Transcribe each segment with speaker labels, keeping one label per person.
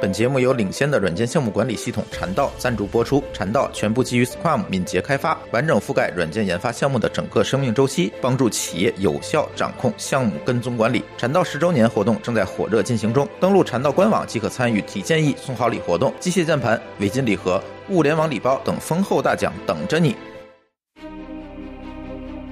Speaker 1: 本节目由领先的软件项目管理系统禅道赞助播出。禅道全部基于 Scrum 敏捷开发，完整覆盖软件研发项目的整个生命周期，帮助企业有效掌控项目跟踪管理。禅道十周年活动正在火热进行中，登录禅道官网即可参与提建议、送好礼活动、机械键盘、围巾礼盒、物联网礼包等丰厚大奖等着你。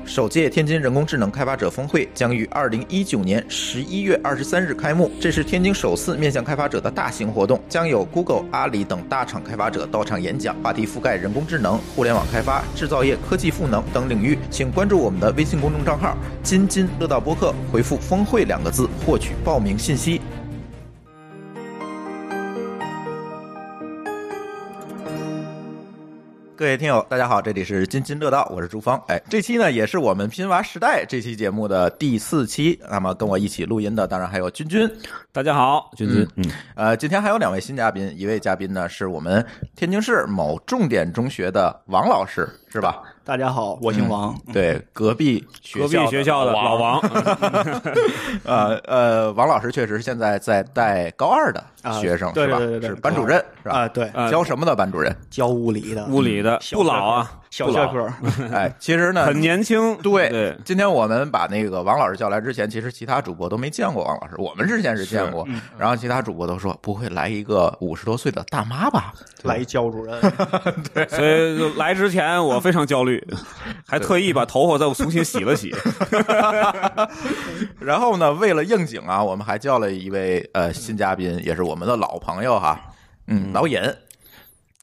Speaker 1: 首届天津人工智能开发者峰会将于二零一九年十一月二十三日开幕，这是天津首次面向开发者的大型活动，将有 Google、阿里等大厂开发者到场演讲，话题覆盖人工智能、互联网开发、制造业、科技赋能等领域。请关注我们的微信公众账号“津津乐道播客”，回复“峰会”两个字获取报名信息。各位听友，大家好，这里是津津乐道，我是朱芳。哎，这期呢也是我们拼娃时代这期节目的第四期。那么跟我一起录音的，当然还有君君。
Speaker 2: 大家好，君君，嗯，
Speaker 1: 呃，今天还有两位新嘉宾，一位嘉宾呢是我们天津市某重点中学的王老师，是吧？
Speaker 3: 大家好，我姓王。
Speaker 1: 对，隔壁
Speaker 2: 隔壁学校的老王，
Speaker 1: 呃呃，王老师确实是现在在带高二的学生，
Speaker 3: 啊对
Speaker 1: 是吧？
Speaker 3: 对对对
Speaker 1: 是班主任，是吧？
Speaker 3: 啊，对，
Speaker 2: 啊
Speaker 1: 教什么的班主 任？
Speaker 3: 教物理的，
Speaker 2: 物理的
Speaker 3: 小
Speaker 2: 不老啊，
Speaker 3: 小
Speaker 2: 不
Speaker 3: 学
Speaker 2: 老，
Speaker 3: 科，
Speaker 1: 哎，其实呢，
Speaker 2: 很年轻，
Speaker 1: 对，
Speaker 2: 对，
Speaker 1: 今天我们把那个王老师叫来之前，其实其他主播都没见过王老师，我们之前是见过，
Speaker 3: 嗯
Speaker 1: 然后其他主播都说不会来一个五十多岁的大妈吧？
Speaker 3: 来一教主任，
Speaker 2: 所以就来之前我非常焦 虑，还特意把头发再重新洗了洗。
Speaker 1: 然后呢，为了应景啊，我们还叫了一位呃新嘉宾，也是我们的老朋友哈，嗯，老尹，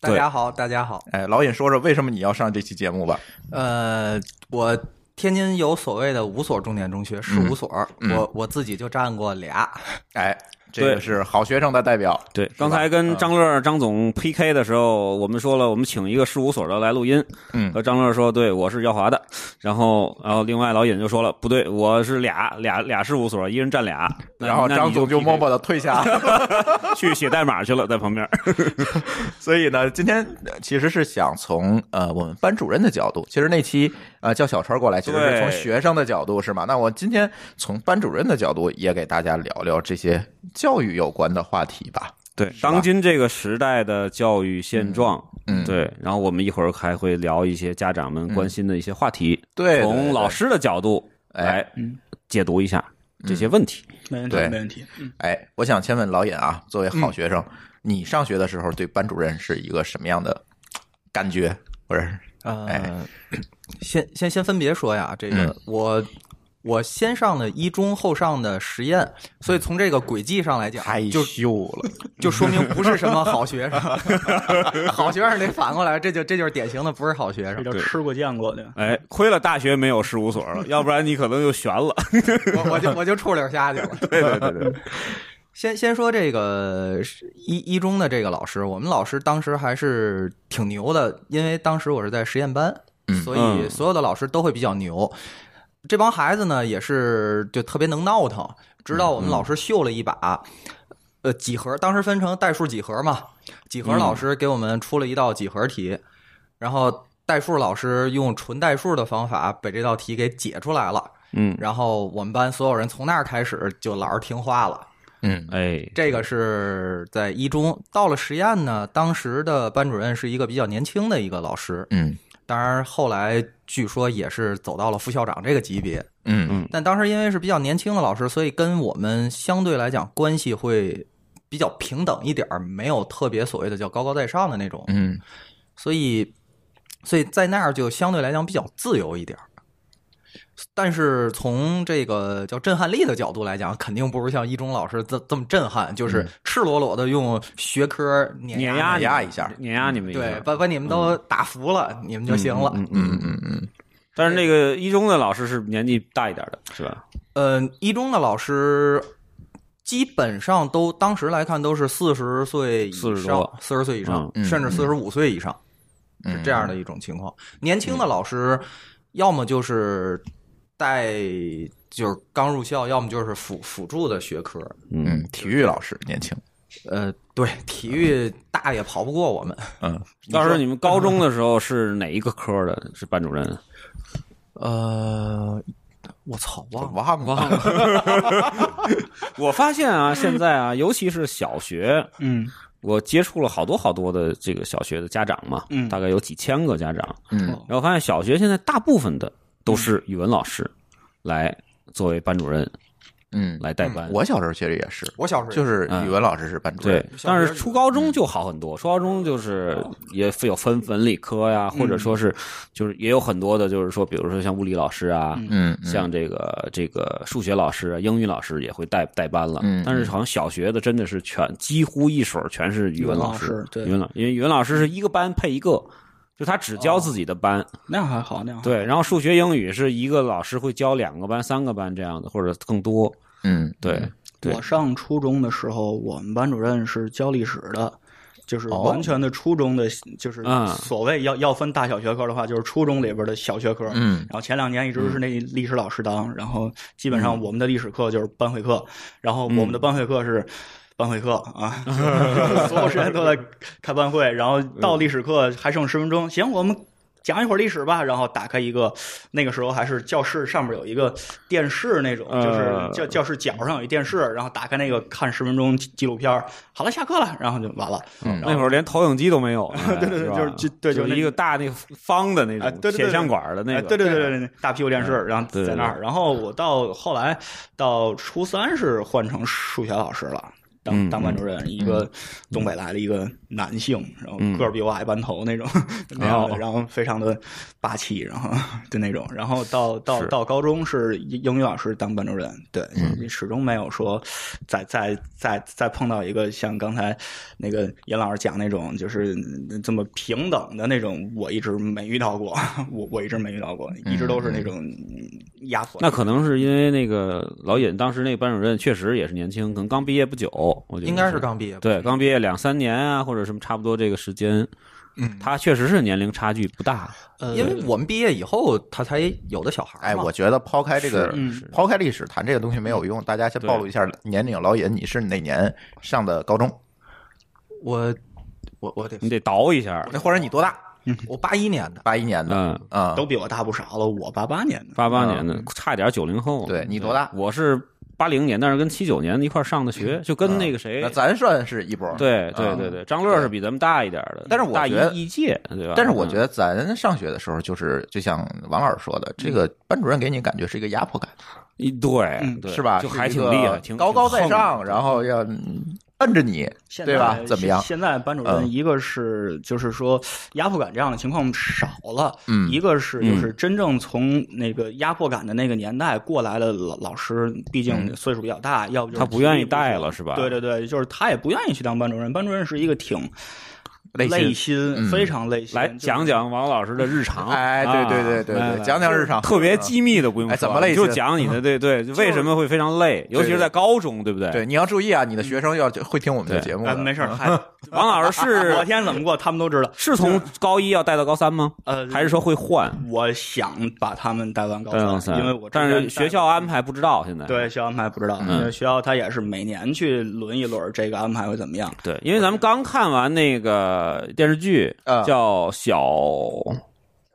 Speaker 4: 大家好，大家好。
Speaker 1: 哎，老尹说说为什么你要上这期节目吧？
Speaker 4: 呃，我天津有所谓的五所重点中学，是五所，我我自己就占过俩。
Speaker 1: 哎，这个
Speaker 2: 对
Speaker 1: 是好学生的代表，
Speaker 2: 对，刚才跟张乐、张总 PK 的时候，我们说了，我们请一个事务所的来录音。
Speaker 1: 嗯
Speaker 2: 和张乐说，对我是耀华的，然后，然后另外老尹就说了，不对，我是俩俩俩事务所，一人占俩。那
Speaker 1: 然后
Speaker 2: 那你
Speaker 1: 张总就
Speaker 2: PK
Speaker 1: 默默的退 下。
Speaker 2: 去写代码去了，在旁边。
Speaker 1: 所以呢，今天呃其实是想从呃我们班主任的角度，其实那期呃叫小川过来，其实是
Speaker 2: 对
Speaker 1: 从学生的角度是吗？那我今天从班主任的角度也给大家聊聊这些教育有关的话题吧。
Speaker 2: 对，
Speaker 1: 吧
Speaker 2: 当今这个时代的教育现状，
Speaker 1: 嗯嗯
Speaker 2: 对。然后我们一会儿还会聊一些家长们关心的一些话题，
Speaker 1: 对，对
Speaker 2: 从老，师的角度
Speaker 1: 哎
Speaker 2: 来
Speaker 4: 嗯
Speaker 2: 解读一下这些问题。
Speaker 3: 没问题，
Speaker 1: 对
Speaker 3: 没问题。嗯
Speaker 1: 对哎，我想先问老尹啊，作为好学生，你上学的时候对班主任是一个什么样的感觉？或者是哎
Speaker 4: 呃，先先先分别说呀，这个、
Speaker 1: 嗯
Speaker 4: 我我先上的一中，后上的实验，所以从这个轨迹上来讲，
Speaker 1: 害
Speaker 4: 就
Speaker 1: 羞了，
Speaker 4: 就说明不是什么好学生。 好学生得反过来，这就这就是典型的不是好学
Speaker 3: 这
Speaker 4: 生。
Speaker 3: 叫
Speaker 2: 对
Speaker 3: 吃过见过的，
Speaker 2: 哎，亏了大学没有事务所了，要不然你可能就悬了。
Speaker 4: 我我就我就处溜下去了。
Speaker 2: 对对对 对，
Speaker 4: 先先说这个是一一中的这个老师，我们老师当时还是挺牛的，因为当时我是在实验班，
Speaker 1: 嗯
Speaker 4: 所以所有的老师都会比较牛。这帮孩子呢，也是就特别能闹腾，直到
Speaker 1: 嗯
Speaker 4: 我们老师秀了一把，呃，几何，当时分成代数几何嘛，几何
Speaker 1: 嗯
Speaker 4: 老师给我们出了一道几何题，然后代数老师用纯代数的方法把这道题给解出来了，
Speaker 2: 嗯，
Speaker 4: 然后我们班所有人从那儿开始就老是听话了。
Speaker 1: 嗯
Speaker 2: 哎，
Speaker 4: 这个是在一中，到了实验呢，当时的班主任是一个比较年轻的一个老师，
Speaker 1: 嗯
Speaker 4: 当然后来据说也是走到了副校长这个级别，
Speaker 1: 嗯嗯
Speaker 4: 但当时因为是比较年轻的老师，所以跟我们相对来讲关系会比较平等一点儿，没有特别所谓的叫高高在上的那种，
Speaker 1: 嗯，
Speaker 4: 所以所以在那儿就相对来讲比较自由一点儿。但是从这个叫震撼力的角度来讲，肯定不如像一中老师这这么震撼，就是赤裸裸的用学科碾
Speaker 2: 嗯碾压
Speaker 4: 压你
Speaker 1: 碾压一下
Speaker 2: 碾压你们一下。
Speaker 4: 对，把把你们都打服了，你们就行了。
Speaker 2: 嗯
Speaker 1: 嗯
Speaker 2: 嗯。
Speaker 1: 嗯嗯，
Speaker 2: 但是那个一中的老师是年纪大一点的，是吧？
Speaker 4: 嗯，一中的老师基本上都当时来看都是四十岁以上
Speaker 2: 40多，
Speaker 4: 四十岁以上，
Speaker 1: 嗯
Speaker 4: 甚至四十五岁以上，是这样的一种情况。年轻的老师，要么就是带就是刚入校，要么就是辅辅助的学科。
Speaker 1: 嗯，体育老师年轻，
Speaker 4: 呃，对，体育大也跑不过我们。
Speaker 1: 嗯，
Speaker 2: 到时候你们啊高中的时候是哪一个科的？是班主任？
Speaker 4: 呃，的？我操，忘了。
Speaker 1: 忘忘了，
Speaker 2: 我发现啊，现在啊，尤其是小学，
Speaker 3: 嗯
Speaker 2: 我接触了好多好多的这个小学的家长嘛，
Speaker 3: 嗯
Speaker 2: 大概有几千个家长，
Speaker 1: 嗯
Speaker 2: 然后发现小学现在大部分的都是语文老师来作为班主任
Speaker 1: 嗯，
Speaker 2: 来带班，
Speaker 1: 我小时候其实也是，
Speaker 4: 我小时候也
Speaker 1: 就是语文老师是班主任
Speaker 2: 对，，但是初高
Speaker 1: 嗯
Speaker 2: 中就好很多，初高中就是也有分文理科呀，或
Speaker 1: 嗯
Speaker 2: 者说是就是也有很多的，就是说，比如说像物理老师啊，
Speaker 1: 嗯，嗯
Speaker 2: 像这个这个数学老师、英语老师也会带带班了
Speaker 1: 嗯。
Speaker 2: 但是好像小学的真的是全几乎一水儿全是语文老
Speaker 3: 语文老
Speaker 2: 师
Speaker 3: 师，对
Speaker 2: 语文老因为语文老师是一个班配一个。就他只
Speaker 3: 哦
Speaker 2: 教自己的班，
Speaker 3: 那样还好，那样还好，
Speaker 2: 对，然后数学、英语是一个老师会教两个班、三个班这样的，或者更多，
Speaker 1: 嗯，
Speaker 2: 对，对
Speaker 3: 我上初中的时候，我们班主任是教历史的，就是
Speaker 1: 哦
Speaker 3: 完全的初中的，就是
Speaker 2: 嗯
Speaker 3: 所谓要、要分大小学科的话，就是初中里边的小学科。
Speaker 1: 嗯嗯
Speaker 3: 然后前两年一直是那历史老师当，然后基本上我们的历史课就是班会课，然后我们的班会课是。班会课 啊，所有时间都在开班会，然后
Speaker 1: 嗯
Speaker 3: 到历史课还剩十分钟，行，我们讲一会儿历史吧。然后打开一个，那个时候还是教室上面有一个电视那种，就是
Speaker 2: 呃
Speaker 3: 教教室角上有一电视，然后打开那个看十分钟纪录片儿。好了，下课了，然后就完了。
Speaker 1: 嗯
Speaker 2: 那会儿连投影机都没有，对
Speaker 3: 对对
Speaker 2: 吧
Speaker 3: 就是就对
Speaker 2: 就
Speaker 3: 就是那
Speaker 2: 一个大那个方的那
Speaker 3: 哎
Speaker 2: 种
Speaker 3: 对对对
Speaker 2: 铁饭馆的那
Speaker 3: 哎
Speaker 2: 个，嗯
Speaker 3: 对对对对对，大屁股电视，然
Speaker 2: 对对
Speaker 3: 后在那儿。然后我到后来到初三是换成数学老师了。
Speaker 2: 嗯嗯
Speaker 3: 当当班主任，一个东北来的一个男性，然后个儿比我矮半头那种，
Speaker 2: 哦
Speaker 3: 那样的，然后非常的霸气，然后的那种。然后到到
Speaker 2: 是
Speaker 3: 到高中是英英语老师当班主任，对，
Speaker 1: 嗯
Speaker 3: 你始终没有说再再再再碰到一个像刚才那个严老师讲那种，就是这么平等的那种，我一直没遇到过，我我一直没遇到过，一直都是那
Speaker 1: 嗯
Speaker 3: 种压迫。
Speaker 2: 那可能是因为那个老尹当时那个班主任确实也是年轻，可能刚毕业不久，我觉得
Speaker 4: 应该是刚毕业吧，
Speaker 2: 对刚毕业两三年啊，或者什么差不多这个时间，
Speaker 4: 嗯，
Speaker 2: 他确实是年龄差距不大，
Speaker 4: 因为我们毕业以后他才有的小孩
Speaker 1: 哎，
Speaker 4: 嘛
Speaker 1: 我觉得抛开这个
Speaker 3: 嗯，
Speaker 1: 抛开历史谈这个东西没有用，大家先暴露一下年龄。老尹，你是哪年上的高中？
Speaker 4: 我我我得
Speaker 2: 你得倒一下，
Speaker 1: 那或者你多大？
Speaker 4: 我八一年的，
Speaker 1: 八一年的
Speaker 2: 嗯，
Speaker 1: 啊
Speaker 3: 都，比我大不少了，我八八年的。
Speaker 2: 八八年的，差点九零后，
Speaker 1: 嗯对你多大？
Speaker 2: 我是八零年，但是跟七九年一块儿上的学，就跟那个谁
Speaker 1: 嗯那，咱算是一波。，
Speaker 2: 哎对对对对，张乐是比咱们大一点的，
Speaker 1: 但是我
Speaker 2: 大
Speaker 1: 觉得
Speaker 2: 一一届，对吧？
Speaker 1: 但是我觉
Speaker 2: 嗯
Speaker 1: 得咱上学的时候，就是就像王老师说的，这个班主任给你感觉是一个压迫感，
Speaker 2: 一对
Speaker 3: 嗯
Speaker 2: 嗯对
Speaker 1: 是吧？
Speaker 2: 就还
Speaker 1: 是一
Speaker 2: 挺
Speaker 1: 个
Speaker 2: 厉害，挺
Speaker 1: 高高
Speaker 2: 挺
Speaker 1: 在
Speaker 2: 横的
Speaker 1: 上，然后要嗯摁着你，
Speaker 3: 现在
Speaker 1: 对吧？怎么样？
Speaker 3: 现现在班主
Speaker 1: 嗯
Speaker 3: 任一个是就是说压迫感这样的情况少了，
Speaker 1: 嗯
Speaker 3: 一个是就是真正从那个压迫感的那个年代过来的老老师，毕竟岁数比较大，要不
Speaker 2: 嗯
Speaker 3: 就是
Speaker 2: 他不愿意
Speaker 3: 体力
Speaker 2: 带
Speaker 3: 行
Speaker 2: 了是吧
Speaker 3: 对对对，就是他也不愿意去当班主任，班主任是一个挺
Speaker 1: 内心
Speaker 3: 累心，非常累心。
Speaker 2: 嗯来
Speaker 3: 就是
Speaker 2: 讲讲王老师的日常。
Speaker 1: 哎，对对对对
Speaker 2: 啊
Speaker 1: 对，讲讲日常，
Speaker 2: 特别机密的不用说
Speaker 1: 哎
Speaker 2: 了，
Speaker 1: 怎么累
Speaker 2: 你就讲你的 对对，为什么会非常累，尤其是在高中，对不对？
Speaker 1: 对，你要注意啊，你的学生要会听我们的
Speaker 2: 嗯对啊
Speaker 1: 节目
Speaker 3: 哎
Speaker 1: 的。
Speaker 3: 没事儿，还
Speaker 2: 王老师
Speaker 3: 我
Speaker 2: 嗯 是
Speaker 3: 天怎么过，他们都知道。
Speaker 2: 是从高一要带到高三吗？
Speaker 3: 呃，
Speaker 2: 还是说会换
Speaker 3: 我想把他们带完高
Speaker 2: 带到高
Speaker 3: 三，
Speaker 2: 三？
Speaker 3: 因为我之
Speaker 2: 但
Speaker 3: 前
Speaker 2: 是学
Speaker 3: 带
Speaker 2: 校安排不知道现在。
Speaker 3: 对，学校安排不知道，
Speaker 2: 嗯
Speaker 3: 因为学校他也是每年去轮一轮，这个安排会怎么样？
Speaker 2: 对，因为咱们刚看完那个电视剧
Speaker 1: 啊
Speaker 2: 叫《小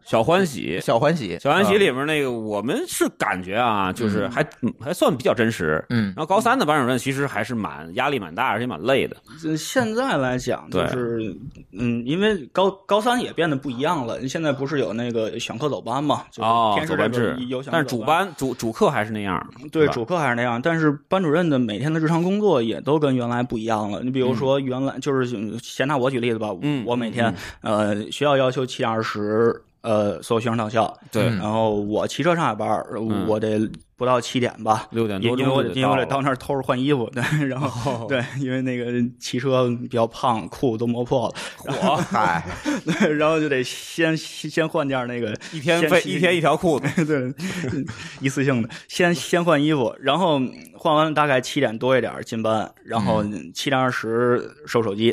Speaker 2: 小欢喜》，
Speaker 1: 小欢喜，
Speaker 2: 小欢喜
Speaker 1: 嗯
Speaker 2: 里面那个，我们是感觉啊，就是还还算比较真实。
Speaker 1: 嗯
Speaker 2: 然后高三的班主任其实还是蛮压力蛮大，而且蛮累的。
Speaker 3: 呃现在来讲，就
Speaker 2: 对
Speaker 3: 是嗯，因为高高三也变得不一样了，现在不是有那个选课走班嘛？就是
Speaker 2: 哦，
Speaker 3: 天
Speaker 2: 走
Speaker 3: 师这
Speaker 2: 班制
Speaker 3: 边有选课走班，
Speaker 2: 但是主班主主课还是那样，
Speaker 3: 对
Speaker 2: 是吧
Speaker 3: 主课还是那样，但是班主任的每天的日常工作也都跟原来不一样了。你比如说，原来就是嗯先拿我举例子吧，
Speaker 2: 嗯
Speaker 3: 我每天呃学校要求七点二十。呃，所有学生到校，
Speaker 2: 对
Speaker 1: 嗯
Speaker 3: 然后我骑车上下班儿，
Speaker 2: 嗯
Speaker 3: 我得不到七点吧，
Speaker 2: 六点
Speaker 3: 因
Speaker 2: 多
Speaker 3: 因为我得
Speaker 2: 钟就得
Speaker 3: 因为我
Speaker 2: 到
Speaker 3: 得
Speaker 2: 哦
Speaker 3: 到那儿偷着换衣服， 对，然后、对，因为那个骑车比较胖，裤子都磨破了，
Speaker 2: 火
Speaker 1: 嗨，
Speaker 3: 对，然后就得先先换件儿那个
Speaker 2: 一天
Speaker 3: 先
Speaker 2: 飞
Speaker 3: 洗
Speaker 2: 一天一条 裤子，
Speaker 3: 对，一次性的，先先换衣服，然后换完大概七点多一点儿进班，然后
Speaker 2: 嗯
Speaker 3: 七点二十收手机。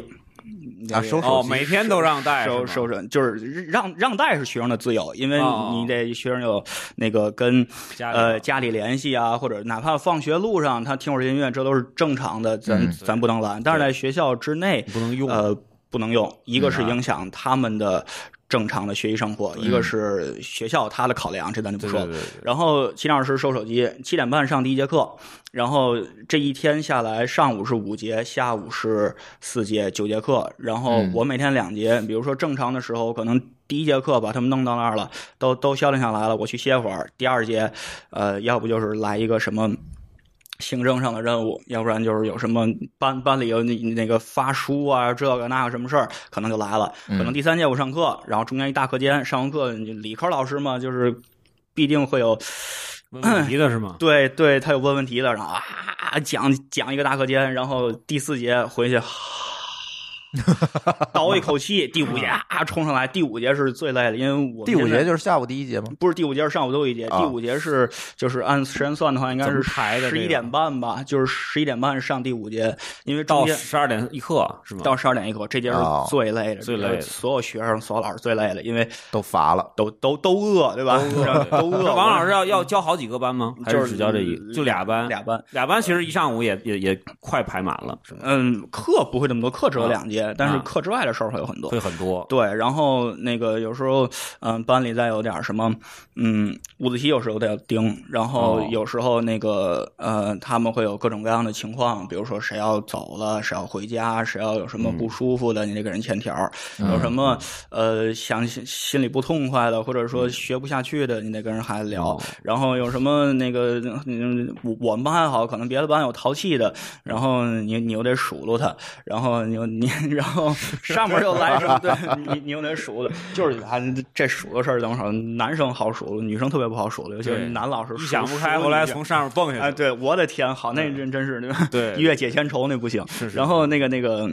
Speaker 1: 啊收手
Speaker 2: 哦，每天都让带是
Speaker 3: 收
Speaker 2: 吗
Speaker 3: 收手就是让让带是学生的自由，因为
Speaker 2: 哦
Speaker 3: 你得学生有那个跟
Speaker 2: 家里
Speaker 3: 呃
Speaker 2: 头
Speaker 3: 家里联系啊，或者哪怕放学路上他听会儿音乐，这都是正常的，咱、
Speaker 1: 嗯
Speaker 3: 咱不能拦。但是在学校之内，
Speaker 2: 不能用
Speaker 3: 呃，不能用，一个是影响他们的正常的学习生活，一个是学校他的考量，这咱就不
Speaker 2: 对
Speaker 3: 说
Speaker 2: 对
Speaker 3: 了。
Speaker 2: 对，
Speaker 3: 然后七点二十收手机，七点半上第一节课，然后这一天下来，上午是五节，下午是四节，九节课。然后我每天两节，比如说正常的时候，可能第一节课把他们弄到那儿了，都都消停下来了，我去歇会儿。第二节，呃，要不就是来一个什么。行政上的任务，要不然就是有什么班班里有那那个发书啊，这个那个什么事儿，可能就来了。可能第三节我上课，然后中间一大课间，上完课你理科老师嘛，就是必定会有
Speaker 2: 问问题的是吗？
Speaker 3: 对对，他有问问题的，然后啊讲讲一个大课间，然后第四节回去。 倒一口气，第五节啊冲上来，第五节是最累的，因为我们
Speaker 1: 第五
Speaker 3: 现在
Speaker 1: 节就是下午第一节吗？
Speaker 3: 不是第五节是上午最后一节，
Speaker 1: 啊
Speaker 3: 第五节是就是按时间算的话，应该
Speaker 2: 怎
Speaker 3: 是
Speaker 2: 么排的这
Speaker 3: 十
Speaker 2: 个
Speaker 3: 一点半吧，就是十一点半上第五节，因为中
Speaker 2: 到
Speaker 3: 间
Speaker 2: 十二点一刻是吗？
Speaker 3: 到十二点一刻，这节是
Speaker 1: 哦
Speaker 3: 最累的，
Speaker 2: 最
Speaker 3: 这节
Speaker 2: 累的
Speaker 3: 是所有学生、所有老师最累的，因为
Speaker 1: 都乏了。
Speaker 3: 都都都饿，对吧？ 都饿。
Speaker 2: 这王老师
Speaker 3: 我
Speaker 2: 要要教好几个班吗？还
Speaker 3: 就是
Speaker 2: 只教这一个？就俩班，
Speaker 3: 俩班，
Speaker 2: 俩班其实一上午也也也快排满了，是吗？
Speaker 3: 嗯，课不会这么多，课只有
Speaker 2: 啊
Speaker 3: 两节，但是
Speaker 2: 啊
Speaker 3: 课之外的事儿会有很多。
Speaker 2: 会很多。
Speaker 3: 对，然后那个有时候，嗯、班里再有点什么，嗯，五子棋有时候得盯，然后
Speaker 2: 哦
Speaker 3: 有时候那个呃，他们会有各种各样的情况，比如说谁要走了，谁要回家，谁要有什么不舒服的，你得给人欠条儿；
Speaker 2: 嗯
Speaker 3: 有什么呃想心心里不痛快的，或者说学不下去的，你得跟人孩子聊。
Speaker 2: 嗯哦
Speaker 3: 然后有什么那个，嗯，我我们班还好，可能别的班有淘气的，然后你你又得数落他，然后你又你然后上面又来什么，对你你又得数落，就是啊，这数落事儿怎么说？男生好数落，女生特别不好数落，尤其是
Speaker 2: 对
Speaker 3: 男老师
Speaker 2: 一
Speaker 3: 数
Speaker 2: 想不
Speaker 3: 数
Speaker 2: 开，
Speaker 3: 落
Speaker 2: 后来
Speaker 3: 你
Speaker 2: 从上面蹦下
Speaker 3: 哎，
Speaker 2: 来。
Speaker 3: 对，我的天，好，那真真是那个
Speaker 2: 对
Speaker 3: 一月解千愁那不行。
Speaker 2: 是是
Speaker 3: 然后那个那个，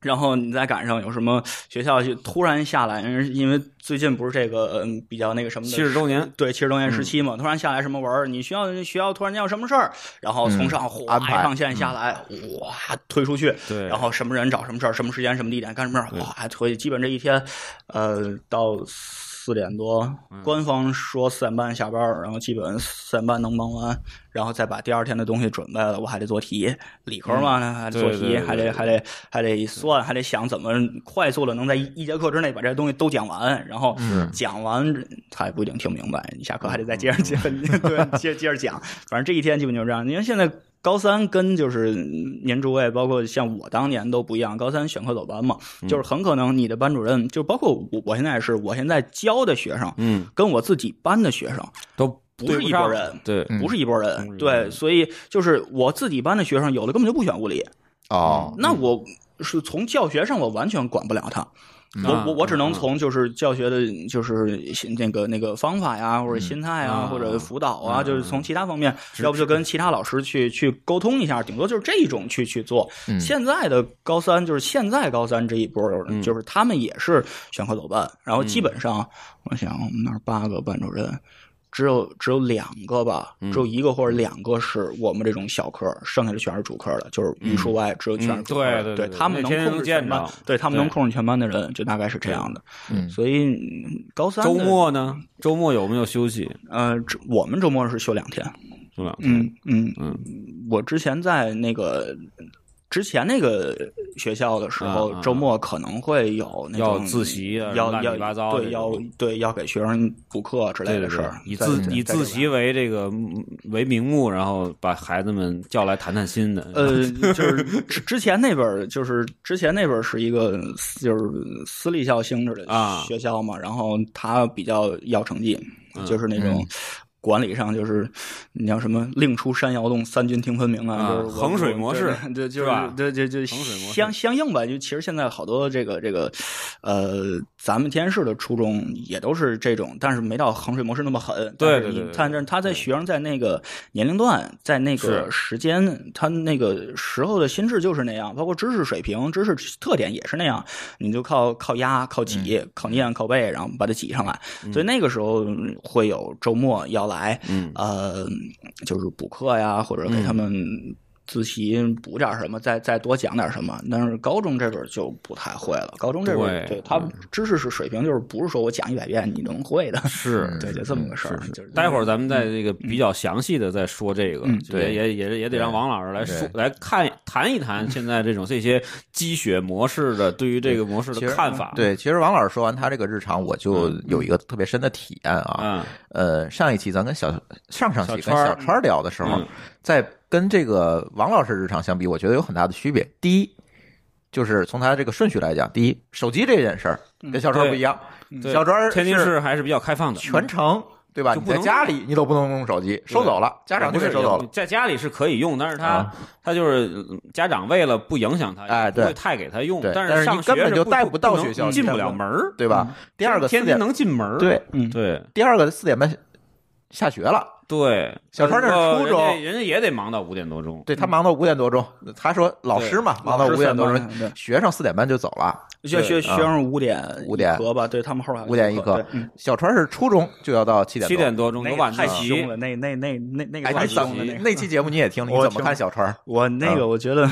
Speaker 3: 然后你再赶上有什么学校就突然下来，因为因为最近不是这个嗯比较那个什么的
Speaker 2: 七十周年，
Speaker 3: 对，七十周年
Speaker 2: 嗯
Speaker 3: 时期嘛，突然下来什么文儿，你学校学校突然间有什么事儿，然后
Speaker 2: 嗯
Speaker 3: 从上哗
Speaker 1: 安排
Speaker 3: 一上线下来，哇推出去，
Speaker 2: 对
Speaker 3: 然后什么人找什么事儿，什么时间什么地点干什么事儿，哗推，基本这一天，呃，到四点多，
Speaker 2: 嗯
Speaker 3: 官方说四点半下班儿，然后基本四点半能忙完，然后再把第二天的东西准备了，我还得做题，理科嘛，还得做
Speaker 2: 嗯对对
Speaker 3: 题，
Speaker 2: 对
Speaker 3: 还
Speaker 2: 对
Speaker 3: 得还得还得算，还得想怎么快速的能在一一节课之内把这些东西都讲完，然
Speaker 1: 嗯
Speaker 3: 后
Speaker 2: 嗯
Speaker 3: 讲完他也不一定听明白，你下课还得再接着接对接接着讲，反正这一天基本就是这样，因为现在。高三跟就是您诸位，包括像我当年都不一样。高三选课走班嘛，
Speaker 2: 嗯
Speaker 3: 就是很可能你的班主任，就包括我，我现在也是我现在教的学生，
Speaker 2: 嗯，
Speaker 3: 跟我自己班的学生
Speaker 2: 都
Speaker 3: 不是一拨
Speaker 2: 上
Speaker 3: 人，
Speaker 2: 对，
Speaker 1: 嗯
Speaker 3: 不是一拨人。
Speaker 2: 嗯
Speaker 3: 对，所以就是我自己班的学生，有的根本就不选物理，
Speaker 2: 嗯
Speaker 1: 哦，
Speaker 3: 那我是从教学上我完全管不了他。我
Speaker 2: 啊
Speaker 3: 我我只能
Speaker 2: 啊
Speaker 3: 从就是教学的，就是那个那个方法呀，或者心态啊，
Speaker 2: 啊
Speaker 3: 或者辅导啊，
Speaker 2: 嗯
Speaker 3: 就是从其他方面，要不就跟其他老师去去沟通一下，顶多就是这一种去去做。现在的高三就是现在高三这一波人，就是他们也是选课走班，然后基本上我想我们那儿八个班主任，只有只有两个吧，
Speaker 2: 嗯
Speaker 3: 只有一个或者两个是我们这种小科，剩下的全是主科的，就是语数外只有全是主科
Speaker 2: 嗯
Speaker 3: 的。
Speaker 2: 嗯对对
Speaker 3: 对
Speaker 2: 对
Speaker 3: 他们
Speaker 2: 那
Speaker 3: 能
Speaker 2: 天天
Speaker 3: 控制
Speaker 2: 能见
Speaker 3: 全班
Speaker 2: 着，
Speaker 3: 对他们能
Speaker 2: 对
Speaker 3: 控制全班的人，就大概是这样的。
Speaker 1: 嗯
Speaker 3: 所以嗯高三的
Speaker 2: 周，末呢？周末有没有休息？
Speaker 3: 呃，这我们周末是休两天。
Speaker 2: 周两天。
Speaker 3: 嗯嗯
Speaker 2: 嗯，
Speaker 3: 我之前在那个。之前那个学校的时候，
Speaker 2: 啊啊
Speaker 3: 周末可能会有那
Speaker 2: 要
Speaker 3: 种
Speaker 2: 自习啊
Speaker 3: 要
Speaker 2: 乱七
Speaker 3: 要
Speaker 2: 八糟
Speaker 3: 对，
Speaker 2: 这
Speaker 3: 要
Speaker 2: 种
Speaker 3: 对要给学生补课之类
Speaker 2: 对
Speaker 3: 的
Speaker 2: 对
Speaker 3: 事
Speaker 2: 对
Speaker 3: 儿，，
Speaker 2: 以
Speaker 3: 在
Speaker 2: 自
Speaker 3: 在
Speaker 2: 以
Speaker 3: 这
Speaker 2: 自
Speaker 3: 边
Speaker 2: 习为这个嗯为名目，然后把孩子们叫来谈谈心的。
Speaker 3: 呃，就是之之前那本儿，就是之前那本儿是一个就是私立校性质的
Speaker 2: 啊
Speaker 3: 学校嘛，然后他比较要成绩，
Speaker 2: 嗯
Speaker 3: 就是那种。管理上就是，你像什么“令出山摇动，三军听分明”啊，
Speaker 2: 啊
Speaker 3: 就是我
Speaker 2: 衡水模式
Speaker 3: 对，对就是
Speaker 2: 吧
Speaker 3: 对，就就
Speaker 2: 衡水模式
Speaker 3: 相相应吧。就其实现在好多这个这个，呃，咱们天市的初中也都是这种，但是没到衡水模式那么狠。
Speaker 2: 对
Speaker 3: 但是
Speaker 2: 对
Speaker 3: 你
Speaker 2: 对对
Speaker 3: 但是他在学生在那个年龄段，在那个
Speaker 2: 嗯是
Speaker 3: 时间，他那个时候的心智就是那样，包括知识水平、知识特点也是那样。你就靠靠压、靠挤、
Speaker 2: 嗯
Speaker 3: 靠念、靠背，然后把它挤上来。所以那个时候嗯会有周末要来，
Speaker 2: 嗯
Speaker 3: 呃，就是补课呀，或者给他们。自习补点什么，再再多讲点什么。但是高中这边就不太会了，高中这
Speaker 2: 对
Speaker 3: 边
Speaker 2: 嗯
Speaker 3: 对他知识是水平，就是不是说我讲一百遍你能会的。
Speaker 2: 嗯是
Speaker 3: 对，就这么个事儿。就是
Speaker 2: 待会儿咱们再这个比较详细的再说这个，
Speaker 3: 嗯
Speaker 2: 就
Speaker 1: 嗯
Speaker 2: 也
Speaker 1: 对
Speaker 2: 也也也得让王老师来说
Speaker 1: 对
Speaker 2: 来看谈一谈现在这种这些积雪模式的对于这个模式
Speaker 1: 其
Speaker 2: 的
Speaker 1: 实
Speaker 2: 看法。，
Speaker 1: 对，其实王老师说完他这个日常，我就有一个特别深的体验啊。
Speaker 2: 嗯
Speaker 1: 呃，上一期咱跟小上上期
Speaker 2: 小
Speaker 1: 跟
Speaker 2: 川儿
Speaker 1: 小川儿聊的时候
Speaker 2: 嗯，
Speaker 1: 在跟这个王老师日常相比，我觉得有很大的区别。第一，就是从他这个顺序来讲，第一，手机这件事儿
Speaker 3: 嗯
Speaker 1: 跟小川儿不一样，
Speaker 2: 嗯
Speaker 1: 嗯
Speaker 2: 对，
Speaker 1: 小庄
Speaker 2: 天津
Speaker 1: 是
Speaker 2: 市还是比较开放的，
Speaker 1: 全程对吧？
Speaker 2: 就
Speaker 1: 你
Speaker 2: 不
Speaker 1: 在
Speaker 2: 能
Speaker 1: 家里你都不能用手机，收走了，家长就
Speaker 2: 不
Speaker 1: 给
Speaker 2: 是
Speaker 1: 收走了。
Speaker 2: 在家里是可以用，但是他、
Speaker 1: 啊
Speaker 2: 他就是嗯家长为了不影响他，
Speaker 1: 哎
Speaker 2: 不会
Speaker 1: 对
Speaker 2: 太给他用。
Speaker 1: 对
Speaker 2: 是
Speaker 1: 但是
Speaker 2: 上
Speaker 1: 你
Speaker 2: 学
Speaker 1: 根本
Speaker 2: 是
Speaker 1: 就带
Speaker 2: 不
Speaker 1: 不到
Speaker 2: 能
Speaker 1: 学校
Speaker 2: 进
Speaker 1: 你
Speaker 2: 不
Speaker 1: 知道
Speaker 2: 了
Speaker 1: 吗
Speaker 2: 门儿。
Speaker 1: 对吧？第二个四
Speaker 2: 嗯天津
Speaker 1: 点
Speaker 2: 能进门儿，嗯
Speaker 1: 对，
Speaker 3: 嗯
Speaker 2: 对
Speaker 1: 第二个四点半下学了，
Speaker 2: 对。
Speaker 1: 小川这是
Speaker 2: 呃
Speaker 1: 初
Speaker 2: 人
Speaker 1: 中
Speaker 2: 家人家也得忙到五点多钟。
Speaker 1: 对他忙到五点多钟，他说老师嘛，忙到五点多钟，
Speaker 3: 对，
Speaker 1: 学生四点半就走了。
Speaker 3: 学学学生五点
Speaker 1: 啊五点
Speaker 3: 一科吧，对他们后边还有
Speaker 1: 五点一
Speaker 3: 课
Speaker 1: 课，
Speaker 3: 对嗯
Speaker 1: 小川是初中就要到七点
Speaker 2: 七
Speaker 1: 多。
Speaker 2: 点多钟
Speaker 3: 那
Speaker 2: 有
Speaker 3: 个
Speaker 2: 晚自
Speaker 3: 太
Speaker 2: 习
Speaker 3: 凶，了，那那那那那
Speaker 1: 哎，
Speaker 2: 晚
Speaker 3: 个
Speaker 1: 你
Speaker 3: 太
Speaker 2: 自
Speaker 1: 怎
Speaker 3: 凶了，那
Speaker 1: 么
Speaker 3: 个
Speaker 1: 那期节目你也听了，你
Speaker 3: 我
Speaker 1: 怎么
Speaker 3: 听
Speaker 1: 看小川？
Speaker 3: 我那个我觉 得。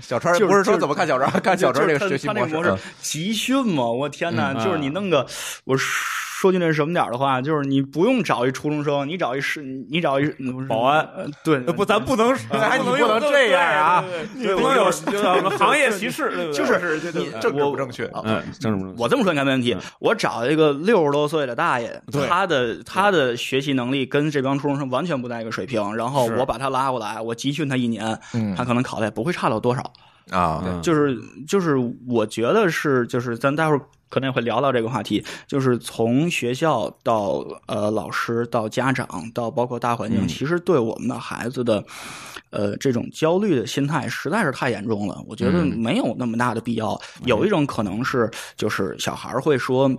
Speaker 1: 小川
Speaker 3: 就
Speaker 1: 啊
Speaker 3: 是
Speaker 1: 不是说
Speaker 3: 就是
Speaker 1: 怎么看小川，看小川这个学习
Speaker 3: 他
Speaker 1: 模
Speaker 3: 他那
Speaker 1: 式啊
Speaker 3: 模。式集训嘛，我天哪！
Speaker 2: 嗯
Speaker 3: 就是你弄个，我说句那什么点儿的话，就是你不用找一初中生，你找一是，你找一
Speaker 2: 保安，
Speaker 3: 呃 对，
Speaker 2: 不，咱不能，
Speaker 1: 哎，
Speaker 2: 咱
Speaker 1: 你不能这样啊！
Speaker 2: 对，不能有什么行业歧视，对不对
Speaker 3: 就是对对
Speaker 1: 你
Speaker 3: 对
Speaker 1: 政治
Speaker 3: 我
Speaker 1: 不正确，
Speaker 2: 嗯，正正
Speaker 3: 我这么说应该没问题
Speaker 2: 嗯。
Speaker 3: 我找一个六十多岁的大爷
Speaker 2: 对，
Speaker 3: 他的他的学习能力跟这帮初中生完全不在一个水平，然后
Speaker 2: 是
Speaker 3: 我把他拉过来，我集训他一年，
Speaker 1: 嗯
Speaker 3: 他可能考的也不会差到多少。
Speaker 2: 嗯
Speaker 1: 啊，
Speaker 3: 就是就是，我觉得是就是，咱待会儿可能也会聊到这个话题，就是从学校到呃老师到家长到包括大环
Speaker 2: 嗯
Speaker 3: 境，其实对我们的孩子的呃这种焦虑的心态实在是太严重了。我觉得
Speaker 1: 嗯
Speaker 3: 没有那么大的必要。
Speaker 2: 嗯
Speaker 3: 有一种可能是就是小孩儿会说，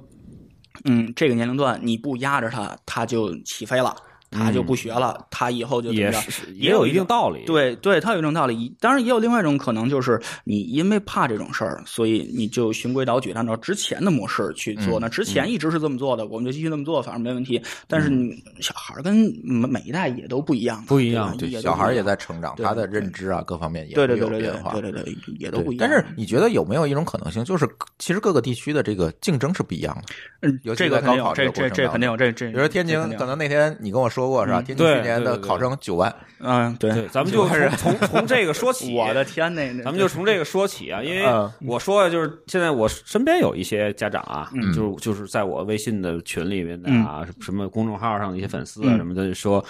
Speaker 3: 嗯，这个年龄段你不压着他，他就起飞了。他就不学了，他以后就怎
Speaker 2: 嗯
Speaker 3: 么
Speaker 2: 也
Speaker 3: 着
Speaker 2: 是也有一定道理，
Speaker 3: 对对，它有一种道理。当然，也有另外一种可能，就是你因为怕这种事儿，所以你就循规蹈矩，按照之前的模式去
Speaker 1: 嗯
Speaker 3: 做。那之前一直是这么做的，我们就继续这么做，反正没问题。但是
Speaker 1: 嗯
Speaker 3: 你小孩儿跟每每一代也都不一样嘛，
Speaker 2: 不一
Speaker 3: 对
Speaker 2: 样
Speaker 3: 吧
Speaker 2: 对
Speaker 3: 也都
Speaker 1: 小孩
Speaker 3: 不
Speaker 1: 儿
Speaker 3: 一
Speaker 1: 也
Speaker 3: 样
Speaker 1: 在成长，
Speaker 3: 对
Speaker 1: 他的认知啊各方面也
Speaker 3: 对
Speaker 1: 会
Speaker 3: 对
Speaker 1: 有
Speaker 3: 对对对
Speaker 1: 变化。
Speaker 3: 对对对，也都
Speaker 1: 对
Speaker 3: 不一
Speaker 1: 但
Speaker 3: 样。
Speaker 1: 是你觉得有没有一种可能性，就是其实各个地区的这个竞争是不一样的？
Speaker 3: 嗯
Speaker 1: 尤，其
Speaker 3: 这个
Speaker 1: 在
Speaker 3: 肯定
Speaker 1: 高考
Speaker 3: 有，
Speaker 1: 这
Speaker 3: 这
Speaker 1: 个过
Speaker 3: 这
Speaker 1: 程
Speaker 3: 这
Speaker 1: 当
Speaker 3: 肯定有，这这
Speaker 1: 比如说天津
Speaker 3: 这肯，定
Speaker 1: 可能那天你跟我说过是吧？
Speaker 3: 嗯
Speaker 1: 天津去
Speaker 2: 对
Speaker 1: 年
Speaker 2: 对
Speaker 1: 的
Speaker 2: 对对
Speaker 1: 考生九万，
Speaker 3: 嗯，对，
Speaker 2: 对，咱们就从从从这个说起，
Speaker 3: 我的天，那 那
Speaker 2: 咱们就从这个说起啊，因为
Speaker 1: 嗯
Speaker 2: 我说的就是现在我身边有一些家长啊，
Speaker 3: 嗯
Speaker 2: 就是就是在我微信的群里面的啊，什么公众号上的一些粉丝啊
Speaker 3: 嗯
Speaker 2: 什么的，说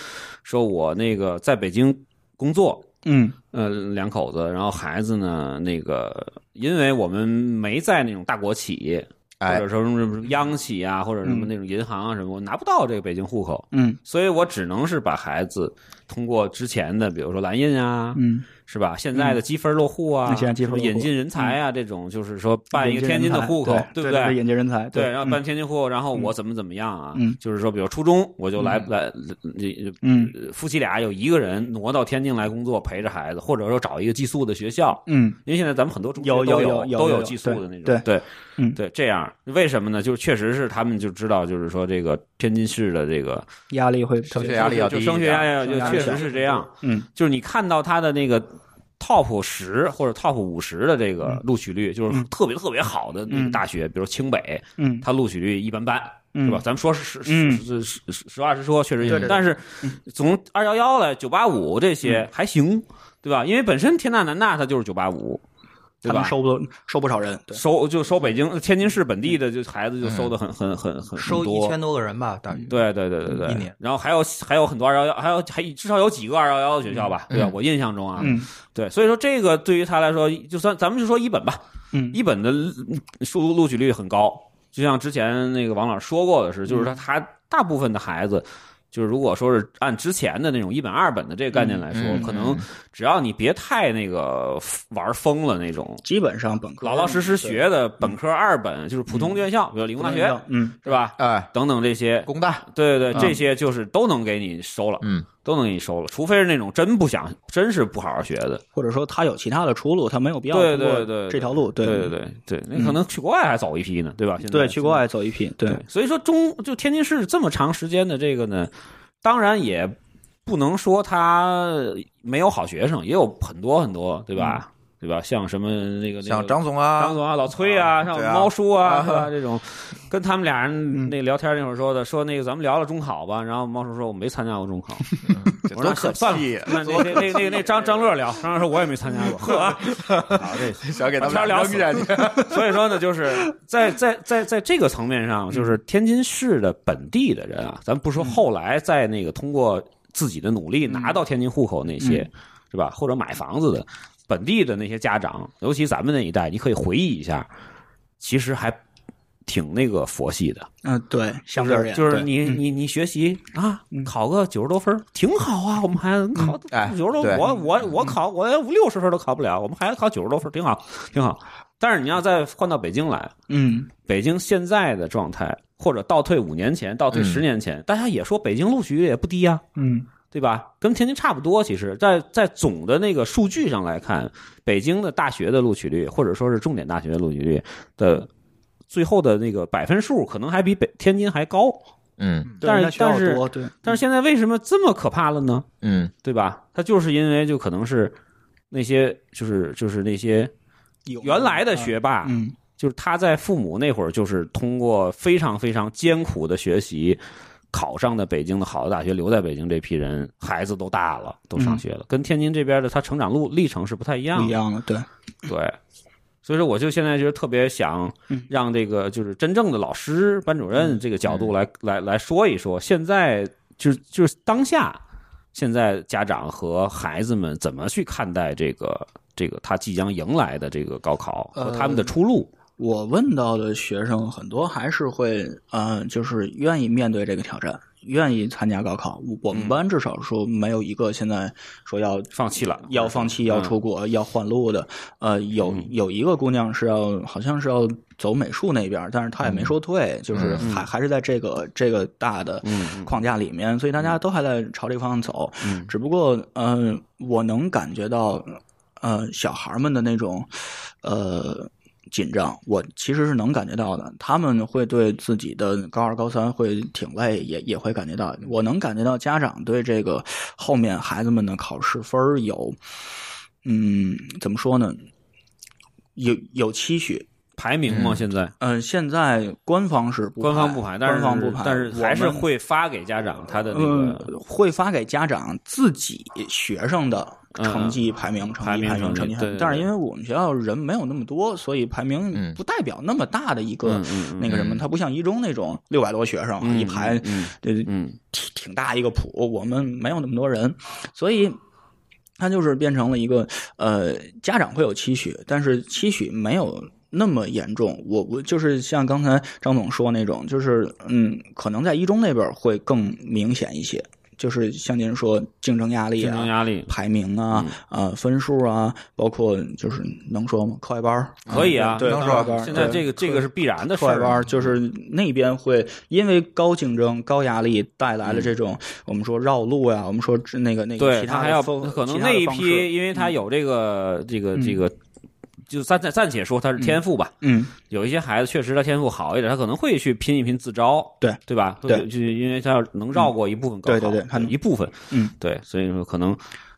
Speaker 2: 说我那个在北京工作，
Speaker 3: 嗯
Speaker 2: 呃，两口子，然后孩子呢，那个因为我们没在那种大国企业，或
Speaker 1: 哎
Speaker 2: 者，说什么什么央企啊，或者什么那种银行啊什么，我拿不到这个北京户口，
Speaker 3: 嗯
Speaker 2: 所以我只能是把孩子通过之前的，比如说蓝印啊，
Speaker 3: 嗯
Speaker 2: 是吧？现在的积分落户啊，
Speaker 3: 嗯现在积
Speaker 2: 什
Speaker 3: 分
Speaker 2: 么
Speaker 3: 落户嗯
Speaker 2: 引进人才啊，这种就是说办一
Speaker 3: 引
Speaker 2: 个
Speaker 3: 进
Speaker 2: 天津
Speaker 3: 人
Speaker 2: 的
Speaker 3: 才
Speaker 2: 户口，
Speaker 3: 对
Speaker 2: 不
Speaker 3: 对？引嗯进人才，
Speaker 2: 对，然后办天津户口，然后我怎么怎么样啊？
Speaker 3: 嗯
Speaker 2: 就是说，比如初中我就来来，你
Speaker 3: 嗯
Speaker 2: 夫妻俩有一个人挪到天津来工作，陪着孩子，或者说找一个寄宿的学校，
Speaker 3: 嗯
Speaker 2: 因为现在咱们很多中学
Speaker 3: 有
Speaker 2: 都
Speaker 3: 有有有
Speaker 2: 都
Speaker 3: 有
Speaker 2: 寄宿的那种，
Speaker 3: 对
Speaker 2: 对对
Speaker 3: 嗯
Speaker 2: 对，这样为什么呢？就是确实是他们就知道，就是说这个天津市的这个
Speaker 3: 压力会
Speaker 1: 升学压力要低
Speaker 2: 就
Speaker 1: 一
Speaker 2: 升学
Speaker 1: 点。
Speaker 2: 压力
Speaker 3: 升学压
Speaker 2: 确
Speaker 3: 力
Speaker 2: 实是这样，
Speaker 3: 嗯
Speaker 2: 就是你看到他的那个 top 十或者 top 五十的这
Speaker 3: 嗯
Speaker 2: 个录取率，就是特别特别好的那个大学，比如清北，
Speaker 3: 嗯
Speaker 2: 它录取率一般般，
Speaker 3: 嗯
Speaker 2: 是吧？咱们说实实
Speaker 3: 嗯
Speaker 2: 实实实实话实说，确实一般
Speaker 3: 对对对嗯
Speaker 2: 但是从二幺幺来九八五这些还行，对吧？因为本身天大南大它就是九八五，对
Speaker 3: 他们
Speaker 2: 吧？
Speaker 3: 收不收不少人，对，
Speaker 2: 收就收北京天津市本地的就孩子就收的很很
Speaker 3: 嗯
Speaker 2: 很很
Speaker 4: 收
Speaker 2: 很
Speaker 4: 一
Speaker 2: 多
Speaker 4: 千多个人吧，
Speaker 1: 嗯
Speaker 4: 大约。
Speaker 2: 对对对对对，
Speaker 4: 一年
Speaker 2: 然后还有还有很多二幺幺，还有还至少有几个二幺幺的学校吧，对吧？我印象中啊，
Speaker 3: 嗯
Speaker 2: 对，所以说这个对于他来说，就算咱们就说一本吧，
Speaker 3: 嗯
Speaker 2: 一本的嗯数录取率很高，就像之前那个王老师说过的是，就是他
Speaker 1: 嗯
Speaker 2: 他大部分的孩子。就是如果说是按之前的那种一本二本的这个概念来说，
Speaker 1: 嗯嗯
Speaker 2: 可能只要你别太那个玩疯了那种，
Speaker 3: 基本上本科
Speaker 2: 老老实实学
Speaker 1: 嗯
Speaker 2: 的本科二本就是普通院校，比如理工大学，
Speaker 3: 嗯
Speaker 2: 是吧？
Speaker 1: 哎，
Speaker 2: 等等这些，
Speaker 1: 工大，
Speaker 2: 对对
Speaker 1: 嗯
Speaker 2: 对，这些就是都能给你收了，
Speaker 1: 嗯，
Speaker 2: 都能给你收了，除非是那种真不想，真是不好好学的。
Speaker 3: 或者说他有其他的出路，他没有必要
Speaker 2: 对
Speaker 3: 通
Speaker 2: 对对，
Speaker 3: 过这条路，
Speaker 2: 对
Speaker 3: 对
Speaker 2: 对对，那可能去国外还早一批呢，对吧？现在
Speaker 3: 对，去国。外走一批，对
Speaker 2: 对，所以说中就天津市这么长时间的这个呢，当然也不能说他没有好学生，也有很多很多，对吧？对吧？像什么那个那个
Speaker 1: 像张总啊，
Speaker 2: 张总啊、老崔啊、
Speaker 1: 啊
Speaker 2: 像
Speaker 1: 对啊
Speaker 2: 猫叔啊，
Speaker 1: 啊
Speaker 2: 是吧？这种，跟他们俩人那聊天那会儿说的，说那个咱们聊聊中考吧。然后猫叔说我没参加过中考，
Speaker 1: 这
Speaker 2: 我
Speaker 1: 多
Speaker 2: 说
Speaker 1: 可
Speaker 2: 算了
Speaker 1: 气，
Speaker 2: 那那那那那那张张乐聊，张乐说我也没参加过，呵，好这。
Speaker 1: 想给他们
Speaker 2: 把
Speaker 1: 俩
Speaker 2: 天聊
Speaker 1: 聊
Speaker 2: 死
Speaker 1: 下去。
Speaker 2: 所以说呢，就是在在在在这个层面上，就是天津市的本地的人啊，咱不说后来在那个通过自己的努力拿到天津户口那些，是吧？或者买房子的本地的那些家长，尤其咱们那一代，你可以回忆一下，其实还挺那个佛系的，
Speaker 3: 嗯，对，相对而言，
Speaker 2: 就是
Speaker 3: 对嗯
Speaker 2: 你
Speaker 1: 嗯
Speaker 2: 你你学习啊，考个九十多分儿挺好啊，我们孩子考
Speaker 1: 哎
Speaker 2: 九十多，
Speaker 1: 对嗯
Speaker 2: 我我我考我连五六十分都考不了，我们孩子考九十多分儿挺好挺好。但是你要再换到北京来，
Speaker 3: 嗯，
Speaker 2: 北京现在的状态，或者倒退五年前、倒退
Speaker 1: 嗯
Speaker 2: 十年前，大家也说北京录取也不低呀、
Speaker 3: 嗯，
Speaker 2: 对吧？跟天津差不多，其实，在在总的那个数据上来看，北京的大学的录取率，或者说是重点大学的录取率的最后的那个百分数，可能还比北天津还高。
Speaker 1: 嗯
Speaker 3: 对
Speaker 2: 但是
Speaker 3: 那学校
Speaker 2: 但是
Speaker 3: 多对，
Speaker 2: 但是现在为什么这么可怕了呢？
Speaker 1: 嗯，
Speaker 2: 对吧？它就是因为就可能是那些就是就是那些
Speaker 3: 有
Speaker 2: 原来的，学霸，
Speaker 3: 嗯
Speaker 2: 就是他在父母那会儿，就是通过非常非常艰苦的学习，考上的北京的好的大学，留在北京这批人，孩子都大了，都上学了，跟天津这边的他成长路历程是不太一
Speaker 3: 嗯
Speaker 2: 样
Speaker 3: 不一
Speaker 2: 的。
Speaker 3: 样了，对，
Speaker 2: 对，所以说我就现在就是特别想
Speaker 3: 嗯
Speaker 2: 让这个就是真正的老师、班主任这个角
Speaker 3: 嗯
Speaker 2: 度来、来来说一说，现在就是就是当下，现在家长和孩子们怎么去看待这个这个他即将迎来的这个高考
Speaker 3: 呃
Speaker 2: 和他们的出路。
Speaker 3: 我问到的学生很多还是会，呃，就是愿意面对这个挑战，愿意参加高考。我我们班至少说没有一个现在说要
Speaker 2: 嗯放弃了嗯
Speaker 3: 要放弃、要出国、要换路的。呃，有有一个姑娘是要，好像是要走美术那边，但是她也
Speaker 2: 嗯
Speaker 3: 没说退，就是还还是在这个这个大的
Speaker 2: 嗯
Speaker 3: 框架里面，所以大家都还在朝这个方向走。
Speaker 2: 嗯
Speaker 3: 只不过，呃，我能感觉到，呃，小孩们的那种，呃。紧张，我其实是能感觉到的。他们会对自己的高二、高三会挺累，也也会感觉到。我能感觉到家长对这个后面孩子们的考试分儿有，嗯，怎么说呢？有有期许。
Speaker 2: 排名吗？现在
Speaker 3: 嗯、现在官方是不
Speaker 2: 官方不排，但是
Speaker 3: 官方不排，
Speaker 2: 但是还是
Speaker 3: 我们
Speaker 2: 会发给家长他的那
Speaker 3: 嗯
Speaker 2: 个，
Speaker 3: 会发给家长自己学生的成绩排名、
Speaker 2: 嗯
Speaker 3: 成
Speaker 2: 排
Speaker 3: 绩
Speaker 2: 名
Speaker 3: 排名、
Speaker 2: 成
Speaker 3: 成
Speaker 2: 绩
Speaker 3: 绩
Speaker 2: 对对
Speaker 3: 但是
Speaker 2: 对
Speaker 3: 因为我们学校人没有那么多，所以排名
Speaker 1: 嗯
Speaker 3: 不代表那么大的一个
Speaker 2: 嗯嗯
Speaker 3: 呃那个什么，
Speaker 1: 嗯
Speaker 3: 它不像一中那种六百多学生
Speaker 2: 嗯
Speaker 3: 一排，
Speaker 2: 嗯
Speaker 3: 这
Speaker 2: 嗯
Speaker 3: 挺挺大一个谱，我们没有那么多人，所以。它就是变成了一个，呃，家长会有期许，但是期许没有那么严重。我我就是像刚才张总说那种，就是嗯，可能在一中那边会更明显一些，就是像您说竞争压力
Speaker 2: 嗯竞争
Speaker 3: 啊、
Speaker 2: 压力
Speaker 3: 排名啊、呃分数啊，包括就是能说吗？课外班儿
Speaker 2: 可以啊，
Speaker 3: 嗯对，
Speaker 1: 能
Speaker 3: 课外
Speaker 1: 说
Speaker 3: 班儿
Speaker 2: 现在
Speaker 3: 对
Speaker 2: 这个这个是必然的事
Speaker 3: 课外
Speaker 2: 儿
Speaker 3: 班儿就是
Speaker 2: 嗯
Speaker 3: 那边会因为高竞争、高压力带来了这种、我们说绕路呀，我们说那个那个
Speaker 2: 嗯对
Speaker 3: 其
Speaker 2: 他
Speaker 3: 他
Speaker 2: 还
Speaker 3: 的
Speaker 2: 要
Speaker 3: 方
Speaker 2: 可能
Speaker 3: 其他
Speaker 2: 那
Speaker 3: 的
Speaker 2: 一
Speaker 3: 方式嗯
Speaker 2: 批，因为他有这个这个这个，就暂暂暂且说他是天赋吧。
Speaker 3: 嗯
Speaker 2: 有一些孩子确实他天赋好一点，他可能会去拼一拼自招，
Speaker 3: 对
Speaker 2: 对吧？
Speaker 3: 对
Speaker 2: 会就是因为他要能绕过一部分高考，
Speaker 3: 嗯对对对他能
Speaker 2: 一部分，
Speaker 3: 嗯，
Speaker 2: 对，所以说可能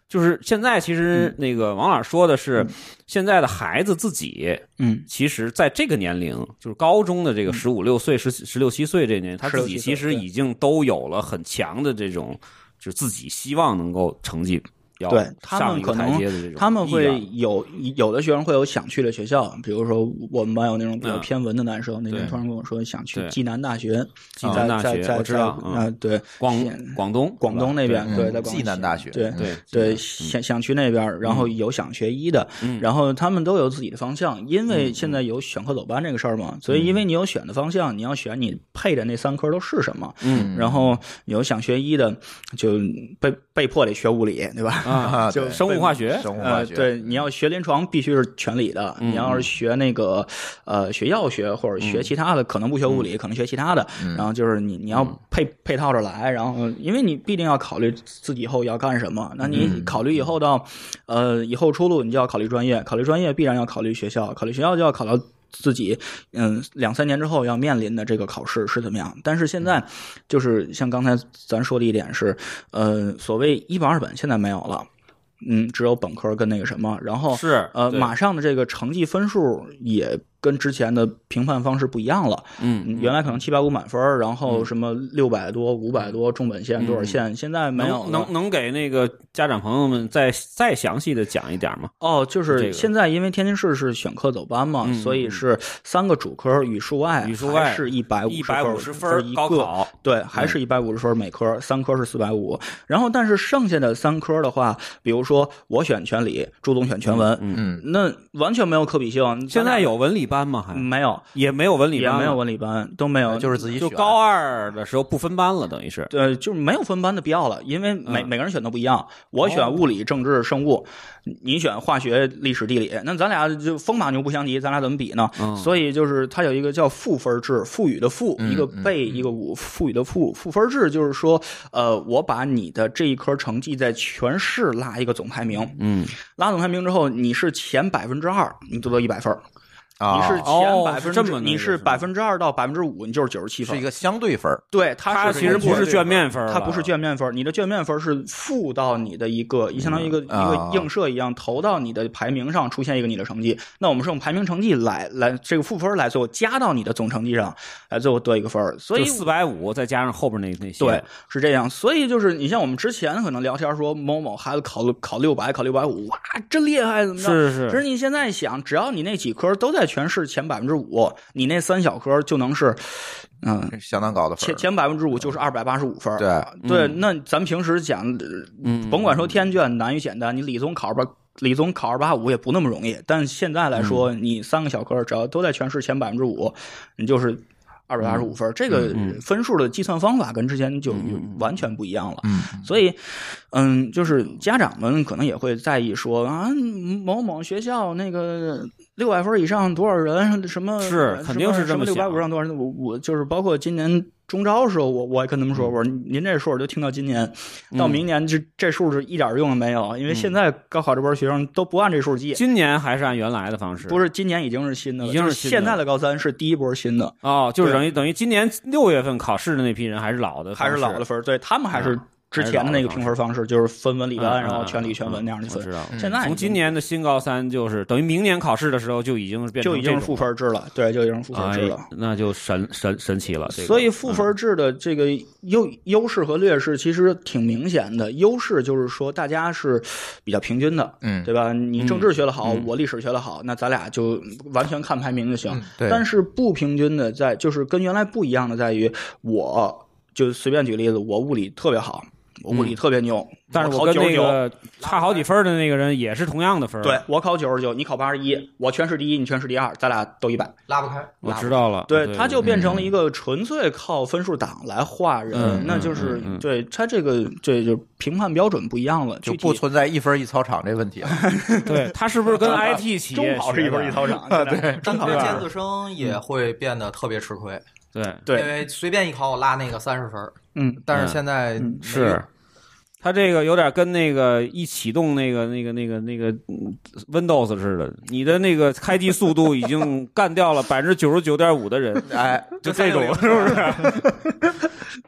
Speaker 2: 就是现在其实那个王老师说的是，现在的孩子自己
Speaker 3: 嗯
Speaker 2: 其实在这个年龄，就是高中的这个十五六岁、十十六七岁这年，他自己
Speaker 3: 16-17岁
Speaker 2: 其实已经都有了很强的这种，就是自己希望能够成绩要
Speaker 3: 对他
Speaker 2: 上
Speaker 3: 们
Speaker 2: 一个
Speaker 3: 可
Speaker 2: 台
Speaker 3: 能
Speaker 2: 阶的这种，
Speaker 3: 他们会有有的学生会有想去的学校，比如说我们班有那种比较
Speaker 2: 嗯
Speaker 3: 偏文的男生，那
Speaker 2: 对
Speaker 3: 天突然跟我说想去
Speaker 2: 对
Speaker 3: 暨南大学，
Speaker 2: 济南大
Speaker 3: 在
Speaker 2: 学
Speaker 3: 在
Speaker 2: 我
Speaker 3: 在
Speaker 2: 知
Speaker 3: 在
Speaker 2: 道嗯
Speaker 3: 啊、对
Speaker 2: 广
Speaker 3: 现
Speaker 2: 广东
Speaker 3: 广东那边
Speaker 2: 是吧
Speaker 3: 对
Speaker 1: 嗯
Speaker 3: 在广
Speaker 1: 暨南
Speaker 3: 西
Speaker 1: 大学
Speaker 3: 对
Speaker 2: 对
Speaker 3: 对，想想去那边儿，然后有想学医的，
Speaker 2: 嗯
Speaker 3: 然后他们都有自己的方向，因为现在有选课走班这个事儿嘛，
Speaker 2: 嗯
Speaker 3: 所以因为你有选的方向，你要选你配的那三科都是什么，
Speaker 2: 嗯，
Speaker 3: 然后有想学医的就被被迫得学物理，对吧？
Speaker 2: 啊，
Speaker 1: 就
Speaker 2: 生物化学，
Speaker 1: 生物化
Speaker 3: 呃，
Speaker 1: 学，
Speaker 3: 对，
Speaker 2: 嗯
Speaker 3: 你要学临床必须是全理的，你要是学那个呃学药学或者
Speaker 2: 嗯
Speaker 3: 学其他的，可能不学物理，可能学其他的，然后就是你你要
Speaker 2: 嗯
Speaker 3: 配配套着来，然后因为你必定要考虑自己以后要干什么，那
Speaker 2: 嗯
Speaker 3: 你考虑以后到呃以后出路，你就要考虑专业，考虑专业必然要考虑学校，考虑学校就要考到。自己嗯两三年之后要面临的这个考试是怎么样。但是现在就是像刚才咱说的一点是，呃，所谓一本二本现在没有了。嗯，只有本科跟那个什么，然后
Speaker 2: 是
Speaker 3: 呃，
Speaker 2: 对
Speaker 3: 马上的这个成绩分数也跟之前的评判方式不一样了。
Speaker 2: 嗯，
Speaker 3: 原来可能七百五满分儿，然后什么六百多、五百多重本线、多少线，现在没有
Speaker 2: 嗯能
Speaker 3: 了
Speaker 2: 能能给那个家长朋友们再再详细的讲一点吗？
Speaker 3: 哦，就
Speaker 2: 这个
Speaker 3: 是现在因为天津市是选课走班嘛，
Speaker 2: 嗯
Speaker 3: 所以是三个主科语数外，
Speaker 2: 语数外
Speaker 3: 还是一百
Speaker 2: 一
Speaker 3: 五
Speaker 2: 百五十分
Speaker 3: 分儿
Speaker 2: 儿
Speaker 3: 一
Speaker 2: 高
Speaker 3: 个。
Speaker 2: 考，嗯
Speaker 3: 对，还是一百五十分儿每科，三科是四百五。然后，但是剩下的三科的话，比如说我选全理，朱总选全文，
Speaker 1: 嗯，
Speaker 3: 那完全没有可比性。
Speaker 2: 现
Speaker 3: 咱俩
Speaker 2: 在有文理班吗？还
Speaker 3: 没有？
Speaker 2: 也没有文理
Speaker 3: 嗯也
Speaker 2: 班了，
Speaker 3: 没有文理班，都没有，
Speaker 4: 就是自己
Speaker 2: 就
Speaker 4: 选
Speaker 2: 高二的时候不分班了，等于是。
Speaker 3: 对，呃就是没有分班的必要了，因为每、
Speaker 2: 嗯哦
Speaker 3: 每个人选的不一样。我选物理、政治、生物，你选化学、历史、地理，那咱俩就风马牛不相及，咱俩怎么比呢？
Speaker 2: 嗯
Speaker 3: 所以就是它有一个叫赋分制，赋予的赋，
Speaker 1: 嗯
Speaker 3: 一个被，一个五，赋予的赋。赋分制就是说，呃，我把你的这一科成绩在全市拉一个总排名，
Speaker 2: 嗯，
Speaker 3: 拉总排名之后，你是前百分之二，你得到一百分儿；
Speaker 1: 啊
Speaker 3: 你是前
Speaker 2: 哦
Speaker 3: 百分
Speaker 2: 是这
Speaker 3: 之，
Speaker 2: 么
Speaker 3: 你
Speaker 2: 那
Speaker 3: 是
Speaker 2: 个
Speaker 3: 百分之二到百分之五，你就是九十七分
Speaker 1: 是一。个相对分儿
Speaker 3: 对，它
Speaker 2: 它
Speaker 3: 是
Speaker 2: 其实不是卷面分儿了，
Speaker 3: 它不是卷面分儿，你的卷面分儿是附到你的一个，相当于一
Speaker 2: 嗯
Speaker 3: 个、
Speaker 1: 啊
Speaker 3: 一个映射一样，投到你的排名上，出现一个你的成绩。那我们是用排名成绩来来这个赋分儿来最后加到你的总成绩上，来最后得一个分儿。所以
Speaker 2: 四百五再加上后边那那些，
Speaker 3: 对，是这样。所以就是你像我们之前可能聊天说某某孩子考了考六百，考六百五，哇，真厉害，怎么着？
Speaker 2: 是是
Speaker 3: 可是你现在想，只要你那几科都在全市前百分之五，你那三小科就能是，嗯，
Speaker 1: 相当高的分
Speaker 3: 前
Speaker 1: 儿，
Speaker 3: 前百分之五就是二百八十五分儿。啊
Speaker 1: 对
Speaker 3: 对，那咱平时讲，呃
Speaker 4: 嗯
Speaker 2: 嗯
Speaker 3: 甭管说天卷难与简单，你理综考吧，理综考二八五也不那么容易。但现在来说，
Speaker 2: 嗯
Speaker 3: 你三个小科只要都在全市前百分之五，你就是二百八十五分儿。这
Speaker 2: 嗯
Speaker 3: 个分数的计算方法跟之前就完全不一样了。
Speaker 1: 嗯，
Speaker 3: 所以，嗯，就是家长们可能也会在意说啊，某某学校那个六百分以上多少人，什么
Speaker 2: 是
Speaker 3: 什么
Speaker 2: 肯定是这么
Speaker 3: 什么六百
Speaker 2: 想
Speaker 3: 五上多少人，我我就是包括今年中招的时候，我我也跟他们说，
Speaker 2: 嗯
Speaker 3: 我说您这数儿就听到今年，到明年这这数是一点用都没有，因为现在高考这波学生都不按这数记。
Speaker 2: 今年嗯还是按原来的方式，
Speaker 3: 不是，今年已经是新的了，
Speaker 2: 已经是
Speaker 3: 就
Speaker 2: 新的
Speaker 3: 现在的高三是第一波新的，
Speaker 2: 哦，就是
Speaker 3: 对
Speaker 2: 等于等于今年六月份考试的那批人还是老的方
Speaker 3: 还
Speaker 2: 式，
Speaker 3: 是老的分儿，对他们还是
Speaker 2: 啊
Speaker 3: 之前的那个评分方式，就是分文理
Speaker 2: 嗯，
Speaker 3: 班，
Speaker 2: 嗯
Speaker 3: 然后
Speaker 2: 嗯
Speaker 3: 全理全文那样的
Speaker 2: 嗯
Speaker 3: 分
Speaker 2: 我。知道。
Speaker 3: 现在
Speaker 2: 从
Speaker 3: 已经
Speaker 2: 今年的新高三就是等于明年考试的时候就已经变成
Speaker 3: 就已经
Speaker 2: 这
Speaker 3: 是
Speaker 2: 种
Speaker 3: 赋分制了，对，就已经是赋分制
Speaker 2: 哎
Speaker 3: 了。
Speaker 2: 那就神神神奇了。这个
Speaker 3: 所以赋分制的这个优优势和劣势其实挺明显
Speaker 2: 嗯
Speaker 3: 的。优势就是说大家是比较平均的，
Speaker 1: 嗯
Speaker 3: 对吧？你政治学得
Speaker 2: 嗯
Speaker 3: 好，我历史学得好，那咱俩就完全看排名就行
Speaker 1: 嗯。对
Speaker 3: 但是不平均的在就是跟原来不一样的在于，我就随便举例子，我物理特别好，我物理特别牛，
Speaker 2: 但是我
Speaker 3: 我考
Speaker 2: 跟
Speaker 3: 九十
Speaker 2: 那
Speaker 3: 九，
Speaker 2: 个差好几分的那个人也是同样的分，
Speaker 3: 对，我考九十九，你考八十一，我全市第一，你全市第二，咱俩都一百。
Speaker 4: 拉不开，
Speaker 2: 我知道了。
Speaker 3: 对，它就变成了
Speaker 1: 嗯
Speaker 3: 一个纯粹靠分数档来划人，
Speaker 2: 嗯
Speaker 3: 那
Speaker 2: 嗯
Speaker 3: 就是、
Speaker 2: 嗯嗯
Speaker 3: 对它这个这就评判标准不一样了，
Speaker 1: 就
Speaker 3: 具体
Speaker 1: 不存在一分一操场这问题了。
Speaker 2: 对，他是不是跟 IT 企业
Speaker 3: 中考是一
Speaker 2: 学的
Speaker 3: 分一操场， 现在
Speaker 1: 对，
Speaker 4: 但是尖子生也
Speaker 1: 嗯
Speaker 4: 会变得特别吃亏，
Speaker 2: 对，
Speaker 4: 因
Speaker 3: 对，
Speaker 4: 为随便一考我拉那个三十分儿，
Speaker 3: 嗯，
Speaker 4: 但是现在
Speaker 3: 嗯
Speaker 4: 没
Speaker 2: 是。他这个有点跟那个一启动那个那个那个那个嗯 Windows 似的，你的那个开机速度已经干掉了百分之九十九点五的人，
Speaker 1: 哎，
Speaker 2: 就这种是不是？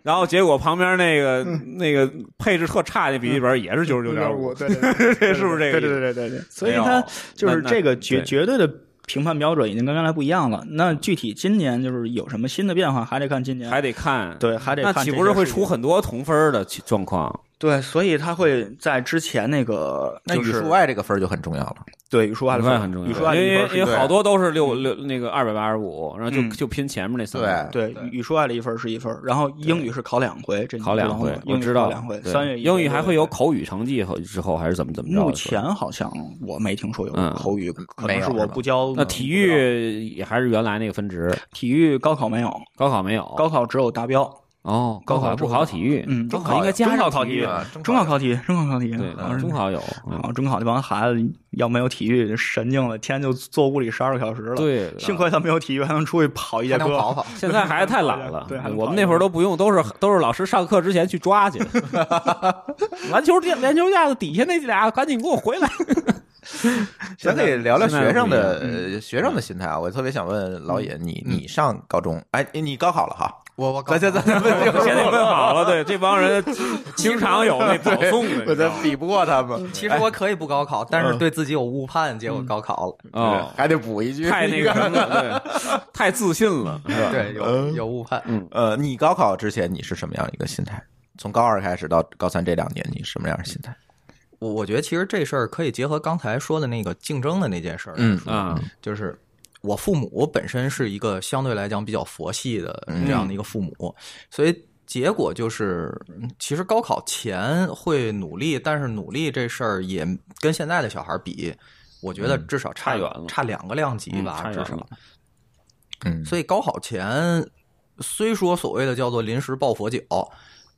Speaker 2: 然后结果旁边那个那个配置特差那笔记本也是九十九点五，
Speaker 3: 对对对，
Speaker 2: 是不是这个
Speaker 3: 对对对对对，所以
Speaker 2: 哎呦
Speaker 3: 它就是
Speaker 2: 那那
Speaker 3: 这个绝
Speaker 2: 对
Speaker 3: 绝对的。评判标准已经跟原来不一样了。那具体今年就是有什么新的变化，还得看今年，
Speaker 2: 还得看。
Speaker 3: 对，还得
Speaker 2: 那
Speaker 3: 看。
Speaker 2: 岂不是会出？很多同分儿的情状况？
Speaker 3: 对，所以他会在之前那个
Speaker 1: 那
Speaker 3: 就
Speaker 1: 语
Speaker 3: 是
Speaker 1: 数外这个分儿就很重要了。
Speaker 3: 对语数外的分
Speaker 2: 很重要，
Speaker 3: 语数外的一
Speaker 2: 因
Speaker 3: 分
Speaker 2: 为
Speaker 3: 儿是
Speaker 2: 因为
Speaker 1: 对
Speaker 2: 好多都是六六那个二百八十五，然后就
Speaker 3: 嗯
Speaker 2: 就拼前面那三
Speaker 1: 对
Speaker 2: 个。
Speaker 3: 对，语数外的一分儿是一分儿，然后英语是考两回，这你
Speaker 2: 考
Speaker 3: 不
Speaker 2: 两
Speaker 3: 忘
Speaker 2: 回
Speaker 3: 了，
Speaker 2: 我
Speaker 3: 英语
Speaker 2: 知道
Speaker 3: 考两回，
Speaker 2: 对
Speaker 3: 三月一
Speaker 2: 英语
Speaker 3: 回
Speaker 2: 还会有。口语成绩和之后还是怎么怎么
Speaker 3: 对
Speaker 2: 着的？
Speaker 3: 目前好像我没听说有
Speaker 2: 嗯
Speaker 3: 口语，可
Speaker 1: 没有
Speaker 3: 能是我
Speaker 1: 是吧
Speaker 3: 不教。
Speaker 2: 那体
Speaker 3: 不知道
Speaker 2: 育也还是原来那个分值，
Speaker 3: 体育高考没有，
Speaker 2: 高考没有。
Speaker 3: 高考只有达标。
Speaker 2: 哦，高考不考体育，
Speaker 3: 嗯
Speaker 2: 中
Speaker 1: 中考
Speaker 2: 考应该加
Speaker 3: 中考
Speaker 2: 上
Speaker 3: 考体育
Speaker 2: 育吧，
Speaker 1: 啊
Speaker 3: 中考考题，中考考题，啊
Speaker 2: 对，
Speaker 3: 好像是
Speaker 2: 中考有，嗯
Speaker 3: 啊，中考那帮孩子要没有体育就神经了，天天就坐屋里十二个小时了。，
Speaker 2: 对，
Speaker 3: 幸亏他没有体育，还能出去跑一节
Speaker 4: 啊还能跑
Speaker 3: 课。
Speaker 4: 跑，
Speaker 2: 现在孩子太懒了，
Speaker 3: 对还能
Speaker 2: 我
Speaker 3: 跑
Speaker 2: 们
Speaker 3: 一
Speaker 2: 那会儿
Speaker 3: 跑
Speaker 2: 都不用，都是都是老师上课之前去抓 去，篮球垫篮球架子底下那俩赶紧给我回来。
Speaker 1: 咱可以聊聊
Speaker 2: 现在
Speaker 1: 学生的
Speaker 2: 不一
Speaker 1: 呃学生的心态啊。我特别想问老野，你你上高中，哎，你高考了哈？
Speaker 4: 我我
Speaker 1: 咱咱咱咱 问这个
Speaker 2: 现在问好了，对这帮 人经常有那保送的，
Speaker 1: 我
Speaker 2: 你知道
Speaker 1: 咱
Speaker 2: 吗
Speaker 1: 比不过他们，
Speaker 4: 嗯
Speaker 1: 哎
Speaker 4: 其实我可以不高考，但是对自己有误判，结果高考了。
Speaker 2: 哦，
Speaker 1: 还得补一句。
Speaker 2: 太那个什么了，对，太自信了，是吧？
Speaker 4: 对，有有误判。
Speaker 2: 嗯
Speaker 1: 呃，你高考之前你是什么样一个心态？从高二开始到高三这两年，你什么样的心态？
Speaker 4: 我我觉得其实这事儿可以结合刚才说的那个竞争的那件事儿，
Speaker 1: 嗯
Speaker 2: 啊，
Speaker 4: 就是我父母本身是一个相对来讲比较佛系的
Speaker 2: 嗯
Speaker 4: 这样的一个父母，所以结果就是，嗯其实高考前会努力，但是努力这事儿也跟现在的小孩比，我觉得至少差、
Speaker 2: 嗯差远了
Speaker 4: 差两个量级吧，
Speaker 2: 嗯差远
Speaker 4: 至
Speaker 2: 了
Speaker 4: 少。
Speaker 1: 嗯，
Speaker 4: 所以高考前虽说所谓的叫做临时抱佛脚，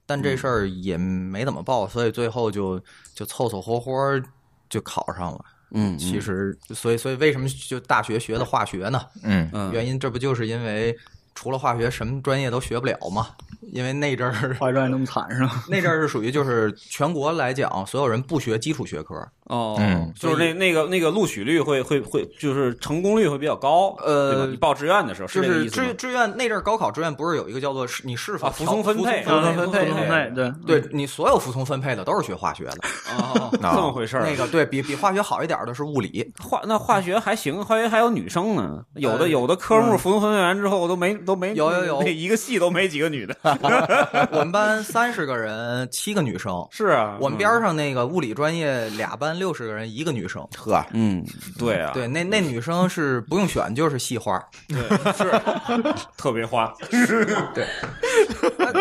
Speaker 4: 但这事儿也没怎么抱，所以最后就就凑凑合合就考上了。
Speaker 2: 嗯
Speaker 4: 其实，所以所以为什么就大学学的化学呢？
Speaker 1: 嗯
Speaker 2: 嗯，
Speaker 4: 原因这不就是因为除了化学什么专业都学不了吗？因为那阵 儿
Speaker 3: 化妆也那么惨是吧？
Speaker 4: 那阵儿是属于就是全国来讲，所有人不学基础学科，
Speaker 2: 哦
Speaker 1: 嗯，
Speaker 2: 就是那那个那个录取率会会会，就是成功率会比较高，
Speaker 4: 呃
Speaker 2: 对吧你报志愿的时候
Speaker 4: 就是
Speaker 2: 这个
Speaker 4: 是
Speaker 2: 意思
Speaker 4: 志
Speaker 2: 吗？
Speaker 4: 志愿那阵儿高考志愿不是有一个叫做是你是否
Speaker 2: 啊服从分配
Speaker 4: 调服
Speaker 2: 啊
Speaker 4: 从分配
Speaker 2: 服从分配
Speaker 4: 对
Speaker 3: 哎对，
Speaker 4: 对你所有服从分配的都是学化学的，
Speaker 2: 哦，这么回事儿。
Speaker 4: 那个对比比化学好一点的是物 理，
Speaker 2: 化那化学还行，化学还有女生呢，有的
Speaker 4: 呃
Speaker 2: 有的科目服从分配完之后都没都没
Speaker 4: 有有有
Speaker 2: 那一个系都没几个 女的，
Speaker 4: 我们班三十个人七个女生，
Speaker 2: 是
Speaker 1: 嗯
Speaker 2: 啊，
Speaker 4: 我们边儿上那个物理专业俩班六十个人一个女生，
Speaker 1: 呵，
Speaker 2: 嗯，对啊，
Speaker 4: 对那那女生是不用选就是系花，
Speaker 2: 特别 花，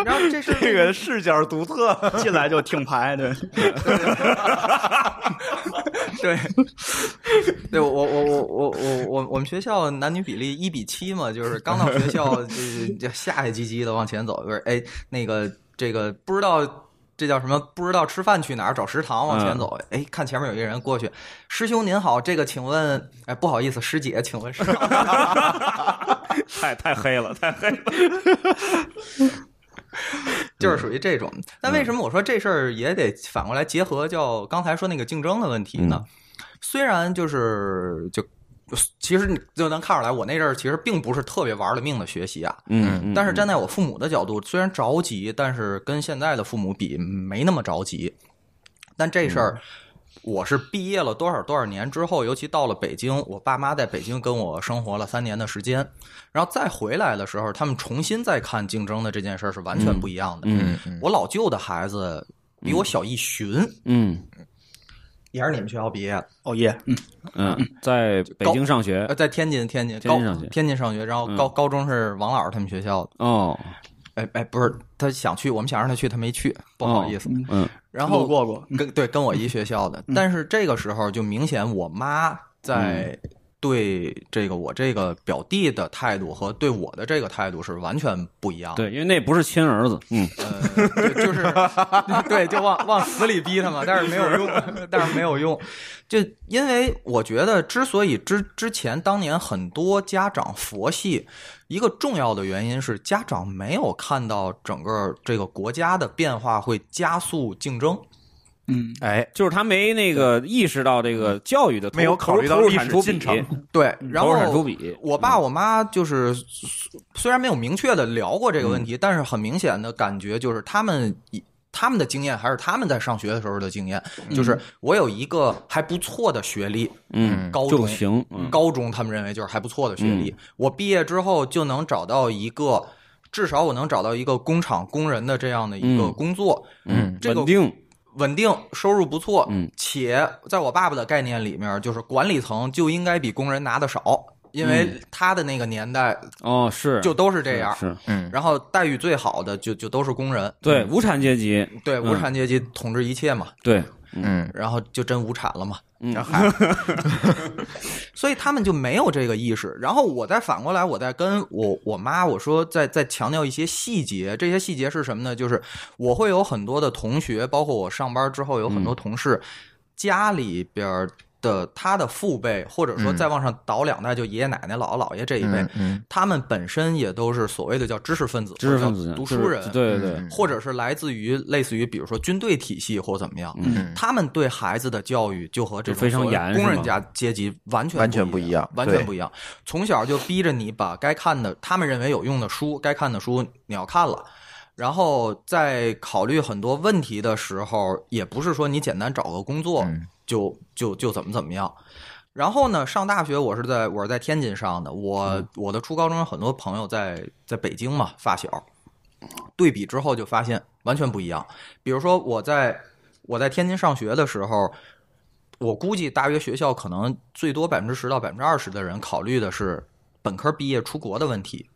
Speaker 4: 然后这是
Speaker 1: 这个视角独特，
Speaker 3: 进来就挺排，对，
Speaker 4: 对，对我我我我我我我们学校男女比例一比七嘛，就是刚到学校就就下下唧唧的往前走，就是哎那个这个不知道。这叫什么？不知道吃饭去哪儿找食堂，往
Speaker 2: 嗯
Speaker 4: 前走。哎，看前面有一个人过去，师兄您好，这个请问，哎，不好意思，师姐，请 问是？
Speaker 2: 太太黑了，太黑了，
Speaker 4: 就是属于这种。但为什么我说这事儿也得反过来结合叫刚才说那个竞争的问题
Speaker 2: 嗯
Speaker 4: 呢？虽然就是就其实你就能看出来，我那阵儿其实并不是特别玩了命的学习啊。
Speaker 2: 嗯
Speaker 4: 但是站在我父母的角度，虽然着急，但是跟现在的父母比没那么着急。但这事
Speaker 2: 嗯
Speaker 4: 儿，我是毕业了多少多少年之后，尤其到了北京，我爸妈在北京跟我生活了三年的时间，然后再回来的时候，他们重新再看竞争的这件事儿是完全不一样的。
Speaker 2: 嗯
Speaker 4: 我老舅的孩子比我小一旬，
Speaker 2: 嗯
Speaker 4: 也是你们学校毕业的，
Speaker 3: 哦耶，嗯，
Speaker 2: 嗯，在北京上学
Speaker 4: 呃，在天津，天津
Speaker 2: 天
Speaker 4: 高
Speaker 2: 津上学
Speaker 4: 天津上学，然后高高中是王老师他们学校的。
Speaker 2: 哦，
Speaker 4: 哎哎，不是，他想去，我们想让他去，他没去，不好意思。
Speaker 2: 嗯
Speaker 4: 然后
Speaker 3: 路过嗯过
Speaker 4: 跟对跟我一学校的，但是这个时候就明显我妈在对这个我这个表弟的态度和对我的这个态度是完全不一样的。
Speaker 2: 对，因为那不是亲儿子，嗯，
Speaker 4: 呃，就就是对，就往往死里逼他嘛，但是没有用，但是没有用。就因为我觉得，之所以之之前当年很多家长佛系，一个重要的原因是家长没有看到整个这个国家的变化会加速竞争。
Speaker 3: 嗯，
Speaker 1: 哎，
Speaker 2: 就是他没那个意识到这个教育的投
Speaker 1: 没有考虑到
Speaker 2: 投入
Speaker 1: 历史
Speaker 2: 产出比
Speaker 1: 进程，
Speaker 4: 对，然
Speaker 2: 投
Speaker 4: 后
Speaker 2: 入产出比，
Speaker 4: 我爸我妈就是虽虽然没有明确的聊过这个
Speaker 2: 嗯
Speaker 4: 问题，但是很明显的感觉就是他们以他们的经验还是他们在上学的时候的经验，就是我有一个还不错的学历，
Speaker 2: 嗯
Speaker 4: 高
Speaker 2: 就
Speaker 4: 中
Speaker 2: 行，嗯
Speaker 4: 高中他们认为就是还不错的学历，我毕业之后就能找到一个。至少我能找到一个工厂工人的这样的一个
Speaker 2: 嗯
Speaker 4: 工作，
Speaker 2: 嗯，
Speaker 4: 这个
Speaker 2: 稳定，
Speaker 4: 稳定，收入不错，
Speaker 2: 嗯，
Speaker 4: 且在我爸爸的概念里面，就是管理层就应该比工人拿的少，因为他的那个年代
Speaker 2: 哦，嗯是
Speaker 4: 就都是这样，
Speaker 2: 是，
Speaker 1: 嗯，
Speaker 4: 然后待遇最好的就就都是工人，嗯
Speaker 2: 对，嗯无产阶级，
Speaker 4: 对，无产阶级统治一切嘛，
Speaker 2: 对，
Speaker 1: 嗯，
Speaker 4: 然后就真无产了嘛，
Speaker 2: 嗯
Speaker 1: 然后还
Speaker 4: 所以他们就没有这个意识。然后我再反过来，我再跟我我妈我说再，再强调一些细节。这些细节是什么呢？就是我
Speaker 2: 嗯
Speaker 4: 会有很多的同学，包括我上班之后有很多同事，家里边儿的他的父辈，或者说
Speaker 1: 嗯
Speaker 4: 再往上倒两代，就爷爷奶奶、姥姥姥爷这一辈
Speaker 1: 嗯，嗯
Speaker 4: 他们本身也都是所谓的叫知识分子，
Speaker 2: 知识分子
Speaker 4: 或者叫读书人，
Speaker 2: 就是对对对
Speaker 1: 嗯，
Speaker 4: 或者是来自于类似于比如说军队体系或怎么样，
Speaker 1: 嗯
Speaker 4: 他们对孩子的教育就和这
Speaker 2: 就
Speaker 4: 种
Speaker 2: 非常
Speaker 4: 所谓
Speaker 2: 严
Speaker 4: 工
Speaker 2: 是
Speaker 4: 人
Speaker 2: 吗
Speaker 4: 家阶级完全
Speaker 1: 完全
Speaker 4: 不
Speaker 1: 不一样
Speaker 4: 完
Speaker 1: 对
Speaker 4: 全不一样。从小就逼着你把该看的他们认为有用的书，该看的书你要看了。然后在考虑很多问题的时候，也不是说你简单找个工作
Speaker 1: 嗯
Speaker 4: 就就就怎么怎么样。然后呢，上大学我是在我是在天津上的，
Speaker 2: 嗯
Speaker 4: 我我的初高中有很多朋友在在北京嘛，发小，对比之后就发现完全不一样。比如说我在我在天津上学的时候，我估计大约学校可能最多百分之十到百分之二十的人考虑的是本科毕业出国的问题。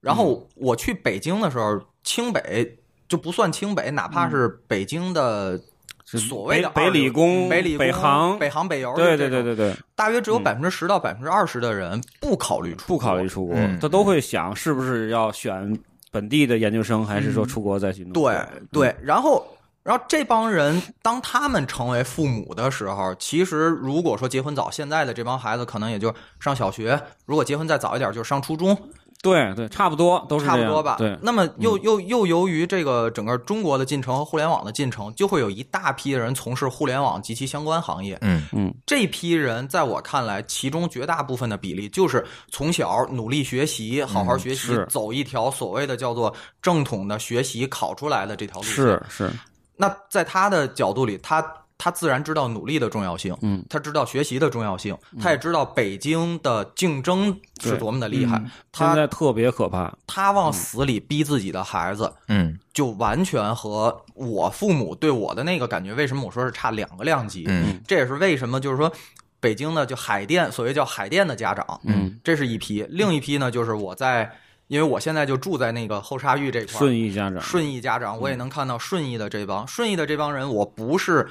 Speaker 4: 然后我去北京的时候，清北就不算清北，哪怕是北京的
Speaker 2: 嗯是
Speaker 4: 所谓的
Speaker 2: 北
Speaker 4: 二流
Speaker 2: 北理工
Speaker 4: 北理工、
Speaker 2: 北航
Speaker 4: 北航、北邮，
Speaker 2: 对对对，对对，
Speaker 4: 大约只有百分之十到百分之二十的人不考虑出
Speaker 2: 不考虑出国
Speaker 1: 嗯，
Speaker 2: 他都会想是不是要选本地的研究生，还是说出国再去弄？
Speaker 4: 对
Speaker 2: 嗯
Speaker 4: 对，然后然后这帮人当他们成为父母的时候，其实如果说结婚早，现在的这帮孩子可能也就上小学，如果结婚再早一点，就上初中，
Speaker 2: 对对，差不多都是
Speaker 4: 差
Speaker 2: 这
Speaker 4: 不
Speaker 2: 样
Speaker 4: 多吧。
Speaker 2: 对，嗯
Speaker 4: 那么又又又由于这个整个中国的进程和互联网的进程，就会有一大批人从事互联网及其相关行业。
Speaker 1: 嗯
Speaker 4: 这批人在我看来，其中绝大部分的比例就是从小努力学习，好好学习，
Speaker 2: 嗯是
Speaker 4: 走一条所谓的叫做正统的学习考出来的这条路线。
Speaker 2: 是是，
Speaker 4: 那在他的角度里，他他自然知道努力的重要性，
Speaker 2: 嗯，
Speaker 4: 他知道学习的重要性，他也知道北京的竞争是多么的厉害，
Speaker 2: 嗯现
Speaker 4: 他
Speaker 2: 在嗯特别可怕。
Speaker 4: 他往死里逼自己的孩子，
Speaker 1: 嗯
Speaker 4: 就完全和我父母对我的那个感觉，为什么我说是差两个量级？
Speaker 1: 嗯
Speaker 4: 这也是为什么就是说。北京呢，就海淀，所谓叫海淀的家长，
Speaker 2: 嗯，
Speaker 4: 这是一批；另一批呢，就是我在，因为我现在就住在那个后沙峪这块儿，
Speaker 2: 顺义家长，
Speaker 4: 顺义家长，我也能看到顺义的这帮顺义的这帮人，我不是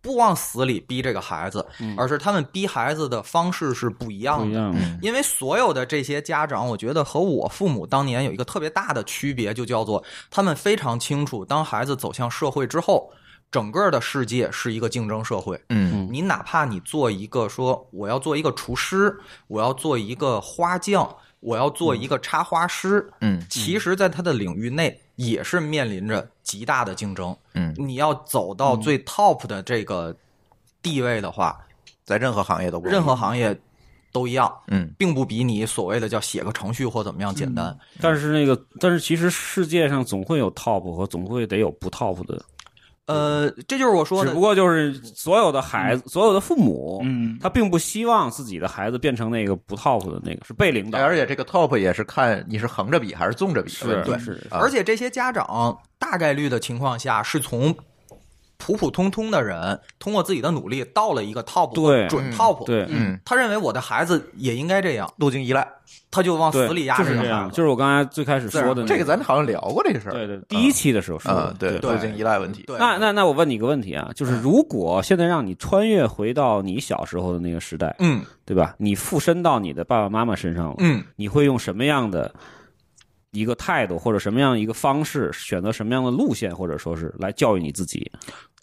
Speaker 4: 不往死里逼这个孩子，而是他们逼孩子的方式是不一
Speaker 2: 不
Speaker 4: 样
Speaker 2: 一
Speaker 4: 的。
Speaker 2: 样，
Speaker 4: 因为所有的这些家长，我觉得和我父母当年有一个特别大的区别，就叫做他们非常清楚，当孩子走向社会之后，整个的世界是一个竞争社会。
Speaker 1: 嗯
Speaker 4: 你哪怕你做一个说我要做一个厨师，我要做一个花匠，我要做一个插花师，
Speaker 1: 嗯
Speaker 4: 其实，在它的领域内也是面临着极大的竞争。
Speaker 1: 嗯，
Speaker 4: 你要走到
Speaker 2: 嗯
Speaker 4: 最 top 的这个地位的话，
Speaker 1: 在任何行业都不容易
Speaker 4: 任何行业都一样，
Speaker 1: 嗯
Speaker 4: 并不比你所谓的叫写个程序或怎么样简单。
Speaker 2: 但是那个，但是其实世界上总会有 top 和总会得有不 top 的，
Speaker 4: 呃，这就是我说
Speaker 2: 嗯只
Speaker 4: 的
Speaker 2: 不。过就是所有的孩子，所有的父母，
Speaker 3: 嗯，
Speaker 2: 他并不希望自己的孩子变成那个不 top 的那个，是被领导，
Speaker 1: 哎而且这个 top 也是看你是横着比还是纵着比的问题，
Speaker 2: 是是是
Speaker 1: 啊
Speaker 4: 而且这些家长大概率的情况下是从。普普通通的人通过自己的努力到了一个 top，
Speaker 2: 对
Speaker 4: 准
Speaker 1: 嗯
Speaker 4: top，、
Speaker 2: 对，
Speaker 1: 嗯，
Speaker 4: 他认为我的孩子也应该这样，
Speaker 1: 路径依赖，
Speaker 4: 他就往
Speaker 2: 对，
Speaker 4: 死里压
Speaker 2: 就
Speaker 4: 这
Speaker 2: 是
Speaker 4: 个
Speaker 2: 这
Speaker 4: 孩
Speaker 2: 样，
Speaker 4: 子。
Speaker 2: 就是我刚才最开始说的那
Speaker 1: 嗯这个，咱好像聊过这事儿，
Speaker 2: 对对，第一期的时候说
Speaker 1: 啊
Speaker 2: 的，，
Speaker 1: 对，
Speaker 4: 对
Speaker 1: 路径依赖问题，
Speaker 4: 对，
Speaker 2: 那那那我问你一个问题啊，就是如果现在让你穿越回到你小时候的那个时代，
Speaker 4: 嗯
Speaker 2: 对吧？你附身到你的爸爸妈妈身上了，
Speaker 4: 嗯，
Speaker 2: 你会用什么样的一个态度，或者什么样一个方式，选择什么样的路线，或者说是来教育你自己？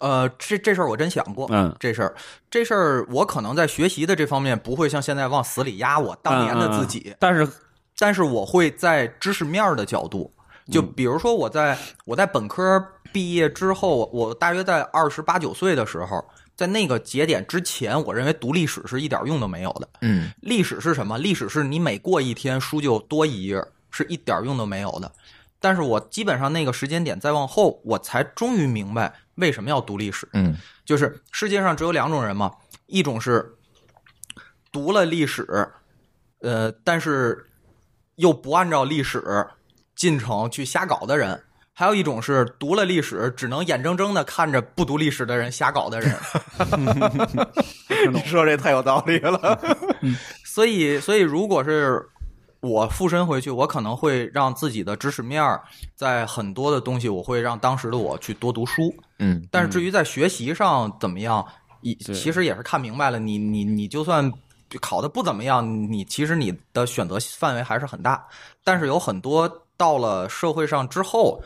Speaker 4: 呃，这这事儿我真想过，
Speaker 2: 嗯
Speaker 4: 这事儿，这事儿我可能在学习的这方面不会像现在往死里压我当年的自己，
Speaker 2: 嗯嗯嗯但是
Speaker 4: 但是我会在知识面儿的角度，就
Speaker 2: 嗯
Speaker 4: 比如说我在、我在本科毕业之后，我大约在二十八九岁的时候，在那个节点之前，我认为读历史是一点用都没有的。
Speaker 1: 嗯
Speaker 4: 历史是什么？历史是你每过一天书就多一页，是一点用都没有的。但是我基本上那个时间点再往后，我才终于明白为什么要读历史。
Speaker 1: 嗯
Speaker 4: 就是世界上只有两种人嘛，一种是读了历史，呃，但是又不按照历史进程去瞎搞的人。还有一种是读了历史，只能眼睁睁的看着不读历史的人瞎搞的人，
Speaker 1: 你说这太有道理了，
Speaker 4: 所以，所以如果是我附身回去，我可能会让自己的知识面儿在很多的东西，我会让当时的我去多读书。
Speaker 1: 嗯
Speaker 4: 但是至于在学习上怎么样，也
Speaker 2: 对
Speaker 4: 其实也是看明白了，你你你就算考的不怎么样，你其实你的选择范围还是很大。但是有很多到了社会上之后，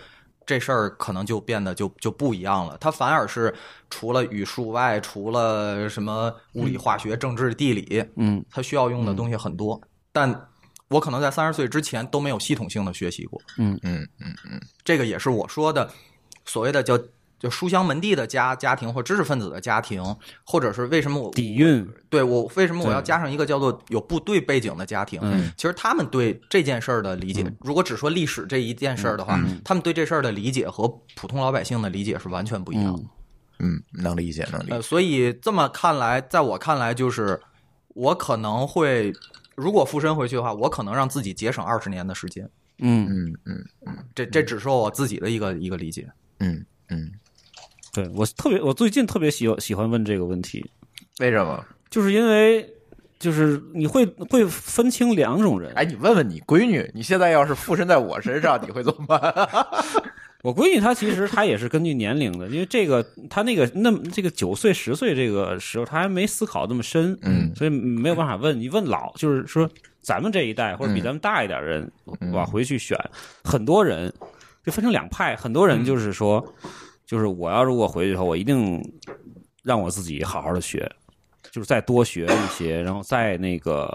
Speaker 4: 这事儿可能就变得就就不一样了。它反而是除了语数外，除了什么物理、化学、政治、地理，
Speaker 3: 嗯，
Speaker 4: 它需要用的东西很多，但我可能在三十岁之前都没有系统性的学习过。
Speaker 1: 嗯嗯
Speaker 4: 这个也是我说的所谓的叫就书香门第的家家庭或知识分子的家庭，或者是为什么我
Speaker 2: 底蕴，
Speaker 4: 对我为什么我
Speaker 2: 对
Speaker 4: 要加上一个叫做有部队背景的家庭？
Speaker 2: 嗯
Speaker 4: 其实他们对这件事儿的理解，如果只说历史这一件事儿的话，他们对这事儿的理解和普通老百姓的理解是完全不一样的。
Speaker 1: 嗯，能理解，能理
Speaker 4: 呃，
Speaker 1: 解。
Speaker 4: 所以这么看来，在我看来，就是我可能会，如果附身回去的话，我可能让自己节省二十年的时间。
Speaker 3: 嗯，
Speaker 1: 嗯嗯
Speaker 4: 这这只是我自己的一个一个理解。
Speaker 1: 嗯嗯，
Speaker 2: 对我特别，我最近特别喜欢喜欢问这个问题，
Speaker 1: 为什么？
Speaker 2: 就是因为就是你会会分清两种人。
Speaker 1: 哎，你问问你闺女，你现在要是附身在我身上，你会怎么办？
Speaker 2: 我闺女她其实她也是根据年龄的，因为这个她那个那么这个九岁十岁这个时候，她还没思考那么深，
Speaker 1: 嗯
Speaker 2: 所以没有办法问。你问老，就是说咱们这一代或者
Speaker 1: 嗯
Speaker 2: 比咱们大一点人、往回去选，很多人就分成两派，很多
Speaker 1: 嗯
Speaker 2: 人就是说，就是我要如果回去以后，我一定让我自己好好的学，就是再多学一些，然后再那个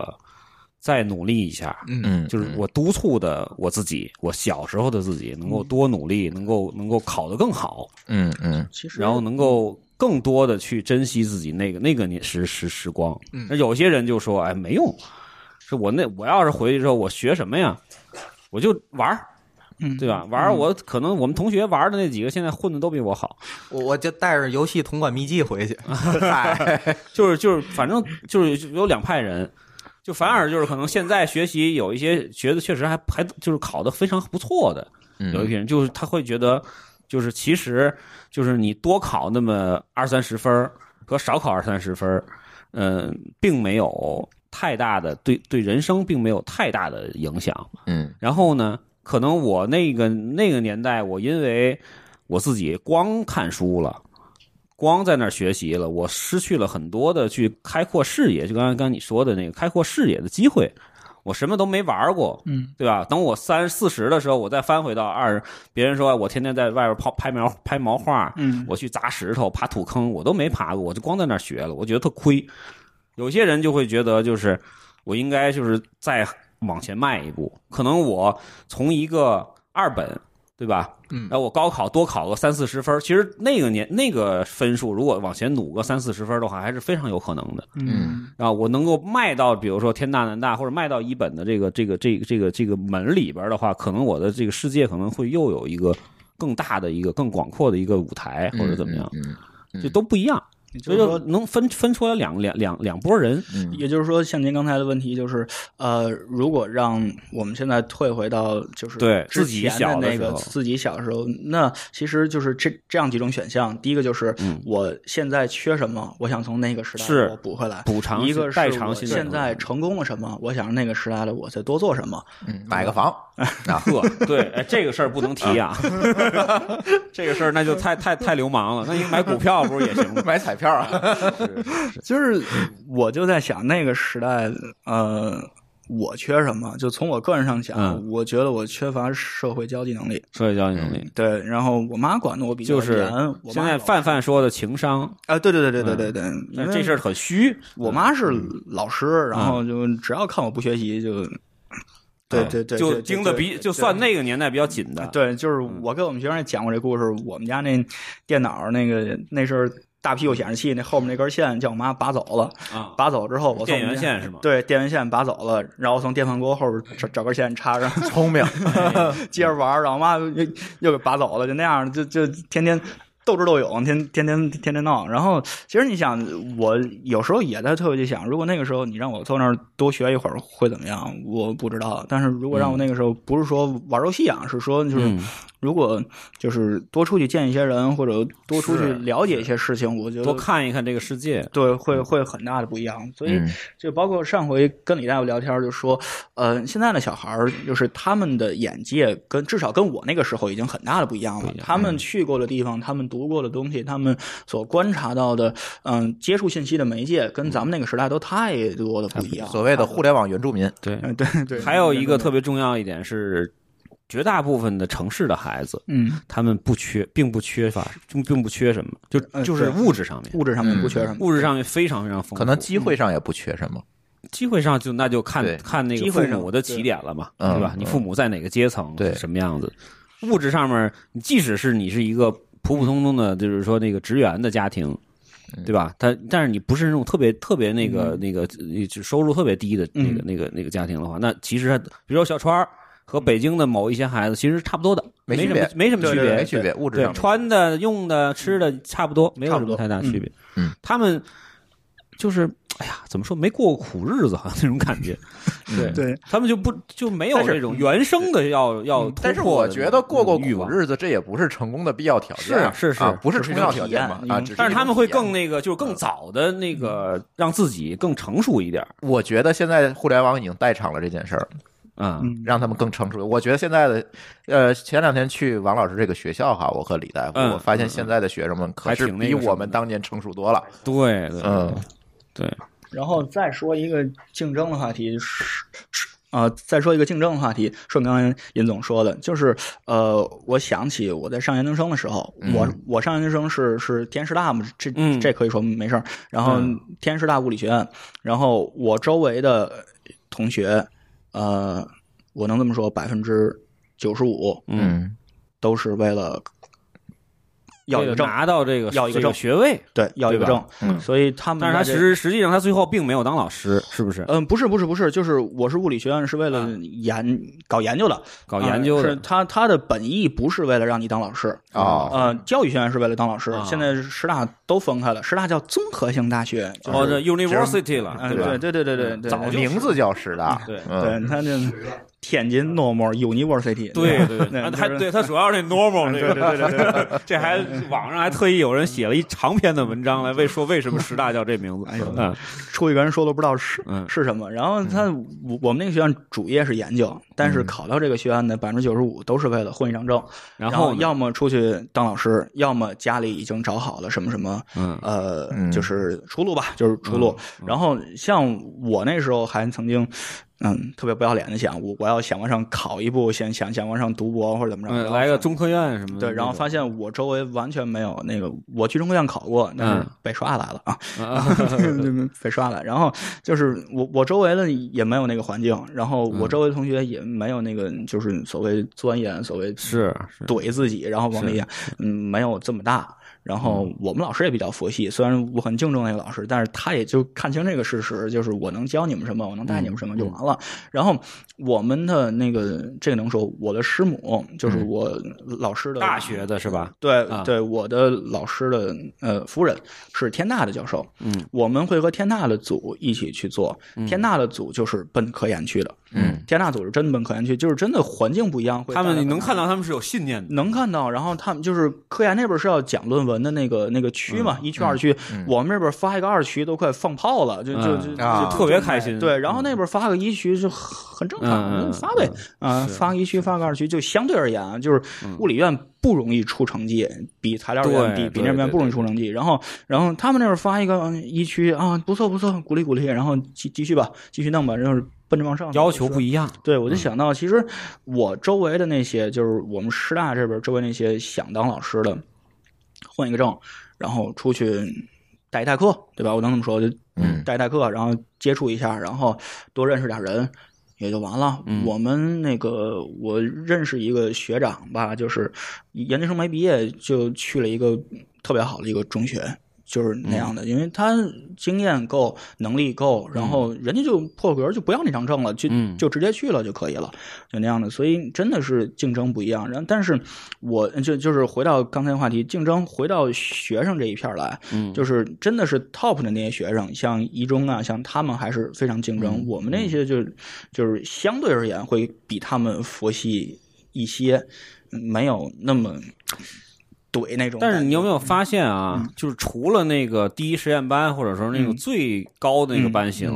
Speaker 2: 再努力一下，
Speaker 1: 嗯
Speaker 2: 就是我督促的我自己，我小时候的自己能
Speaker 3: 嗯
Speaker 2: 够多努力，能够能够考得更好，
Speaker 1: 嗯嗯
Speaker 3: 其实
Speaker 2: 然后能够
Speaker 3: 嗯
Speaker 2: 更多的去珍惜自己那个那个年时时时光。
Speaker 3: 嗯
Speaker 2: 那有些人就说：“哎，没用，是我那我要是回去之后，我学什么呀？我就玩儿，
Speaker 3: 嗯
Speaker 2: 对吧？玩儿我可能我们同学玩儿的那几个现在混的都比我好，
Speaker 4: 我我就带着游戏同款秘籍回去。
Speaker 5: 啊
Speaker 2: 就是就是，反正就是有两派人，就反而就是可能现在学习有一些学的确实还还就是考的非常不错的，
Speaker 1: 嗯
Speaker 2: 有一批人就是他会觉得，就是其实就是你多考那么二三十分儿和少考二三十分儿，嗯、并没有太大的对对人生并没有太大的影响。
Speaker 1: 嗯
Speaker 2: 然后呢，可能我那个那个年代，我因为我自己光看书了。光在那儿学习了，我失去了很多的去开阔视野，就刚才刚才你说的那个开阔视野的机会，我什么都没玩过，
Speaker 3: 嗯，
Speaker 2: 对吧？等我三四十的时候，我再翻回到二，别人说我天天在外边跑拍苗拍毛画，
Speaker 3: 嗯
Speaker 2: 我去砸石头、爬土坑，我都没爬过，我就光在那儿学了，我觉得特亏。有些人就会觉得，就是我应该就是再往前迈一步，可能我从一个二本，对吧？
Speaker 4: 嗯
Speaker 2: 然后我高考多考个三四十分儿，其实那个年那个分数，如果往前努个三四十分儿的话，还是非常有可能的。
Speaker 1: 嗯
Speaker 2: 啊，我能够卖到，比如说天大南大，或者卖到一本的这个这个这个这个这个门里边的话，可能我的这个世界可能会又有一个更大的一个更广阔的一个舞台，或者怎么样，
Speaker 1: 嗯
Speaker 2: 就都不一样，
Speaker 3: 也
Speaker 2: 所
Speaker 3: 就
Speaker 2: 以
Speaker 3: 是
Speaker 2: 就
Speaker 3: 说，
Speaker 2: 能分分出来两两两两拨人。
Speaker 1: 嗯
Speaker 3: 也就是说，像您刚才的问题，就是呃，如果让我们现在退回到就是
Speaker 2: 对
Speaker 3: 之
Speaker 2: 自己
Speaker 3: 前
Speaker 2: 小的
Speaker 3: 那
Speaker 2: 时
Speaker 3: 个
Speaker 2: 候
Speaker 3: 自己小时候，那其实就是这这样几种选项。第一个就是我现在缺什么，我想从那个时代
Speaker 2: 是
Speaker 3: 我补回来。
Speaker 2: 补偿
Speaker 3: 一个是
Speaker 2: 代偿
Speaker 3: 我
Speaker 2: 性的
Speaker 3: 现
Speaker 2: 东
Speaker 3: 在
Speaker 2: 西
Speaker 3: 成功了什么，我想让那个时代的我再多做什么。
Speaker 1: 嗯，买个房，
Speaker 2: 呵，对，哎，这个事儿不能提 啊，这个事儿那就太太太流氓了。那你买股票不是也 行吗？
Speaker 1: 买彩票 啊，
Speaker 3: 就是我就在想那个时代，呃，我缺什么？就从我个人上讲，
Speaker 2: 嗯
Speaker 3: 我觉得我缺乏社会交际能力。
Speaker 2: 社会交际能力，
Speaker 3: 对，然后我妈管的我比较
Speaker 2: 就是
Speaker 3: 严。我妈
Speaker 2: 现在
Speaker 3: 老
Speaker 2: 范范说的情商，
Speaker 3: 啊，对对对对对对对，因
Speaker 2: 但
Speaker 3: 为
Speaker 2: 这事儿嗯很虚。
Speaker 3: 我妈是老师，然后就只要看我不学习就，嗯对对对，
Speaker 2: 就
Speaker 3: 对啊
Speaker 2: 盯的比就算。那个年代比较紧的，
Speaker 3: 对对，就是
Speaker 2: 嗯
Speaker 3: 我给我们学生也讲过这故事。我们家那电脑那个那是大屁股显示器，那后面那根线叫我妈拔走了。
Speaker 2: 啊，
Speaker 3: 拔走之后，我从
Speaker 2: 电
Speaker 3: 我们
Speaker 2: 源
Speaker 3: 家
Speaker 2: 线是吗？
Speaker 3: 对电源线拔走了，然后从电饭锅后边找找根线插上，
Speaker 1: 聪 明，
Speaker 3: 接着玩儿。然后我妈又又给拔走了，就那样，就就天天斗智斗勇，天天天天天闹。然后其实你想，我有时候也在特别去想，如果那个时候你让我坐那儿多学一会儿会怎么样？我不知道。但是如果让我那个时候，不是说玩游戏啊，是说就是
Speaker 2: 嗯
Speaker 3: 如果就是多出去见一些人，或者多出去
Speaker 2: 是
Speaker 3: 了解一些事情，我觉得
Speaker 2: 多看一看这个世界。
Speaker 3: 对，会会很大的不一样。所以
Speaker 1: 嗯
Speaker 3: 就包括上回跟李大夫聊天，就说，呃，现在的小孩儿就是他们的眼界跟至少跟我那个时候已经很大的不一样了。嗯他们去过的地方，他们读过的东西，他们所观察到的，嗯、接触信息的媒介，跟咱们那个时代都太多的不一样。
Speaker 1: 所谓的互联网原住民，
Speaker 2: 对，
Speaker 3: 嗯，对对，
Speaker 2: 还有一个特别重要一点是，绝大部分的城市的孩子，
Speaker 3: 嗯，
Speaker 2: 他们不缺，并不缺乏，并并不缺什么，就
Speaker 3: 呃
Speaker 2: 就是
Speaker 3: 对
Speaker 2: 物质上面，
Speaker 3: 物质上面不缺什么，
Speaker 2: 物质上面非常非常丰富，
Speaker 1: 可能机会上也不缺什么。
Speaker 2: 机会上就那就看
Speaker 1: 对
Speaker 2: 看那个
Speaker 3: 机
Speaker 2: 父
Speaker 3: 会上
Speaker 2: 母的起点了嘛，
Speaker 1: 对
Speaker 2: 是吧？
Speaker 1: 嗯
Speaker 2: 你父母在哪个阶层，
Speaker 1: 对
Speaker 2: 什么样子？物质上面，你即使是你是一个普普通通的，就是说那个职员的家庭，对吧？但但是你不是那种特别特别那个、那个呃就收入特别低的那个、
Speaker 3: 嗯
Speaker 2: 那个那个家庭的话，那其实还比如说小川儿和北京的某一些孩子其实差不多的，
Speaker 1: 没
Speaker 2: 没
Speaker 1: 区
Speaker 2: 什
Speaker 1: 别
Speaker 2: 么没什么
Speaker 3: 对
Speaker 2: 区
Speaker 3: 对
Speaker 2: 别，
Speaker 1: 没区别，物质
Speaker 2: 嗯对
Speaker 1: 上，面
Speaker 2: 穿的、用的、吃的差不多，没有
Speaker 3: 差
Speaker 2: 什
Speaker 3: 不
Speaker 2: 么
Speaker 3: 多
Speaker 2: 太大区别。
Speaker 1: 嗯嗯，
Speaker 2: 他们就是哎呀，怎么说没过过苦日子，好像那种感觉。 对
Speaker 3: 对，嗯
Speaker 2: 他们就不就没有
Speaker 1: 但是
Speaker 2: 这种原生的要要突破的那
Speaker 1: 但
Speaker 2: 种欲望，
Speaker 1: 是我觉得过过苦日子，这也不是成功的必要条件啊，
Speaker 2: 是是是
Speaker 1: 啊，不是
Speaker 3: 这是
Speaker 1: 重
Speaker 3: 一
Speaker 1: 要
Speaker 3: 种
Speaker 1: 条
Speaker 3: 体
Speaker 1: 件
Speaker 3: 验嗯
Speaker 1: 嘛
Speaker 3: 一
Speaker 1: 啊，
Speaker 3: 种
Speaker 1: 只是
Speaker 2: 但
Speaker 1: 一
Speaker 2: 是他
Speaker 1: 种
Speaker 2: 们会
Speaker 1: 体验
Speaker 2: 更那个，就是更早的那个，让自己更成熟一点儿
Speaker 1: 我觉得现在互联网已经代偿了这件事儿，
Speaker 2: 啊。
Speaker 3: 嗯
Speaker 1: 让他们更成熟。我觉得现在的，呃，前两天去王老师这个学校哈，我和李大夫，
Speaker 2: 嗯
Speaker 1: 我发现现在的学生们可
Speaker 2: 还
Speaker 1: 是
Speaker 2: 挺那
Speaker 1: 比
Speaker 2: 个什
Speaker 1: 我
Speaker 2: 么
Speaker 1: 们
Speaker 2: 的
Speaker 1: 当年成熟多了。
Speaker 2: 对，对
Speaker 1: 嗯，
Speaker 2: 对，
Speaker 3: 然后再说一个竞争的话题，是是呃，再说一个竞争的话题，是我们刚才尹总说的，就是呃，我想起我在上研究生的时候，我我上研究生是是天师大嘛，这、
Speaker 2: 嗯
Speaker 3: 这可以说没事儿。然后
Speaker 2: 嗯
Speaker 3: 天师大物理学院，然后我周围的同学，呃，我能这么说，百分之九十五
Speaker 2: 嗯，
Speaker 3: 都是为了要
Speaker 2: 为
Speaker 3: 一个
Speaker 2: 了
Speaker 3: 证，
Speaker 2: 拿到这个
Speaker 3: 要一
Speaker 2: 这
Speaker 3: 个
Speaker 2: 个
Speaker 3: 证
Speaker 2: 学位，
Speaker 3: 对，要一个
Speaker 2: 对
Speaker 3: 证
Speaker 2: 吧，
Speaker 1: 嗯
Speaker 3: 所以他们
Speaker 2: 但是他
Speaker 3: 在
Speaker 2: 其
Speaker 3: 这
Speaker 2: 实实际上他最后并没有当老师，是不是？
Speaker 3: 嗯，不是不是不是，就是我是物理学院是为了研搞研究的，
Speaker 2: 啊搞研究
Speaker 3: 呃
Speaker 2: 的
Speaker 3: 是，他他的本意不是为了让你当老师
Speaker 1: 哦
Speaker 3: 呃，教育学院是为了当老师
Speaker 2: 啊，
Speaker 3: 现在师大都分开了，师大叫综合性大学，就
Speaker 2: 哦，
Speaker 3: 是
Speaker 2: 这 university 了，
Speaker 3: 嗯
Speaker 2: 对吧
Speaker 3: 对？对对对对对，
Speaker 2: 早就
Speaker 3: 对啊
Speaker 1: 名字叫师大，
Speaker 2: 对
Speaker 1: 嗯，
Speaker 3: 对他那天津 normal university，
Speaker 2: 对对
Speaker 3: 对
Speaker 2: 对，
Speaker 3: 那
Speaker 2: 啊
Speaker 3: 就是
Speaker 2: 还对他主要是那 normal 那
Speaker 3: 对对
Speaker 2: 个，
Speaker 3: 对对对，
Speaker 2: 这还网上还特意有人写了一长篇的文章来为说为什么师大叫这名字。
Speaker 3: 哎呦
Speaker 2: 嗯
Speaker 3: 出去跟人说都不知道是
Speaker 2: 嗯嗯
Speaker 3: 是什么，然后他我我们那个学院主业是研究，但是考到这个学院的百分之九十五都是为了混一张证，
Speaker 2: 然
Speaker 3: 后
Speaker 2: 呢
Speaker 3: 要么出去当老师，要么家里已经找好了什么什么，
Speaker 2: 嗯
Speaker 3: 呃
Speaker 1: 嗯，
Speaker 3: 就是出路吧，就是出路。然后像我那时候还曾经，嗯，特别不要脸的想，我我要想往上考一步，想想想往上读博或者怎么着，然
Speaker 2: 嗯，
Speaker 3: 后
Speaker 2: 来个中科院什么的那种，
Speaker 3: 对，然后发现我周围完全没有那个，我去中科院考过，但是
Speaker 2: 嗯
Speaker 3: 被刷来了 啊，
Speaker 2: 啊
Speaker 3: 被刷来。然后就是我我周围的也没有那个环境，然后
Speaker 2: 嗯
Speaker 3: 我周围的同学也没有那个就是所谓钻研，所谓
Speaker 2: 是是
Speaker 3: 怼自己，然后往里，嗯，没有这么大。然后
Speaker 2: 嗯
Speaker 3: 我们老师也比较佛系，虽然我很敬重那个老师，但是他也就看清这个事实，就是我能教你们什么，我能带你们什
Speaker 2: 嗯
Speaker 3: 么就完了。然后我们的那个这个能说，我的师母就是我老师的
Speaker 2: 大学的是吧？
Speaker 3: 对
Speaker 2: 嗯啊
Speaker 3: 对，我的老师的呃夫人是天大的教授，
Speaker 2: 嗯，
Speaker 3: 我们会和天大的组一起去做，天大的组就是奔科研去的，
Speaker 1: 嗯，
Speaker 3: 天大组是真奔科研去，就是真的环境不一样，会
Speaker 2: 他
Speaker 3: 带来
Speaker 2: 们你
Speaker 3: 很
Speaker 2: 能
Speaker 3: 大
Speaker 2: 看到他们是有信念的，
Speaker 3: 能看到，然后他们就是科研那边是要讲论文的那个那个区嘛，一区二区，我们这边发一个二区都快放炮了，就就就
Speaker 2: 嗯
Speaker 3: 就
Speaker 1: 啊
Speaker 2: 就特别开心。
Speaker 3: 对，然后那边发个一区就很正
Speaker 2: 嗯嗯
Speaker 3: 常，
Speaker 2: 嗯
Speaker 3: 你发呗，啊，发个一区发个二区，就相对而言啊，就是物理院不容易出成绩，比材料院
Speaker 2: 对
Speaker 3: 比比
Speaker 2: 对
Speaker 3: 那边
Speaker 2: 对
Speaker 3: 不容易出成绩。然后然后他们那边发一个嗯一区啊，不错不错，鼓励鼓励，然后继继续吧，继续弄吧，然后奔着往上
Speaker 2: 要求
Speaker 3: 是
Speaker 2: 不一样，
Speaker 3: 对，我就想到，其实我周围的那些，就是我们师大这边周围那些想当老师的，混一个证，然后出去带一带课，对吧？我能这么说，就
Speaker 1: 嗯
Speaker 3: 带一带课，然后接触一下，然后多认识点人，也就完了。我们那个我认识一个学长吧，就是研究生没毕业就去了一个特别好的一个中学。就是那
Speaker 2: 嗯
Speaker 3: 样的，因为他经验够，能力够，然后人家就破格就不要那张证了，就
Speaker 2: 嗯
Speaker 3: 就直接去了就可以了，就那样的。所以真的是竞争不一样。然后，但是我就就是回到刚才的话题，竞争回到学生这一片儿来，
Speaker 2: 嗯
Speaker 3: 就是真的是 top 的那些学生，像一中啊，像他们还是非常竞
Speaker 2: 嗯
Speaker 3: 争。我们那些就就是相对而言会比他们佛系一些，嗯没有那么怼那种感觉。嗯
Speaker 2: 但是你有没有发现啊？就是除了那个第一实验班，或者说那种
Speaker 3: 嗯
Speaker 2: 最高的那个班型，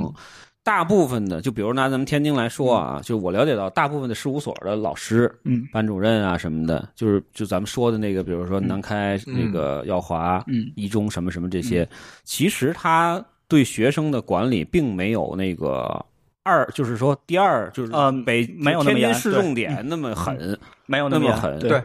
Speaker 2: 大部分的，就比如拿咱们天津来说啊，就我了解到，大部分的事务所的老师、
Speaker 3: 嗯
Speaker 2: 班主任啊什么的，就是就咱们说的那个，比如说南开、那个耀华、
Speaker 3: 嗯
Speaker 2: 一中什么什么这些，其实他对学生的管理并没有那个。二，就是说第二，就是
Speaker 3: 呃
Speaker 2: 北
Speaker 3: 没有那
Speaker 2: 天
Speaker 3: 么
Speaker 2: 津
Speaker 3: 严
Speaker 2: 市
Speaker 3: 对嗯
Speaker 2: 重点那么狠，
Speaker 3: 没有
Speaker 2: 那
Speaker 3: 么
Speaker 2: 么
Speaker 3: 严
Speaker 2: 狠。
Speaker 3: 对，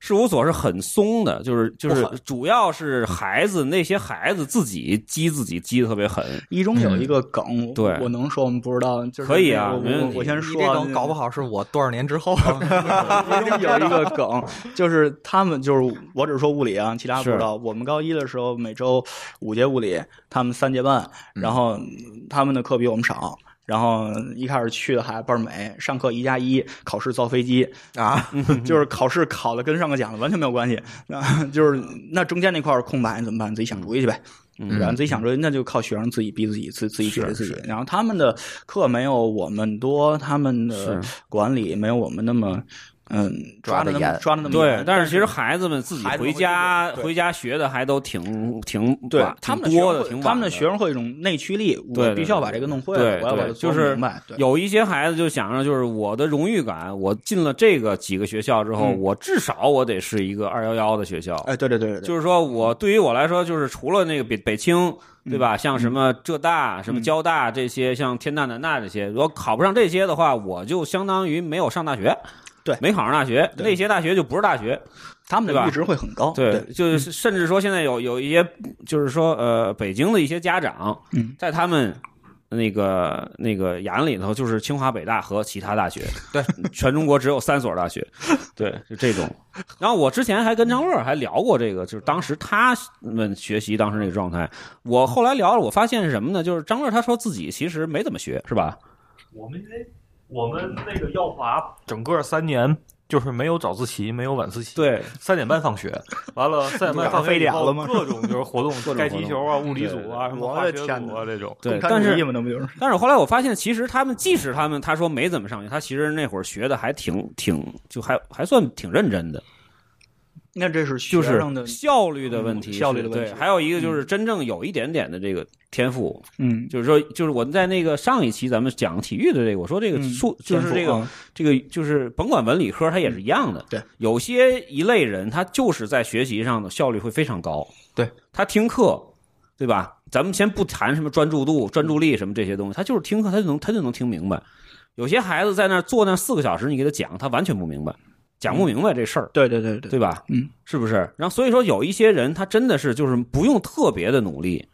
Speaker 2: 事务所是很松的，就是就是
Speaker 4: 不狠
Speaker 2: 主要是孩子那些孩子自己激自己激的特别狠，
Speaker 3: 一中有一个梗，我
Speaker 2: 嗯对
Speaker 3: 我能说吗？不知道，就是
Speaker 2: 可以啊
Speaker 3: 我
Speaker 2: 没问
Speaker 3: 我
Speaker 2: 题
Speaker 3: 我先
Speaker 4: 你
Speaker 3: 说
Speaker 4: 这
Speaker 3: 啊，
Speaker 4: 种搞不好是我多少年之后，
Speaker 5: 啊
Speaker 3: 一中有一个梗，就是他们就是我只是说物理啊，其他不知道。我们高一的时候每周五节物理，他们三节半，
Speaker 2: 嗯
Speaker 3: 然后他们的课比我们少。然后一开始去的还倍儿美，上课一加一，考试造飞机
Speaker 4: 啊，
Speaker 3: 就是考试考的跟上个讲的完全没有关系。那就是那中间那块儿空白怎么办？自己想主意去呗。
Speaker 2: 嗯
Speaker 3: 然后自己想着，那就靠学生自己逼自己，自自己解决自己。然后他们的课没有我们多，他们的管理没有我们那么，嗯，
Speaker 1: 抓
Speaker 3: 抓
Speaker 1: 得
Speaker 3: 的那么
Speaker 1: 严
Speaker 3: 抓的那么
Speaker 2: 对
Speaker 3: 严，
Speaker 2: 但是其实孩子们自己
Speaker 3: 孩子
Speaker 2: 回
Speaker 3: 们
Speaker 2: 家
Speaker 3: 会自己对
Speaker 2: 回家学的还都挺挺
Speaker 3: 对
Speaker 2: 晚
Speaker 3: 他们
Speaker 2: 挺多
Speaker 3: 的
Speaker 2: 的，
Speaker 3: 学
Speaker 2: 挺晚
Speaker 3: 生会他们的学生会有一种内驱力，
Speaker 2: 对
Speaker 3: 我
Speaker 2: 对
Speaker 3: 必须要把这个弄会，
Speaker 2: 对
Speaker 3: 我要把
Speaker 2: 对
Speaker 3: 这个
Speaker 2: 就
Speaker 3: 做
Speaker 2: 是
Speaker 3: 明白。对，
Speaker 2: 有一些孩子就想着，就是我的荣誉感，我进了这个几个学校之后，
Speaker 3: 嗯
Speaker 2: 我至少我得是一个二幺幺的学校。
Speaker 3: 哎，对对对对，
Speaker 2: 就是说我对于我来说，就是除了那个北北清，
Speaker 3: 嗯
Speaker 2: 对吧？像什么浙大、什么交大这些，像天大、南大这些，如果考不上这些的话，我就相当于没有上大学，
Speaker 3: 对
Speaker 2: 没考上大学，
Speaker 3: 对
Speaker 2: 那些大学就不是大学，
Speaker 3: 他们
Speaker 2: 对
Speaker 3: 的
Speaker 2: 吧
Speaker 3: 阈值会很高。
Speaker 2: 对，
Speaker 3: 哦对，嗯
Speaker 2: 就是甚至说现在有有一些，就是说呃，北京的一些家长，
Speaker 3: 嗯
Speaker 2: 在他们那个那个眼里头，就是清华、北大和其他大 学，
Speaker 4: 对，
Speaker 2: 全中国只有三所大学， 对，是这 种。然后我之前还跟张乐还聊过这个，就是当时他们学习当时那个状态。我后来聊了，我发现是什么呢？就是张乐他说自己其实没怎么学，是吧？
Speaker 5: 我们因为我们那个耀华整个三年就是没有早自习，没有晚自习，，
Speaker 2: 对，
Speaker 5: 三点半放学，完了三点半放学以后
Speaker 3: 非典了吗
Speaker 5: 各种就是 活
Speaker 2: 各种活
Speaker 5: 动，
Speaker 2: 动
Speaker 5: 该踢球啊、物理组
Speaker 3: 对
Speaker 5: 啊、什么
Speaker 3: 我
Speaker 5: 化
Speaker 3: 的
Speaker 5: 学
Speaker 3: 天
Speaker 5: 组啊 这种。
Speaker 2: 对，
Speaker 3: 共产
Speaker 2: 但
Speaker 3: 主义
Speaker 2: 是。
Speaker 3: 嘛，那不就是？
Speaker 2: 但是后来我发现，其实他们即使他们他说没怎么上学，他其实那会儿学的还挺挺，就还还算挺认真的。
Speaker 3: 那这是
Speaker 2: 就
Speaker 3: 学
Speaker 2: 是
Speaker 3: 生的，
Speaker 2: 效率的问题
Speaker 3: 嗯
Speaker 2: 是，
Speaker 3: 效率的问题
Speaker 2: 对，还嗯有一个就是真正有一点点的这个天赋，
Speaker 3: 嗯，
Speaker 2: 就是说，就是我们在那个上一期咱们讲体育的这个，我说这个
Speaker 3: 嗯
Speaker 2: 数、就是这
Speaker 3: 天赋
Speaker 2: 个
Speaker 3: 啊
Speaker 2: 这个就是甭管文理科，它也是一样的。
Speaker 3: 嗯对，
Speaker 2: 有些一类人他就是在学习上的效率会非常高，
Speaker 4: 对
Speaker 2: 他听课，对吧？咱们先不谈什么专注度、专注力什么这些东西，他就是听课，他就能他就能听明白。有些孩子在那儿坐那儿四个小时，你给他讲，他完全不明白，讲不明白这事儿。
Speaker 3: 对对对对
Speaker 2: 对吧？
Speaker 3: 嗯，
Speaker 2: 是不是？然后所以说，有一些人他真的是就是不用特别的努力，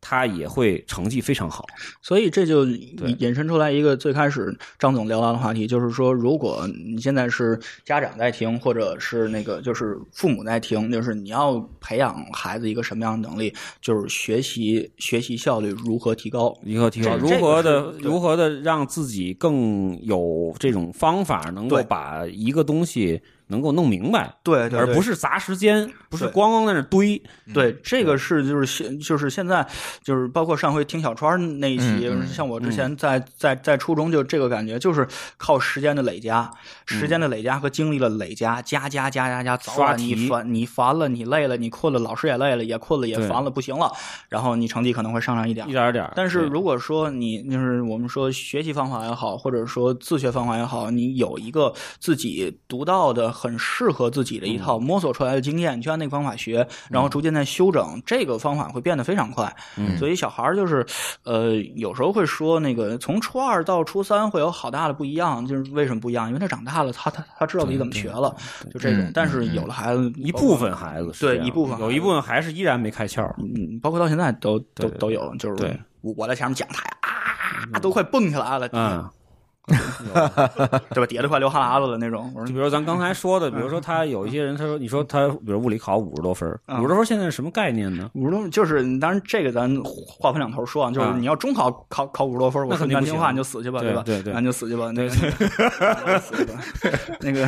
Speaker 2: 他也会成绩非常好。
Speaker 3: 所以这就
Speaker 2: 对
Speaker 3: 引申出来一个最开始张总聊到的话题，就是说，如果你现在是家长在听，或者是那个就是父母在听，就是你要培养孩子一个什么样的能力，就是学习学习效率如何提高。
Speaker 2: 一个提高
Speaker 3: 这
Speaker 2: 如何
Speaker 3: 这
Speaker 2: 的
Speaker 3: 个是对
Speaker 2: 如何的让自己更有这种方法，能够
Speaker 3: 对
Speaker 2: 把一个东西能够弄明白，
Speaker 3: 对
Speaker 2: 而不是砸时间，不是
Speaker 3: 对
Speaker 2: 光光在那堆。
Speaker 3: 对，这个是就是现就是现在就是包括上回听小川儿那一期，
Speaker 1: 嗯嗯
Speaker 3: 像我之前在、在在初中就这个感觉，就是靠时间的累加，时间的累加和精力的累加，加加加加加，早
Speaker 2: 刷
Speaker 3: 晚你
Speaker 2: 题
Speaker 3: 烦你烦了，你累了，你困了，老师也累了，也困了，也
Speaker 2: 对
Speaker 3: 烦了，不行了，然后你成绩可能会上上一点
Speaker 2: 一。点儿点儿。
Speaker 3: 但是
Speaker 2: 啊对
Speaker 3: 如果说你就是我们说学习方法也好，或者说自学方法也好，你有一个自己独到的、很适合自己的一套摸索出来的经验，你就按那个方法学，然后逐渐在修整，这个方法会变得非常快。所以小孩儿就是，呃，有时候会说那个从初二到初三会有好大的不一样，就是为什么不一样？因为他长大了，他他他知道自己怎么学了，就这种
Speaker 1: 嗯。
Speaker 3: 但是有了孩子，
Speaker 2: 一部分孩子是
Speaker 3: 对
Speaker 2: 这样
Speaker 3: 一部分
Speaker 2: 有一部分还是依然没开窍。
Speaker 3: 嗯，包括到现在都
Speaker 2: 对
Speaker 3: 都
Speaker 2: 对
Speaker 3: 都有，就是
Speaker 2: 对
Speaker 3: 我我在前面讲他呀，啊，都快蹦起来了，
Speaker 2: 嗯，
Speaker 3: 对吧？底下都快流哈喇子了那种。我
Speaker 2: 就
Speaker 3: 说
Speaker 2: 比如咱刚 才说的，比如说他有一些人，他说你说他，比如物理考五十多分儿，
Speaker 3: 嗯
Speaker 2: 五十多分儿现在是什么概念呢？
Speaker 3: 五十多，就是当然这个咱话分两头说啊，就是
Speaker 2: 啊
Speaker 3: 你要中考考考五十多分，
Speaker 2: 那
Speaker 3: 我说
Speaker 2: 肯
Speaker 3: 你
Speaker 2: 定
Speaker 3: 难
Speaker 2: 不
Speaker 3: 听
Speaker 2: 行啊
Speaker 3: 话你就死去吧，
Speaker 2: 对
Speaker 3: 吧？啊
Speaker 2: 对对
Speaker 3: 那你就死去吧，那个那就死去 吧，那个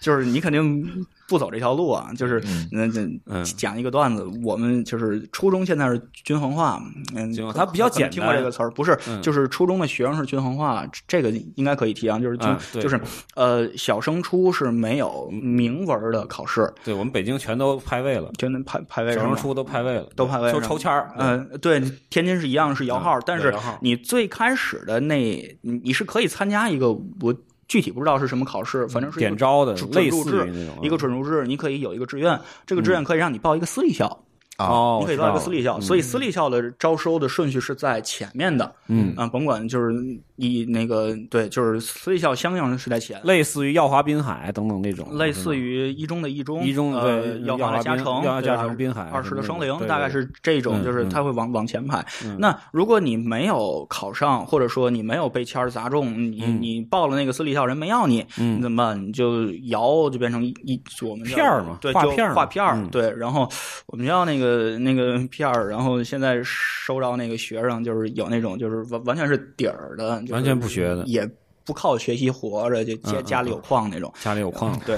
Speaker 3: 就是你肯定不走这条路啊。就是那
Speaker 2: 嗯
Speaker 3: 那讲一个段子，我们就是初中现在是军横化，嗯
Speaker 2: 军横，
Speaker 3: 可
Speaker 2: 它比较
Speaker 3: 可能
Speaker 2: 简单
Speaker 3: 听过这个词儿不是
Speaker 2: 嗯？
Speaker 3: 就是初中的学生是军横化，这个应该可以提啊，就是军
Speaker 2: 啊对
Speaker 3: 就是呃小升初是没有明文的考试，
Speaker 2: 对我们北京全都派位了，
Speaker 3: 就那排排位
Speaker 2: 小
Speaker 3: 上
Speaker 2: 升
Speaker 3: 嘛
Speaker 2: 初都派位了，
Speaker 3: 都排位
Speaker 2: 抽
Speaker 3: 上
Speaker 2: 抽签儿。嗯
Speaker 3: 呃，对，天津是一样是摇号，但是
Speaker 2: 摇号
Speaker 3: 你最开始的那，你你是可以参加一个我具体不知道是什么考试，反正是一个
Speaker 2: 点招的
Speaker 3: 准
Speaker 2: 类
Speaker 3: 入
Speaker 2: 似
Speaker 3: 制
Speaker 2: 于那种啊嗯
Speaker 3: 一个准入制，你可以有一个志愿，这个志愿可以让你报一个私立校。
Speaker 1: 啊，
Speaker 2: 哦，
Speaker 3: 你可以
Speaker 2: 我知道
Speaker 3: 到一个私立校，所以私立校的招收的顺序是在前面的。
Speaker 2: 嗯，
Speaker 3: 啊，甭管就是以那个对，就是私立校相应是在前，
Speaker 2: 类似于耀华滨海等等那种，
Speaker 3: 类似于一中的一中，
Speaker 2: 啊一中
Speaker 3: 呃
Speaker 2: 对，
Speaker 3: 耀
Speaker 2: 耀
Speaker 3: 华
Speaker 2: 华
Speaker 3: 的嘉
Speaker 2: 滨
Speaker 3: 诚，
Speaker 2: 耀华
Speaker 3: 对吧
Speaker 2: 嘉诚滨海
Speaker 3: 二十的
Speaker 2: 什
Speaker 3: 生
Speaker 2: 么的
Speaker 3: 灵
Speaker 2: 对，
Speaker 3: 大概是这种，
Speaker 2: 嗯
Speaker 3: 就是他会往往前排
Speaker 2: 嗯。
Speaker 3: 那如果你没有考上，或者说你没有被签儿砸中，你
Speaker 2: 嗯
Speaker 3: 你报了那个私立校，人没要你，
Speaker 2: 嗯
Speaker 3: 你怎么办？你就摇就变成一一我们叫
Speaker 2: 片儿嘛
Speaker 3: 对，
Speaker 2: 画
Speaker 3: 就
Speaker 2: 片儿嘛
Speaker 3: 画片儿
Speaker 2: 嗯，
Speaker 3: 对。然后我们要那个那个片儿，然后现在收到那个学生，就是有那种就是完完全是底儿的，就是
Speaker 2: 完全不学的
Speaker 3: 也不靠学习活着，就
Speaker 2: 嗯
Speaker 3: 家
Speaker 2: 嗯
Speaker 3: 家里有矿那种。
Speaker 2: 家里有矿，
Speaker 3: 对，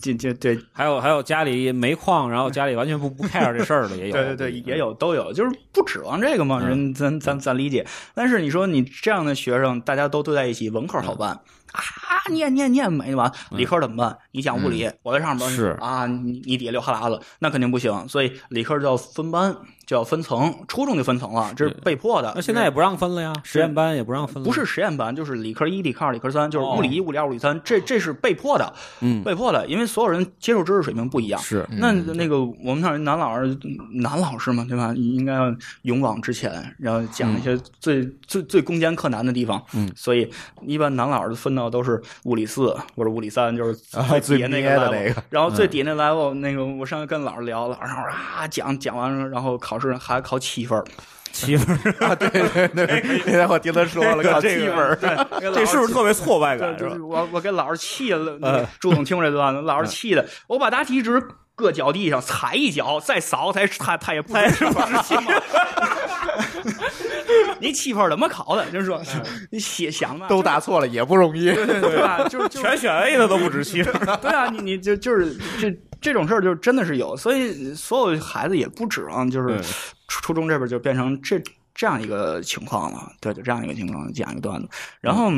Speaker 3: 这这对
Speaker 2: 嗯还有还有家里没矿，然后家里完全不不 care 这事儿的也有，
Speaker 3: 对对对，也有都有，就是不指望这个嘛，
Speaker 2: 嗯
Speaker 3: 人咱咱咱理解。但是你说你这样的学生，大家都对在一起，文科
Speaker 2: 嗯
Speaker 3: 好办啊，念念念没完，理科怎么办？你讲物理，我在上边
Speaker 2: 嗯是
Speaker 3: 啊，你你底下流哈喇子，那肯定不行，所以理科就要分班，就要分层，初中就分层了，这是被迫的。
Speaker 2: 那现在也不让分了呀，实验班也不让分了，
Speaker 3: 不是，实验班，就是理科一、理科二、理科三，就是
Speaker 2: 哦
Speaker 3: 物理一、物理二、物理三，这这是被迫的，
Speaker 2: 嗯，
Speaker 3: 被迫的，因为所有人接受知识水平不一样。
Speaker 2: 是，
Speaker 1: 嗯
Speaker 3: 那那个我们那儿男老师，男老师嘛，对吧？应该要勇往直前，然后讲一些最、最最攻坚克难的地方。
Speaker 2: 嗯
Speaker 3: 所以一般男老师分到都是物理四或者物理三，就是
Speaker 1: 啊
Speaker 3: 最底
Speaker 1: 最
Speaker 3: 下那
Speaker 1: 咩的
Speaker 3: level
Speaker 1: 那个嗯
Speaker 3: 然后最底下那 level，、那个我上次跟老师聊，老师说啊讲讲完了，然后考试还考七分儿，
Speaker 2: 七分儿，
Speaker 1: 对对 对，那天哎我听他说了，靠
Speaker 2: 这
Speaker 1: 气
Speaker 2: 个
Speaker 1: 氛儿，
Speaker 2: 这是不是特别挫败
Speaker 3: 对
Speaker 2: 感？是
Speaker 3: 对
Speaker 2: 吧
Speaker 3: 对，？我我给老师气了。那
Speaker 2: 嗯
Speaker 3: 个朱总听这段子，老师气的，我把答题纸搁脚地上踩一脚，再扫他他他也不知是不是气嘛。 你气氛怎么考的？就是说
Speaker 2: 嗯
Speaker 3: 你写想嘛，
Speaker 1: 都答错了也不容易。
Speaker 3: 对对吧？就是就是
Speaker 2: 全选 A 的都不止七分儿，
Speaker 3: 对啊，你你就就是这这种事儿，就真的是有，所以所有孩子也不指望就是
Speaker 2: 嗯
Speaker 3: 初初中这边就变成这这样一个情况了，对，就这样一个情况，讲一个段子，然后，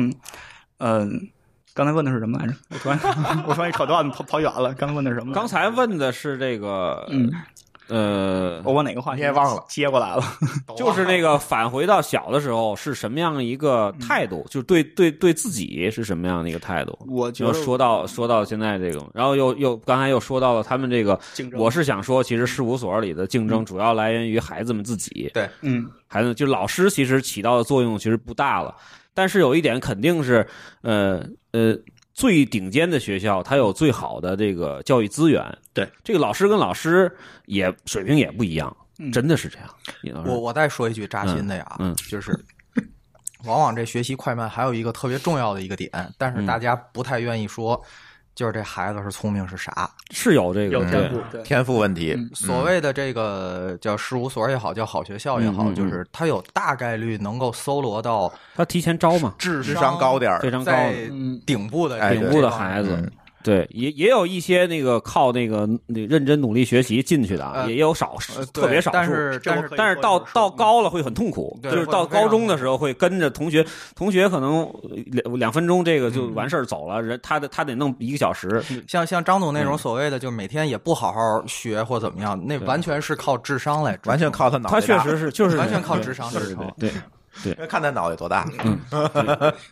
Speaker 3: 嗯、刚才问的是什么来着？我突然 我突然一扯段子跑跑远了，刚才问的是什 么？
Speaker 2: 刚才问的是这个，
Speaker 3: 嗯，
Speaker 2: 呃，
Speaker 3: 我把哪个话题
Speaker 1: 你也忘了
Speaker 3: 接过 来了？
Speaker 2: 就是那个返回到小的时候是什么样一个
Speaker 3: 嗯
Speaker 2: 态度，就是对对对自己是什么样的一个态度。
Speaker 3: 我觉
Speaker 2: 就
Speaker 3: 得
Speaker 2: 说到说到现在这个，然后又又刚才又说到了他们这个，
Speaker 3: 竞争，
Speaker 2: 我是想说，其实事务所里的竞
Speaker 4: 嗯
Speaker 2: 争主要来源于孩子们自己，
Speaker 3: 嗯
Speaker 2: 孩子就老师其实起到的作用其实不大了。但是有一点肯定是，呃呃，最顶尖的学校它有最好的这个教育资源，
Speaker 3: 对
Speaker 2: 这个老师跟老师也水平也不一样，
Speaker 3: 嗯
Speaker 2: 真的是这样。尹老师
Speaker 4: 我我再说一句扎心的呀，
Speaker 2: 嗯嗯
Speaker 4: 就是 往往这学习快慢还有一个特别重要的一个点，但是
Speaker 2: 嗯
Speaker 4: 大家不太愿意说，就是这孩子是聪明是傻。
Speaker 2: 是有这个
Speaker 3: 有
Speaker 2: 对
Speaker 3: 天赋，对，
Speaker 1: 天赋问题，
Speaker 3: 嗯
Speaker 4: 所谓的这个叫事务所也好，叫好学校也
Speaker 2: 嗯
Speaker 4: 好，
Speaker 2: 嗯嗯
Speaker 4: 就是他有大概率能够搜罗到
Speaker 2: 他提前招嘛，
Speaker 4: 智
Speaker 1: 智
Speaker 4: 商
Speaker 1: 商高点儿
Speaker 2: 非，常高
Speaker 4: 在
Speaker 2: 的
Speaker 3: 嗯
Speaker 4: 顶部的
Speaker 1: 哎
Speaker 4: 这
Speaker 2: 顶部的
Speaker 4: 这帮
Speaker 2: 孩
Speaker 4: 人
Speaker 2: 子。
Speaker 1: 嗯
Speaker 2: 对，也也有一些那个靠那个那认真努力学习进去的啊，
Speaker 4: 呃
Speaker 2: 也有少数、
Speaker 4: 呃对
Speaker 2: 特别少数。
Speaker 4: 但是
Speaker 3: 这
Speaker 4: 但
Speaker 3: 我
Speaker 4: 是
Speaker 3: 可以
Speaker 2: 但是
Speaker 3: 说
Speaker 2: 到
Speaker 3: 一说
Speaker 2: 到
Speaker 3: 嗯
Speaker 2: 高了会很痛苦，
Speaker 4: 对
Speaker 2: 就是
Speaker 4: 会
Speaker 2: 到
Speaker 4: 非常
Speaker 2: 高中的时候会跟着同学，同学可能呃两两分钟这个就完事儿走了，人他得他得弄一个小时，
Speaker 4: 像像张总那种
Speaker 2: 嗯
Speaker 4: 所谓的，就每天也不好好学或怎么样，那
Speaker 2: 对
Speaker 4: 完全是靠智商来支撑，
Speaker 1: 完全靠他脑袋
Speaker 2: 他
Speaker 1: 大。
Speaker 2: 确实是就是
Speaker 4: 完全靠智商
Speaker 2: 对
Speaker 4: 支撑
Speaker 2: 对对
Speaker 1: 看他脑袋多大。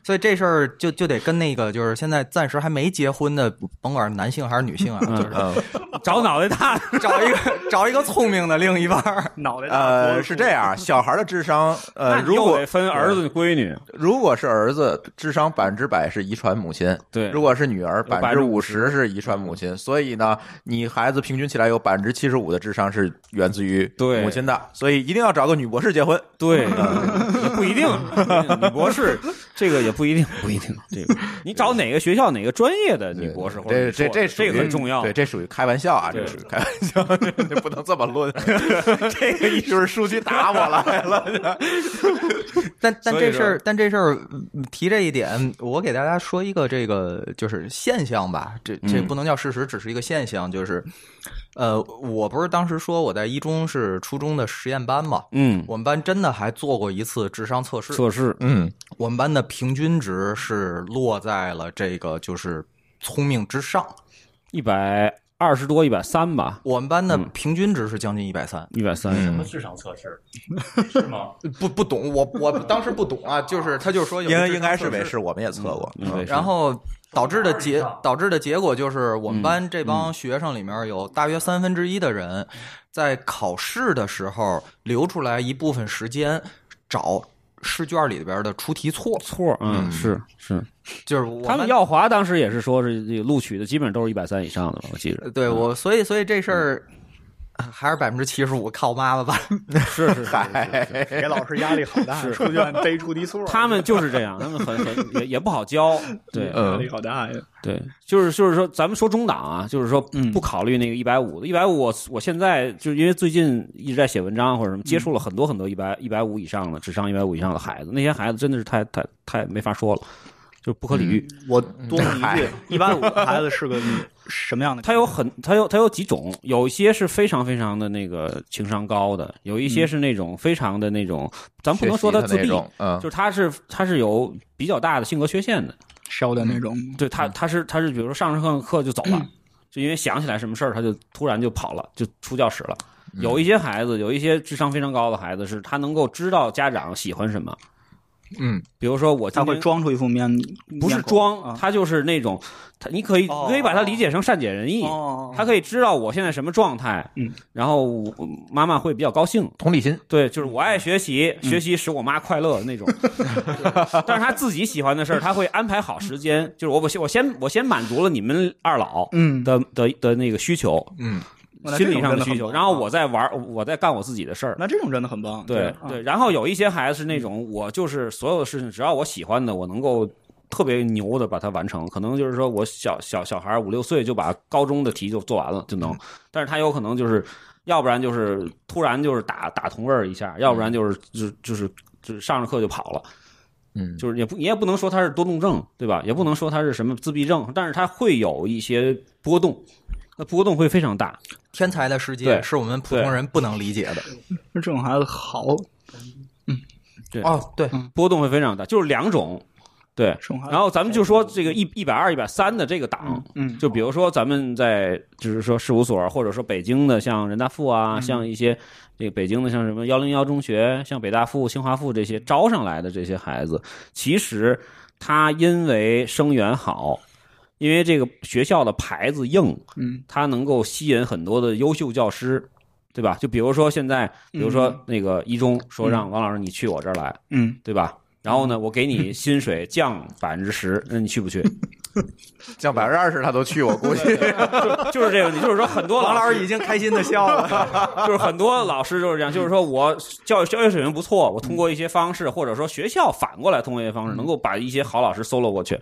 Speaker 4: 所以这事儿就就得跟那个就是现在暂时还没结婚的，甭管是男性还是女性啊，
Speaker 2: 嗯
Speaker 4: 就是
Speaker 1: 嗯，
Speaker 2: 找脑袋大，
Speaker 4: 找一个找一个聪明的另一半儿。
Speaker 3: 脑袋大
Speaker 1: 呃，是这，样，小孩的智商，呃，
Speaker 2: 那你
Speaker 1: 如
Speaker 2: 又
Speaker 1: 果
Speaker 2: 得分儿子闺女，
Speaker 1: 如果是儿子，智商百分之百是遗传母亲；
Speaker 2: 对，
Speaker 1: 如果是女儿，百分之
Speaker 2: 50%
Speaker 1: 五十是遗传母
Speaker 2: 嗯
Speaker 1: 亲。所以呢，你孩子平均起来有百分之七十五的智商是源自于
Speaker 2: 对
Speaker 1: 母亲的，所以一定要找个女博士结婚。
Speaker 2: 对，也不一定，女博士这个也不一定，不一定。这个你找哪个学校哪个专业的女博士或
Speaker 1: 这这
Speaker 2: 者
Speaker 1: 这
Speaker 2: 这这
Speaker 1: 属于
Speaker 2: 个很重要，
Speaker 1: 对，这属于开玩笑啊，
Speaker 2: 对
Speaker 1: 这属于开玩笑， 这不能这么 论。这个一就是书记打我来了，
Speaker 4: 但但
Speaker 2: 所以
Speaker 4: 这
Speaker 2: 说
Speaker 4: 事儿，但这事儿嗯提这一点，我给大家说一个这个就是现象吧，这这
Speaker 2: 嗯
Speaker 4: 不能叫事实，只是一个现象，就是呃，我不是当时说我在一中是初中的实验班嘛，
Speaker 2: 嗯，
Speaker 4: 我们班真的还做过一次智商测试，
Speaker 2: 测试，
Speaker 1: 嗯，
Speaker 4: 我们班的平均值是落在了这个就是聪明之上，
Speaker 2: 一百二十多，一百三吧，
Speaker 4: 我们班的
Speaker 1: 嗯
Speaker 4: 平均值是将近一百三。
Speaker 2: 一百三。
Speaker 5: 什么智商测试是吗？
Speaker 4: 不不懂，我我当时不懂啊，就是他就说有
Speaker 1: 应该
Speaker 4: 智商
Speaker 1: 应该是
Speaker 4: 测试
Speaker 1: 美式，我们也测过。
Speaker 2: 嗯对是
Speaker 4: 然后导致的
Speaker 5: 二
Speaker 4: 结
Speaker 5: 以上
Speaker 1: 嗯
Speaker 4: 导致的结果就是，我们班这帮学生里面有大约三分之一的人在考试的时候留出来一部分时间找试卷里边的出题错，
Speaker 2: 错，嗯，是是，
Speaker 4: 就是我
Speaker 2: 他们耀华当时也是说是这个录取的基本都是一百三以上的嘛，我记得
Speaker 4: 呃
Speaker 1: 嗯
Speaker 4: 对我，所以所以这事儿还是百分之七十五靠妈妈吧。
Speaker 2: 是是是
Speaker 1: 嗨，
Speaker 3: 给老师压力 好大，出卷背出题错，
Speaker 2: 他们就是这样，他们很很也也不好教，对嗯
Speaker 3: 压力好大呀。
Speaker 2: 对，就是就是说，咱们说中档啊，就是说
Speaker 3: 嗯
Speaker 2: 不考虑那个一百五的，一百五，我我现在就是因为最近一直在写文章或者什么，接触了很多很多一百一百五以上的，智商一百五以上的孩子，那些孩子真的是太太太没法说了，就是不可理喻。
Speaker 3: 我
Speaker 2: 嗯
Speaker 3: 多 问一句，一百五孩子是个什么样的？
Speaker 2: 他有很，他有他有几种，有一些是非常非常的那个情商高的，有一些是那种非常的那种，咱不能说他自
Speaker 1: 嗯学习的那
Speaker 2: 闭，
Speaker 1: 种，嗯
Speaker 2: 就，是他是他是有比较大的性格缺陷的，
Speaker 3: 烧的那种，
Speaker 1: 嗯
Speaker 2: 对他，他是他是，比如说上上课课就走 了，就因为想起来什么事儿，他就突然就跑了，就出教室了。
Speaker 1: 嗯
Speaker 2: 有一些孩子，有一些智商非常高的孩子，是他能够知道家长喜欢什么。
Speaker 1: 嗯，
Speaker 2: 比如说我今
Speaker 3: 他
Speaker 2: 天
Speaker 3: 会，装出一副面，
Speaker 2: 不是
Speaker 3: 面孔
Speaker 2: 装，
Speaker 3: 啊
Speaker 2: 他就是那种，他你可以
Speaker 3: 哦
Speaker 2: 可以把他理解成善解人意，
Speaker 3: 哦
Speaker 2: 他可以知道我现在什么状态，
Speaker 3: 嗯，
Speaker 2: 然后我妈妈会比较高兴，
Speaker 1: 同理心，
Speaker 2: 对，就是我爱学习，
Speaker 3: 嗯
Speaker 2: 学习使我妈快乐的那 种。但是他自己喜欢的事儿，他会安排好时 间。就是我我先我先我先满足了你们二老
Speaker 3: 嗯
Speaker 2: 的的的那个需求，
Speaker 1: 嗯，
Speaker 3: 那
Speaker 2: 心理
Speaker 3: 这种
Speaker 2: 上
Speaker 3: 真的
Speaker 2: 需
Speaker 3: 很
Speaker 2: 求，
Speaker 3: 棒
Speaker 2: 然后我再玩儿，我再干我自己的事儿。
Speaker 3: 那这种真的很棒，
Speaker 2: 啊对
Speaker 3: 啊
Speaker 2: 对，然后有一些孩子是那种，我就是所有的事情，只要我喜欢的，我能够特别牛的把它完成。可能就是说我小小小孩儿五六岁就把高中的题就做完了，就能。但是他有可能就是，要不然就是突然就是打打同位儿一下，要不然就是就就是就是上着课就跑了。
Speaker 1: 嗯
Speaker 2: 就是也不你也不能说他是多动症，对吧？也不能说他是什么自闭症，但是他会有一些波动，那波动会非常大。
Speaker 4: 天才的世界
Speaker 2: 对
Speaker 4: 是我们普通人不能理解的。
Speaker 3: 那这种孩子好，
Speaker 2: 对
Speaker 4: 哦，对，
Speaker 2: 波动会非常大，就是两种。对
Speaker 3: 这种孩，子
Speaker 2: 然后咱们就说这个一一百二、一百三的这个档，
Speaker 3: 哎嗯，
Speaker 2: 就比如说咱们在就是说事务所，或者说北京的像人大附啊，像一些这个北京的像什么幺零幺中学、像北大附、清华附这些招上来的这些孩子，其实他因为生源好，因为这个学校的牌子硬，
Speaker 3: 嗯，
Speaker 2: 他能够吸引很多的优秀教师。对吧？就比如说现在，比如说那个一中说让王老师你去我这儿来，
Speaker 3: 嗯，
Speaker 2: 对吧？然后呢，我给你薪水降百分之十，那你去不去？
Speaker 1: 降百分之二十他都去，我估计
Speaker 2: 就是这个问题，就是说很多
Speaker 4: 王
Speaker 2: 老
Speaker 4: 老
Speaker 2: 师，
Speaker 4: 师已经开心的笑了。
Speaker 2: 就是很多老师就是这样，就是说我教育教育水平不错，我通过一些方式，或者说学校反过来通过一些方式，能够把一些好老师搜罗过去。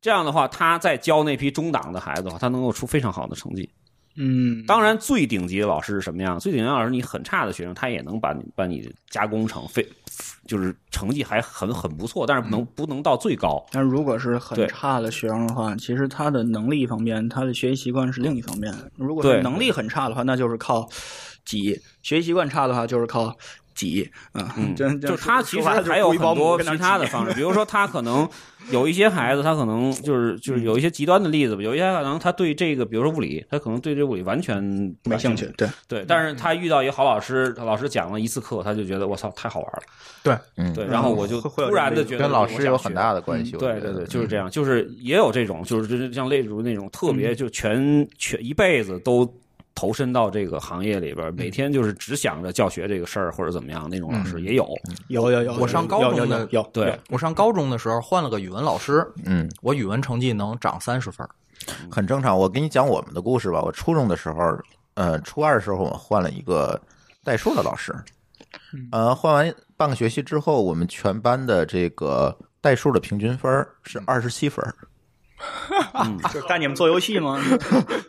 Speaker 2: 这样的话，他在教那批中档的孩子的话，他能够出非常好的成绩。
Speaker 3: 嗯，
Speaker 2: 当然，最顶级的老师是什么样？最顶级的老师，你很差的学生，他也能把你把你加工成非，就是成绩还很很不错，但是不能不能到最高。
Speaker 3: 但如果是
Speaker 2: 对
Speaker 3: 很差的学生的话，其实他的能力一方面，他的学习习惯是另一方面。如果
Speaker 2: 对
Speaker 3: 是能力很差的话，那就是靠挤；学习习惯差的话，就是靠挤。嗯， 真
Speaker 2: 就他其实还有很多其他的 方式，比如说他可能有一些孩子，他可能就是
Speaker 3: 嗯
Speaker 2: 就是有一些极端的例子吧，有一些可能他对这个，比如说物理，他可能对这物理完全不
Speaker 3: 没
Speaker 2: 感
Speaker 3: 兴趣。，嗯对，
Speaker 2: 对，但是他遇到一个好老师，老师讲了一次课，他就觉得我操太好玩了，
Speaker 4: 对，
Speaker 1: 嗯
Speaker 2: 对，然后我就
Speaker 3: 会会有
Speaker 2: 突然的觉得
Speaker 1: 跟老师有嗯很
Speaker 2: 的。
Speaker 1: 大的关系。我
Speaker 2: 对
Speaker 1: 觉
Speaker 2: 对
Speaker 1: 得
Speaker 2: 对，就是这样，就是也有这种，就是就是像例如那种特
Speaker 3: 嗯
Speaker 2: 别就全全一辈子都投身到这个行业里边儿，每
Speaker 3: 嗯
Speaker 2: 天就是只想着教学这个事儿或者怎么样那种老师也有，
Speaker 3: 有有有。
Speaker 4: 我上高
Speaker 3: 有
Speaker 4: 中
Speaker 3: 有
Speaker 4: 的
Speaker 3: 有有
Speaker 2: 对
Speaker 3: 有，
Speaker 4: 我上高中的时候换了个语文老师，
Speaker 1: 嗯，
Speaker 4: 我语文成绩能涨三十分儿。
Speaker 1: 很正常。我给你讲我们的故事吧。我初中的时候，呃，初二的时候，我们换了一个代数的老师。
Speaker 2: 嗯
Speaker 1: 呃，换完半个学期之后，我们全班的这个代数的平均分儿
Speaker 2: 嗯
Speaker 1: 是二十七分儿。
Speaker 3: 就是带你们做游戏 吗？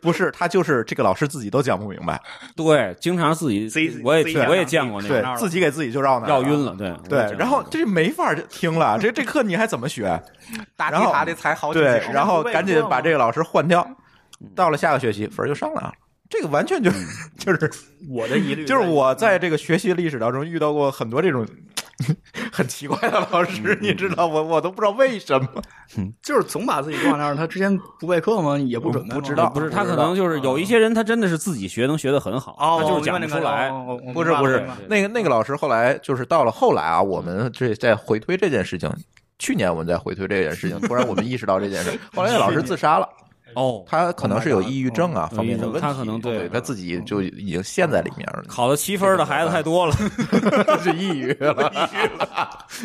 Speaker 1: 不是，他就是这个老师自己都讲不明白，
Speaker 2: 对，经常自己
Speaker 3: 自己
Speaker 2: 我也
Speaker 3: 自己
Speaker 2: 见
Speaker 3: 想
Speaker 2: 我也见过那
Speaker 1: 对
Speaker 2: 个
Speaker 1: 自己给自己就绕那儿
Speaker 2: 绕晕。了，对
Speaker 1: 对
Speaker 2: 我也见过，
Speaker 1: 然后这没法听了，这这课你还怎么学？
Speaker 4: 大
Speaker 1: 然后
Speaker 4: 题塔得踩好几
Speaker 1: 对，
Speaker 4: 节。
Speaker 1: 然后赶紧把这个老师换掉。到了下个学期，分儿就上来了。啊这个完全就 就是
Speaker 3: 我的疑 虑
Speaker 1: 就是我在这个学习历史当中遇到过很多这种 很奇怪的老师，你知道，我我都不知道为什么。
Speaker 3: 就是总把自己挂那儿。他之前不备课吗？也不准备吗，
Speaker 1: 不知道
Speaker 2: 不是
Speaker 1: 不
Speaker 2: 他
Speaker 1: 知
Speaker 2: 可
Speaker 1: 道
Speaker 2: 能就是有一些人，他真的是自己学能学得很好，
Speaker 3: 嗯哦，
Speaker 2: 他就
Speaker 3: 我
Speaker 2: 是
Speaker 3: 明白
Speaker 2: 讲不
Speaker 3: 那个
Speaker 2: 出来。
Speaker 3: 哦我我
Speaker 1: 不是不
Speaker 3: 明白
Speaker 1: 是
Speaker 3: 了明白了，
Speaker 1: 那个那个老师后来就是到了后来啊，我们这在回推 这件事情，去年我们在回推这件事情，突然我们意识到这件事，后来那老师自杀了。
Speaker 4: 哦，
Speaker 1: 他可能是有抑郁症啊
Speaker 2: 嗯
Speaker 1: 方面的问题，
Speaker 2: 他可能对
Speaker 1: 对他自己就已经陷在里面了，
Speaker 2: 考了七分的孩子太多了，
Speaker 1: 是 抑郁了。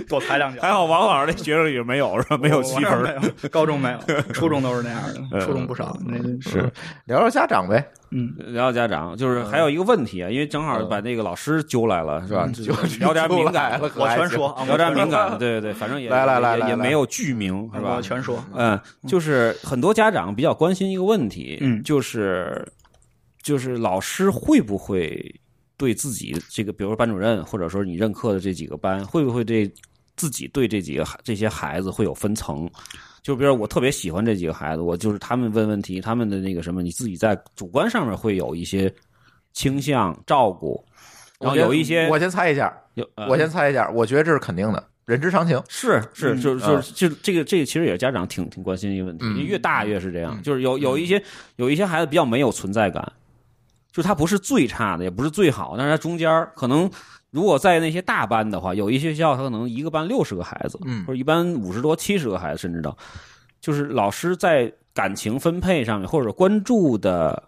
Speaker 3: 多踩两脚。
Speaker 2: 还好王老师那学生里没有是 吧？没有七分
Speaker 3: 我
Speaker 2: 的。
Speaker 3: 没有， 高中没有，初中都是那样的，初中不少。那是，
Speaker 1: 聊聊家长呗，
Speaker 3: 嗯，
Speaker 2: 聊聊家长，就是还有一个问题啊，因为正好把那个老师揪来了，是
Speaker 3: 嗯
Speaker 2: 吧？就
Speaker 1: 嗯
Speaker 2: 聊点敏感
Speaker 1: 了，
Speaker 2: 的，
Speaker 1: 可
Speaker 3: 我
Speaker 1: 还
Speaker 3: 全
Speaker 1: 行
Speaker 3: 说，啊，
Speaker 2: 聊
Speaker 3: 我
Speaker 2: 点
Speaker 3: 全
Speaker 2: 敏
Speaker 3: 说， 啊
Speaker 2: 感的，对对对，反正也
Speaker 1: 来来来
Speaker 2: 也
Speaker 1: 来
Speaker 2: 也
Speaker 1: 来
Speaker 2: 没有剧名是吧
Speaker 3: 我？全说。
Speaker 2: 嗯，就是很多家长比较关心一个问题，
Speaker 3: 嗯
Speaker 2: 就是就是老师会不会对自己这个，比如说班主任，或者说你任课的这几个班，会不会对自己对这几个孩这些孩子会有分层？就比如说我特别喜欢这几个孩子，我就是他们问问题，他们的那个什么，你自己在主观上面会有一些倾向照顾，然后有一些
Speaker 1: 我先猜一下，
Speaker 2: 有呃
Speaker 1: 我先猜一下，我觉得这是肯定的，人之常情。
Speaker 2: 是是，
Speaker 3: 嗯
Speaker 2: 就是
Speaker 1: 啊
Speaker 2: 就是就这个这个，其实也是家长挺挺关心的一个问题，
Speaker 1: 嗯
Speaker 2: 因为越大越是这样，
Speaker 1: 嗯
Speaker 2: 就是有有一些有一些孩子比较没有存在感，就是他不是最差的，也不是最好，但是他中间儿可能如果在那些大班的话，有一些学校他可能一个班六十个孩子，
Speaker 1: 嗯
Speaker 2: 或者一班五十多七十个孩子，甚至到就是老师在感情分配上面或者关注的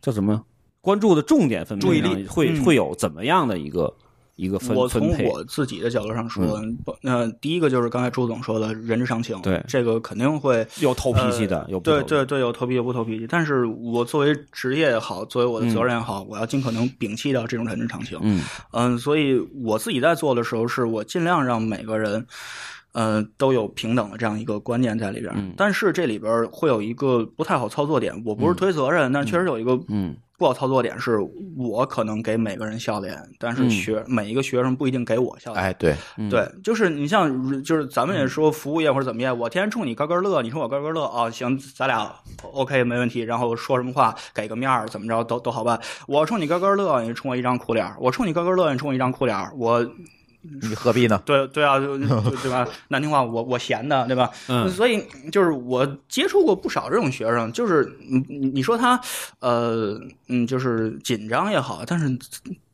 Speaker 2: 叫什么关注的重点分
Speaker 3: 注
Speaker 2: 配
Speaker 3: 意
Speaker 2: 上
Speaker 3: 力
Speaker 2: 会、
Speaker 3: 嗯
Speaker 2: 会有怎么样的一个一个分
Speaker 3: 我
Speaker 2: 分
Speaker 3: 从
Speaker 2: 嗯配？
Speaker 3: 我自己的角度上说，不呃，第一个就是刚才朱总说的人之常情，
Speaker 2: 对
Speaker 3: 这个肯定会
Speaker 2: 有投脾气的，
Speaker 3: 呃
Speaker 2: 有不
Speaker 3: 对
Speaker 2: 投
Speaker 3: 对对，有投脾气不投脾气。但是我作为职业也好，作为我的责任也好，我要尽可能摒弃掉这种人之常情。
Speaker 2: 嗯
Speaker 3: 嗯，所以我自己在做的时候，是我尽量让每个人，呃，都有平等的这样一个观念在里边儿。
Speaker 2: 嗯
Speaker 3: 但是这里边儿会有一个不太好操作点，我不是推责任，但确实有一个
Speaker 2: 嗯
Speaker 3: 不好操作点，是我可能给每个人笑脸，但是
Speaker 2: 嗯
Speaker 3: 学、每一个学生不一定给我笑脸。
Speaker 1: 哎，对，
Speaker 2: 嗯
Speaker 3: 对，就是你像，就是咱们也说服务业或者怎么样，我天天冲你高高乐，你冲我高高乐啊、行，咱俩 OK 没问题。然后说什么话，给个面儿，怎么着都都好办。我冲你高高乐，你冲我一张苦脸儿；我冲你高高乐，你冲我一张苦脸儿。我
Speaker 1: 你何必呢？
Speaker 3: 对对啊，就就对吧？难听话，我我闲的，对吧？
Speaker 2: 嗯
Speaker 3: 所以就是我接触过不少这种学生，就是你你你说他呃嗯，就是紧张也好，但是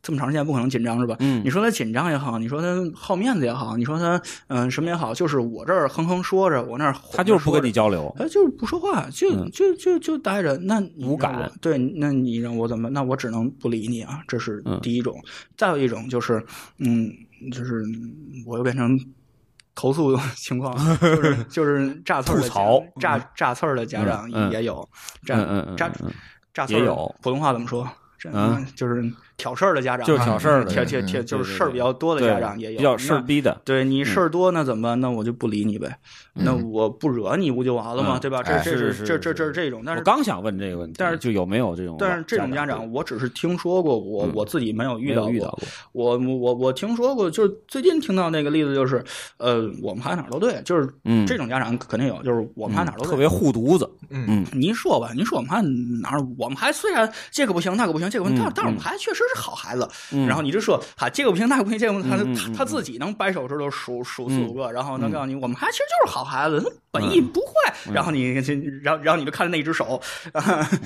Speaker 3: 这么长时间不可能紧张是吧？
Speaker 2: 嗯
Speaker 3: 你说他紧张也好，你说他好面子也好，你说他嗯、什么也好，就是我这儿哼哼说着，我那儿
Speaker 2: 他就是不跟你
Speaker 3: 吼着说着。
Speaker 2: 交流。
Speaker 3: 他就是不说话，就
Speaker 2: 嗯
Speaker 3: 就就就待着。那你
Speaker 2: 无感
Speaker 3: 让我，对，那你让我怎么？那我只能不理你啊，这是
Speaker 2: 嗯
Speaker 3: 第一种。再有一种就是，嗯，就是我又变成投诉情况了，就是就是炸刺儿的
Speaker 2: 吐槽嗯
Speaker 3: 家炸炸刺儿的家长
Speaker 2: 嗯嗯
Speaker 3: 也有，炸
Speaker 2: 嗯嗯嗯
Speaker 3: 炸
Speaker 2: 嗯，
Speaker 3: 炸刺
Speaker 2: 也
Speaker 3: 儿
Speaker 2: 有
Speaker 3: 普通话怎么说？这
Speaker 2: 嗯
Speaker 3: 就是挑事儿的家长啊，
Speaker 2: 就是挑事儿的
Speaker 3: 挑
Speaker 1: 嗯
Speaker 3: 挑
Speaker 1: 嗯
Speaker 3: 挑，就
Speaker 2: 对
Speaker 3: 是
Speaker 2: 对
Speaker 3: 事儿比较多的
Speaker 2: 对
Speaker 3: 家长也有，
Speaker 2: 比较嗯事儿
Speaker 3: 那
Speaker 2: 逼的，
Speaker 3: 对你事儿多，那怎么办？那我就不理你呗，那我不惹你不就完了
Speaker 2: 嗯
Speaker 3: 吗？对吧？这
Speaker 1: 哎
Speaker 3: 这
Speaker 2: 是是
Speaker 3: 这这
Speaker 2: 是
Speaker 3: 这这种，但
Speaker 2: 我
Speaker 3: 是
Speaker 2: 刚想问这个问题，
Speaker 3: 但是
Speaker 2: 就有没有这种？
Speaker 3: 但是这种家
Speaker 2: 家啊
Speaker 3: 长，我只是听说过，我
Speaker 2: 嗯
Speaker 3: 我自己没有遇
Speaker 2: 没
Speaker 3: 到
Speaker 2: 有
Speaker 3: 过。
Speaker 2: 遇到过，
Speaker 3: 我我我我听说过，就是最近听到那个例子，就是呃，我们孩子哪儿都对，就是
Speaker 2: 嗯，
Speaker 3: 这种家长肯定有，就是我们孩子哪儿都
Speaker 2: 特
Speaker 3: 对。
Speaker 2: 别护犊子，
Speaker 1: 嗯
Speaker 2: 嗯
Speaker 3: 你一说吧，你说我们孩子哪儿？我们孩子虽然这个不行，那个不行，这个不行，
Speaker 2: 嗯
Speaker 3: 但是但是我们
Speaker 2: 嗯
Speaker 3: 孩子确实是好孩子。
Speaker 2: 嗯
Speaker 3: 然后你就说，哈，这个不行，那个不行，这个不行，他
Speaker 2: 嗯嗯嗯
Speaker 3: 他他自己能掰手指头数数四
Speaker 2: 嗯
Speaker 3: 五个，然后
Speaker 2: 嗯
Speaker 3: 能告诉你，我们孩子其实就是好孩子，他本意不坏。然后你，然后然后你就看着那只手，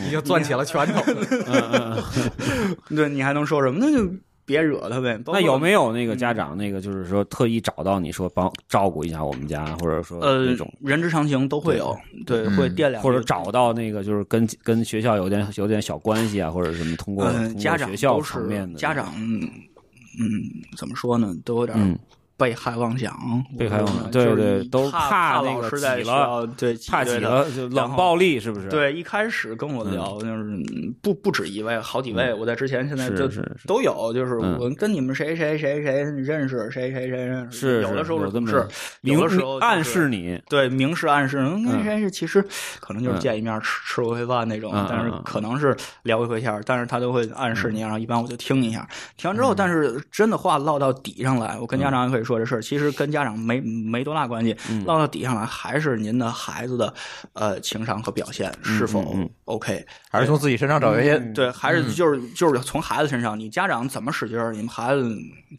Speaker 4: 已经攥起了拳 头。
Speaker 3: 对你还能说什么？那就别惹他呗。包
Speaker 2: 那
Speaker 3: 括嗯
Speaker 2: 有没有那个家长，那个就是说特意找到你说帮照顾一下我们家，或者说
Speaker 3: 呃
Speaker 2: 那种，
Speaker 3: 人之常情都会有，对，
Speaker 1: 嗯
Speaker 3: 会掂量
Speaker 2: 或者
Speaker 3: 这个
Speaker 2: 找到那个就是跟跟学校有点有点小关系啊，或者什么通过
Speaker 3: 嗯、
Speaker 2: 通过
Speaker 3: 家长
Speaker 2: 学校
Speaker 3: 都
Speaker 2: 层面的
Speaker 3: 是家长，嗯，怎么说呢，都有
Speaker 2: 嗯
Speaker 3: 点被害妄想，
Speaker 2: 被害妄想
Speaker 3: 我
Speaker 2: 对
Speaker 3: 就是
Speaker 2: 对
Speaker 3: 你
Speaker 2: 都
Speaker 3: 怕
Speaker 2: 怕那
Speaker 3: 老
Speaker 2: 个
Speaker 3: 师在
Speaker 2: 挤
Speaker 3: 学
Speaker 2: 了
Speaker 3: 校对
Speaker 2: 怕
Speaker 3: 挤
Speaker 2: 起
Speaker 3: 兑他
Speaker 2: 了就冷暴力，是不是？，
Speaker 3: 对，一开始跟我聊就是嗯不不止一位，好几位，我在之前现在
Speaker 2: 嗯是
Speaker 3: 就是
Speaker 2: 是
Speaker 3: 都有，就是
Speaker 2: 嗯
Speaker 3: 我跟你们谁谁谁谁认识，谁谁谁认识，
Speaker 2: 是
Speaker 3: 有的时候
Speaker 2: 有
Speaker 3: 是
Speaker 2: 这
Speaker 3: 同
Speaker 2: 么
Speaker 3: 事，有
Speaker 2: 明
Speaker 3: 的时候就是
Speaker 2: 暗示你，
Speaker 3: 对，明示暗示，嗯
Speaker 2: 嗯
Speaker 3: 跟谁是其实可能就是
Speaker 2: 嗯
Speaker 3: 见一面儿吃吃过一回饭那种
Speaker 2: 嗯嗯，
Speaker 3: 但是
Speaker 2: 嗯
Speaker 3: 可能是聊一回天儿，但是他都会暗示你，啊然后一般我就听一下，听完之后，
Speaker 2: 嗯
Speaker 3: 但是真的话唠到底上来，我跟家长也可以说这事儿，其实跟家长没没多大关系，
Speaker 2: 嗯
Speaker 3: 唠到底上来还是您的孩子的呃情商和表现是否
Speaker 2: 嗯嗯嗯
Speaker 3: OK，
Speaker 1: 还是从自己身上找原
Speaker 2: 嗯
Speaker 1: 因。
Speaker 3: 对，还是就是就是从孩子身上，你家长怎么使劲儿，你们孩子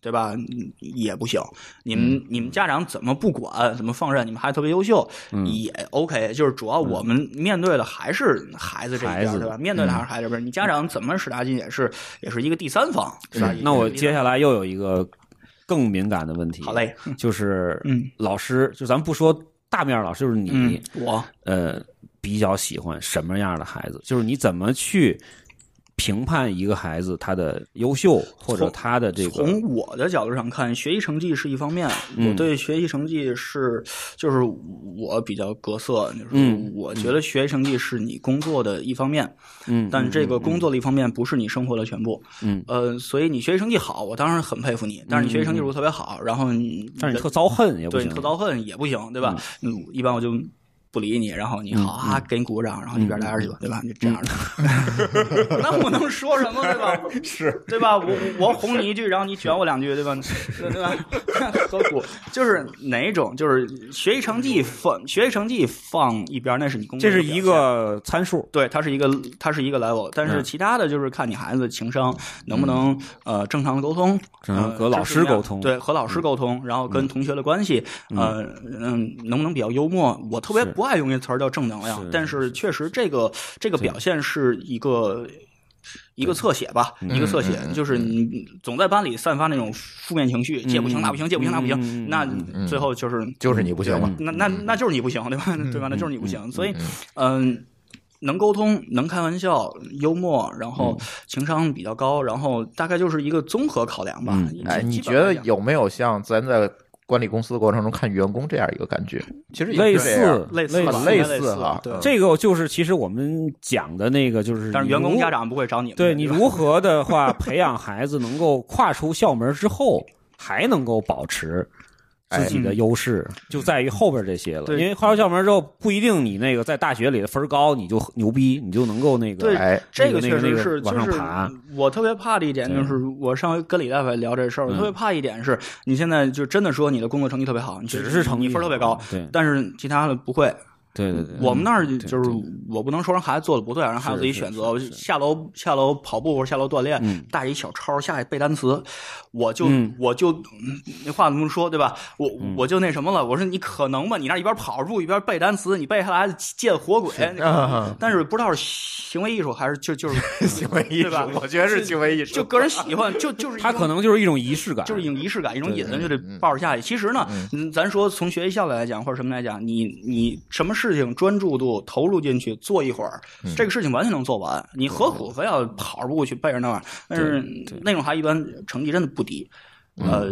Speaker 3: 对吧也不行。你们
Speaker 2: 嗯
Speaker 3: 你们家长怎么不管，怎么放任，你们孩子特别优秀
Speaker 2: 嗯
Speaker 3: 也 OK。就是主要我们面对的还是孩子这一
Speaker 2: 孩
Speaker 3: 边
Speaker 2: 子嗯
Speaker 3: 儿，对吧？面对的还是孩子这边儿，你家长怎么使大劲也是也是一个第三方，对吧？
Speaker 2: 那我接下来又有一个更敏感的问题，
Speaker 3: 好嘞，
Speaker 2: 就是
Speaker 3: 嗯嗯
Speaker 2: 老师，就咱不说大面儿老师，就是你
Speaker 3: 嗯，，我
Speaker 2: 呃，比较喜欢什么样的孩子？就是你怎么去评判一个孩子他的优秀或者他的这个
Speaker 3: 从我的角度上看，学习成绩是一方面，
Speaker 2: 嗯
Speaker 3: 我对学习成绩是就是我比较格色，就是
Speaker 2: 嗯
Speaker 3: 我觉得学习成绩是你工作的一方面，
Speaker 2: 嗯，
Speaker 3: 但这个
Speaker 2: 嗯
Speaker 3: 工作的一方面不是你生活的全部。
Speaker 2: 嗯，
Speaker 3: 呃，所以你学习成绩好，我当然很佩服你，但是你学习成绩如果特别好，然后你
Speaker 2: 但是你特遭恨也不
Speaker 3: 对
Speaker 2: 行，
Speaker 3: 你特遭恨也不行，对吧？嗯，一般我就。不理你，然后你好
Speaker 2: 嗯
Speaker 3: 啊，给你鼓个掌，然后一边待着去吧，对吧？就这样的， 那我能说什么，对吧？是，对吧？我我哄你一句，然后你卷我两句，对吧？对对吧？ 何苦？就是哪种？就是学习成绩放学习成绩放一边，那是你工作
Speaker 2: 这
Speaker 3: 的表
Speaker 2: 是
Speaker 3: 现。
Speaker 2: 一个参数。
Speaker 3: 对，它是一个它是一个 level，但是
Speaker 2: 嗯
Speaker 3: 其他的就是看你孩子的情商能不能、呃正常的沟通，
Speaker 2: 正常
Speaker 3: 呃
Speaker 2: 和老
Speaker 3: 这是一
Speaker 2: 师沟
Speaker 3: 样
Speaker 2: 通嗯
Speaker 3: 对，和老师沟通，然后跟同学的关系，呃嗯，能不能比较幽默？我特别
Speaker 2: 是
Speaker 3: 不爱用一个词儿叫正能量，
Speaker 2: 是
Speaker 3: 但是确实这个这个表现是一个。一个侧写吧，一
Speaker 2: 嗯
Speaker 3: 个侧写，就是你总在班里散发那种负面情绪，这不行那不行，这不行那不
Speaker 2: 嗯嗯嗯
Speaker 3: 行，那
Speaker 2: 嗯
Speaker 3: 最后就是
Speaker 1: 就是你不行嘛。
Speaker 3: 那那那就是你不行，对吧？
Speaker 2: 嗯
Speaker 3: 对吧？那就是你不行。所以，嗯，能沟通、能开玩笑、幽默，然后
Speaker 2: 嗯
Speaker 3: 情商比较高，然后大概就是一个综合考量吧。
Speaker 2: 嗯
Speaker 3: 基
Speaker 1: 哎，你
Speaker 3: 基
Speaker 1: 觉
Speaker 3: 本上
Speaker 1: 得
Speaker 3: 来讲
Speaker 1: 有没有像咱在管理公司的过程中看员工这样一个感觉？其实也
Speaker 2: 类
Speaker 1: 是这样
Speaker 2: 似，啊
Speaker 3: 类似吧
Speaker 1: 很
Speaker 3: 类
Speaker 1: 类
Speaker 3: 似
Speaker 1: 似
Speaker 3: 啊
Speaker 1: 哈
Speaker 3: 对
Speaker 1: 嗯。
Speaker 2: 这个就是其实我们讲的那个就是，
Speaker 3: 但是员工家长不会找你们的，
Speaker 2: 对你
Speaker 3: 吧
Speaker 2: 如何的话培养孩子能够跨出校门之后还能够保持。
Speaker 1: 哎
Speaker 2: 自己的优势就在于后边这些了，
Speaker 3: 哎嗯对
Speaker 2: 因为跨出校门之后，不一定你那个在大学里的分儿高，你就牛逼，你就能够那个
Speaker 3: 对
Speaker 1: 哎，
Speaker 3: 这
Speaker 2: 那
Speaker 3: 确
Speaker 2: 个那
Speaker 3: 实
Speaker 2: 个
Speaker 3: 是，就
Speaker 2: 往上
Speaker 3: 是
Speaker 2: 爬
Speaker 3: 我特别怕的一点就是，我上回跟李大夫聊这事儿，我
Speaker 2: 嗯
Speaker 3: 特别怕一点是你现在就真的说你的工作成绩特别好，你
Speaker 2: 只
Speaker 3: 学
Speaker 2: 是成绩嗯
Speaker 3: 你分儿特别高，
Speaker 2: 对
Speaker 3: 但是其他的不会，
Speaker 2: 对对对，
Speaker 3: 我们那儿
Speaker 2: 对
Speaker 3: 就是我不能说让孩子做的不对，啊让孩子自己选择。我
Speaker 2: 是是
Speaker 3: 下楼下楼跑步或者下楼锻炼，
Speaker 2: 嗯
Speaker 3: 带一小抄下去背单词，我就、
Speaker 2: 嗯
Speaker 3: 我就嗯那话怎么说对吧？我、我就那什么了，我说你可能吧，你那一边跑步一边背单词，你背下来见活鬼。
Speaker 1: 啊
Speaker 3: 但是不知道是行为艺术还是就就 是
Speaker 1: 行 为艺
Speaker 3: 对吧
Speaker 1: 术，我觉得是行为艺术。
Speaker 3: 就个人喜欢，就就是一
Speaker 2: 他
Speaker 3: 种
Speaker 2: 可能就是一种仪式感，
Speaker 3: 就是一种仪式感，一种瘾，
Speaker 1: 对
Speaker 3: 就得抱着下去。其实呢，嗯咱说从学习效率来讲，或者什么来讲，你你什么事情专注度投入进去做一会儿，这个事情完全能做完。你何苦非要跑着步去背着那玩意儿？但是那种孩子一般成绩真的不低，呃，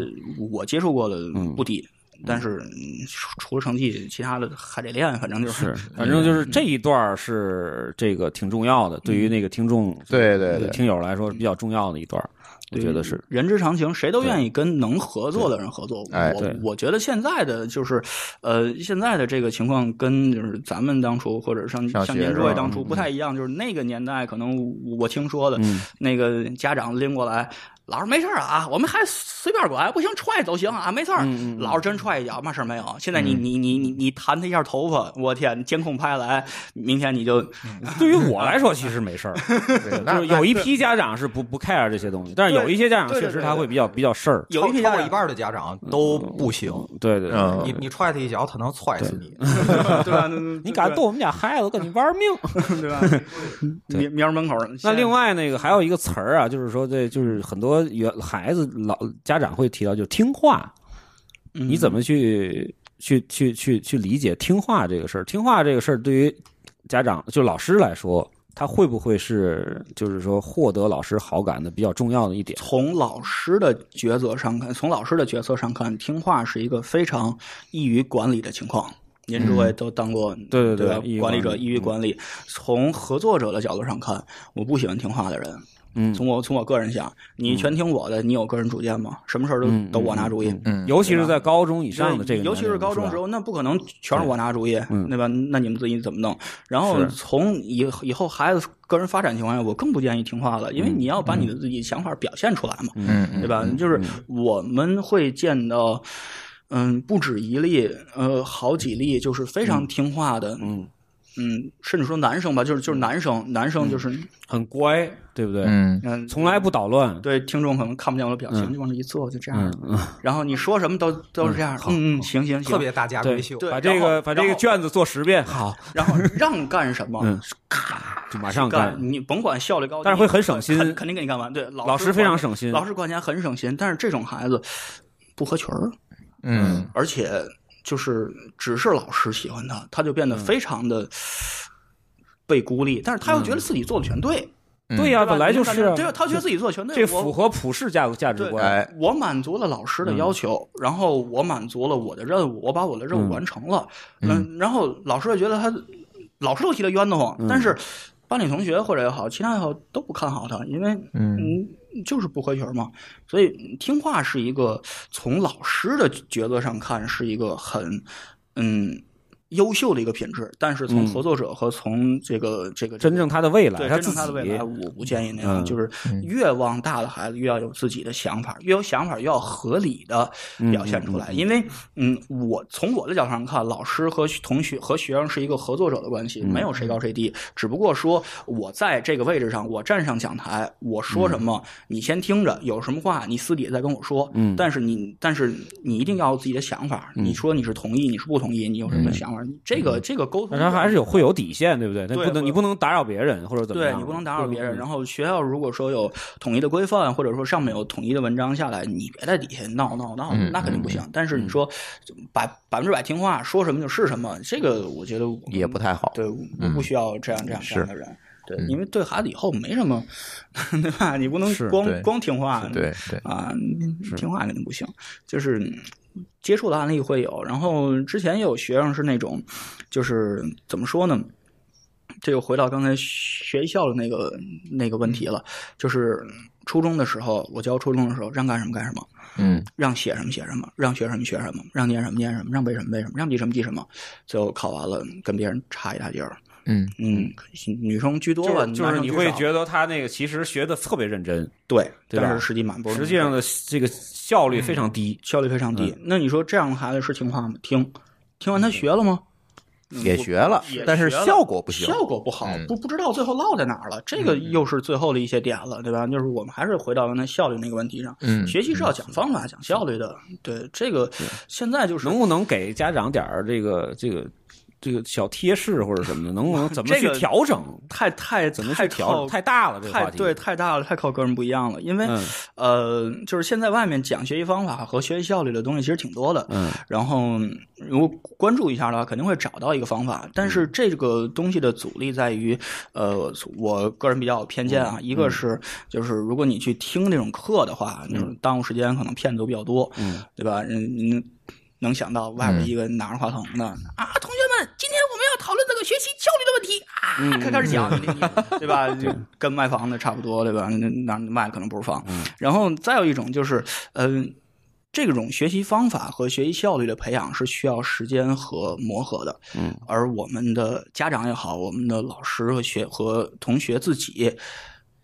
Speaker 3: 我接触过的不低。但是嗯除了成绩，其他的还得练，反正就是
Speaker 2: 是，反正
Speaker 3: 嗯
Speaker 2: 就是这一段儿是这个挺重要的，对于那个听众，
Speaker 1: 对对对
Speaker 2: 听友来说是比较重要的一段儿，我觉得是。
Speaker 3: 人之常情，谁都愿意跟能合作的人合作。
Speaker 1: 哎
Speaker 2: 对
Speaker 3: 我我觉得现在的就是，呃，现在的这个情况跟就是咱们当初或者像
Speaker 1: 上
Speaker 3: 像
Speaker 1: 学
Speaker 3: 您
Speaker 1: 是
Speaker 3: 各位
Speaker 1: 吧
Speaker 3: 当初不太一样，就是那个年代可能我听说的，
Speaker 2: 嗯
Speaker 3: 那个家长拎过来。老师没事儿啊，我们还随便管，不行踹都行啊，没事儿。
Speaker 2: 嗯嗯嗯嗯
Speaker 3: 老师真踹一脚，嘛事儿没有。现在你、你你你你弹他一下头发，我天，监控拍来，明天你就
Speaker 2: 嗯对于我来说，其实没事儿，
Speaker 1: 对那
Speaker 2: 就是有一批家长是不不 care 这些东西，但是有一些家长确实他会比较比较事儿，
Speaker 3: 有一批
Speaker 4: 超
Speaker 3: 家
Speaker 4: 过
Speaker 3: 长
Speaker 4: 一半的家长都不行，
Speaker 2: 对对，对
Speaker 1: 嗯
Speaker 4: 你你踹他一脚，他能踹死你。
Speaker 3: 对吧？对
Speaker 2: 你敢动我们家孩子，我跟你玩命。
Speaker 3: 对吧？明明儿门口儿
Speaker 2: 那
Speaker 3: 先
Speaker 2: 另外那个还有一个词儿啊，就是说这就是很多原孩子老家长会提到，就是听话，你怎么去去去去去理解听话这个事儿？听话这个事儿对于家长就老师来说，他会不会是就是说获得老师好感的比较重要的一点？
Speaker 3: 从老师的抉择上看，从老师的角色上看，听话是一个非常易于管理的情况。您诸位都当过、
Speaker 2: 嗯对对对
Speaker 3: 对吧
Speaker 2: 易于
Speaker 3: 管理
Speaker 2: 管
Speaker 3: 者，
Speaker 2: 理嗯
Speaker 3: 易于管理。从合作者的角度上看，我不喜欢听话的人。
Speaker 2: 嗯
Speaker 3: 从我从我个人想，你全听我的，你有个人主见吗？什么事儿都、
Speaker 2: 嗯
Speaker 3: 都我拿主意。
Speaker 1: 嗯
Speaker 2: 尤其是在高中以上的这个年龄，
Speaker 3: 尤其是高中
Speaker 2: 吧
Speaker 3: 时候，那不可能全是我拿主意，
Speaker 2: 嗯
Speaker 3: 对吧？那你们自己怎么弄？然后
Speaker 2: 是
Speaker 3: 从以以后孩子个人发展情况下，我更不建议听话了，因
Speaker 2: 嗯
Speaker 3: 为你要把你的自己想法表现出来嘛，
Speaker 1: 嗯嗯
Speaker 3: 对吧？就是我们会见到，嗯，不止一例，呃，好几例，就是非常听话的，
Speaker 2: 嗯，
Speaker 3: 嗯，甚至说男生吧，就是就是男生，男生就是，
Speaker 2: 很乖，对不对？
Speaker 1: 嗯
Speaker 3: 嗯，
Speaker 2: 从来不捣乱。
Speaker 3: 对听众可能看不见我的表情，就往这一坐，就这样
Speaker 2: 嗯，，嗯
Speaker 3: 然后你说什么都都是这样，嗯嗯，行行行，
Speaker 4: 特别大家
Speaker 2: 对
Speaker 4: 闺秀，，
Speaker 3: 对
Speaker 2: 把
Speaker 3: 然
Speaker 2: 这个
Speaker 3: 后
Speaker 2: 把这个
Speaker 3: 然后
Speaker 2: 卷子做十遍，好，
Speaker 3: 然后让干什么，
Speaker 2: 嗯就马上
Speaker 3: 干
Speaker 2: 干，。
Speaker 3: 你甭管效率高低，
Speaker 2: 但是会很省心
Speaker 3: 肯肯定给你干完。对，老
Speaker 2: 老师非常
Speaker 3: 管
Speaker 2: 省心
Speaker 3: 老师管钱很省心。但是这种孩子不合群儿，
Speaker 1: 嗯
Speaker 2: 嗯
Speaker 3: 而且就是只是老师喜欢他，他就变得非常的被孤立，但是他又觉得自己做的全对，
Speaker 1: 嗯
Speaker 2: 对呀、
Speaker 3: 对吧
Speaker 2: 本来就是啊
Speaker 3: 对，他觉得自己做的全对，
Speaker 2: 这
Speaker 3: 我
Speaker 2: 符嗯合普世价价值
Speaker 3: 对
Speaker 2: 观。
Speaker 1: 哎，
Speaker 3: 我满足了老师的要求，然后我满足了我的任务，我把我的任务完成了。嗯，然后老师也觉得他，老师都替他冤得慌，
Speaker 2: 嗯
Speaker 3: 但是班里同学或者也好，其他也好都不看好他，因为
Speaker 1: 嗯
Speaker 3: 嗯就是不合群嘛。所以听话是一个从老师的角度上看是一个很嗯优秀的一个品质，但是从
Speaker 2: 嗯
Speaker 3: 合作者和从这个这个
Speaker 2: 真正他的未来，
Speaker 3: 对，
Speaker 2: 他
Speaker 3: 真
Speaker 2: 自
Speaker 3: 正
Speaker 2: 己
Speaker 3: 他的未来，我不建议那样。
Speaker 2: 嗯
Speaker 3: 就是越往大的孩子，越要有自己的想法，越有想法，越要合理的
Speaker 2: 嗯
Speaker 3: 表现出来。因为，嗯，我从我的角度上看，老师和同学和学生是一个合作者的关系，
Speaker 2: 嗯
Speaker 3: 没有谁高谁低。只不过说，我在这个位置上，我站上讲台，我说什么，你先听着，有什么话你私底下再跟我说。
Speaker 2: 嗯
Speaker 3: 但是你，但是你一定要有自己的想法。你说你是同意，你是不同意，你有什
Speaker 2: 嗯
Speaker 3: 么想法？这个这个沟通，
Speaker 2: 但他还是有会有底线，对不对？他
Speaker 3: 对
Speaker 2: 不能
Speaker 3: 会
Speaker 2: 你不能打扰别人或者怎么
Speaker 3: 对
Speaker 2: 样，
Speaker 3: 你不能打扰别人。然
Speaker 2: 后
Speaker 3: 后学校如果说有统一的规范，或者说上面有统一的文章下来，你别在底下闹闹闹
Speaker 1: 嗯，
Speaker 3: 那肯定不行。但是你说百百分之百听话，说什么就是什么，这个我觉得我
Speaker 1: 也不太好。
Speaker 3: 对，我不需要这样这样这样的人。对，
Speaker 1: 嗯
Speaker 3: 因为对孩子以后没什么， 对吧？你不能
Speaker 2: 是
Speaker 3: 光
Speaker 1: 对
Speaker 3: 光听话，
Speaker 1: 对对，
Speaker 3: 啊，
Speaker 2: 嗯
Speaker 3: 听话肯定不行，就是嗯接触的案例会有。然后之前也有学生是那种，就是怎么说呢？这又回到刚才学校的那个那个问题了，
Speaker 2: 嗯
Speaker 3: 就是初中的时候，我教初中的时候，让干什么干什么，
Speaker 1: 嗯
Speaker 3: 让写什么写什么，让学什么学什么，让念什么念什么，让背什么背什么，让记什么记什么，最后考完了跟别人差一大截儿。
Speaker 1: 嗯
Speaker 3: 嗯，女生居多吧，
Speaker 2: 就是就
Speaker 3: 男
Speaker 2: 是
Speaker 3: 生
Speaker 2: 你
Speaker 3: 居
Speaker 2: 会
Speaker 3: 少
Speaker 2: 觉得他那个其实学的特别认真，
Speaker 3: 对，
Speaker 2: 对吧
Speaker 3: 但是实际满不是那么
Speaker 2: 实际上的这个效率非常低。
Speaker 3: 效率非常
Speaker 1: 嗯
Speaker 3: 低。那你说这样的孩子是听话吗？听，听完他学了吗？
Speaker 1: 也学了
Speaker 3: 嗯也学，
Speaker 1: 但是
Speaker 3: 了
Speaker 1: 效果不行。
Speaker 3: 效果不好，
Speaker 1: 嗯
Speaker 3: 不不知道最后落在哪儿了。这个又是最后的一些点了，对吧？就是我们还是回到刚才效率那个问题上，
Speaker 1: 嗯
Speaker 3: 学习是要讲方法、讲效率的。对，这个现在就是
Speaker 2: 能不能给家长点儿这个这个这个小贴士或者什么的？能不 能怎么去
Speaker 3: 这个
Speaker 2: 调整？
Speaker 3: 太太
Speaker 2: 怎么
Speaker 3: 太
Speaker 2: 去调整？
Speaker 3: 靠
Speaker 2: 太大了，这个
Speaker 3: 太
Speaker 2: 话题。
Speaker 3: 对，太大了，太靠个人不一样了。因为、
Speaker 2: 嗯
Speaker 3: 呃，就是现在外面讲学习方法和学习效率的东西其实挺多的，
Speaker 2: 嗯，
Speaker 3: 然后如果关注一下的话，肯定会找到一个方法。但
Speaker 2: 嗯
Speaker 3: 是这个东西的阻力在于，呃，我个人比较有偏见
Speaker 2: 嗯
Speaker 3: 啊，一个是就是如果你去听这种课的话，
Speaker 2: 嗯
Speaker 3: 那种耽误时间，可能骗子都比较多，嗯，对吧？嗯。嗯能想到外
Speaker 2: 嗯
Speaker 3: 边一个拿着话筒的、啊，同学们，今天我们要讨论这个学习效率的问题啊，开开始讲，你你 对吧？就跟卖房的差不多，对吧？那那卖的可能不是房。然后再有一种就是，嗯、这种学习方法和学习效率的培养是需要时间和磨合的，嗯，而我们的家长也好，我们的老师和学和同学自己，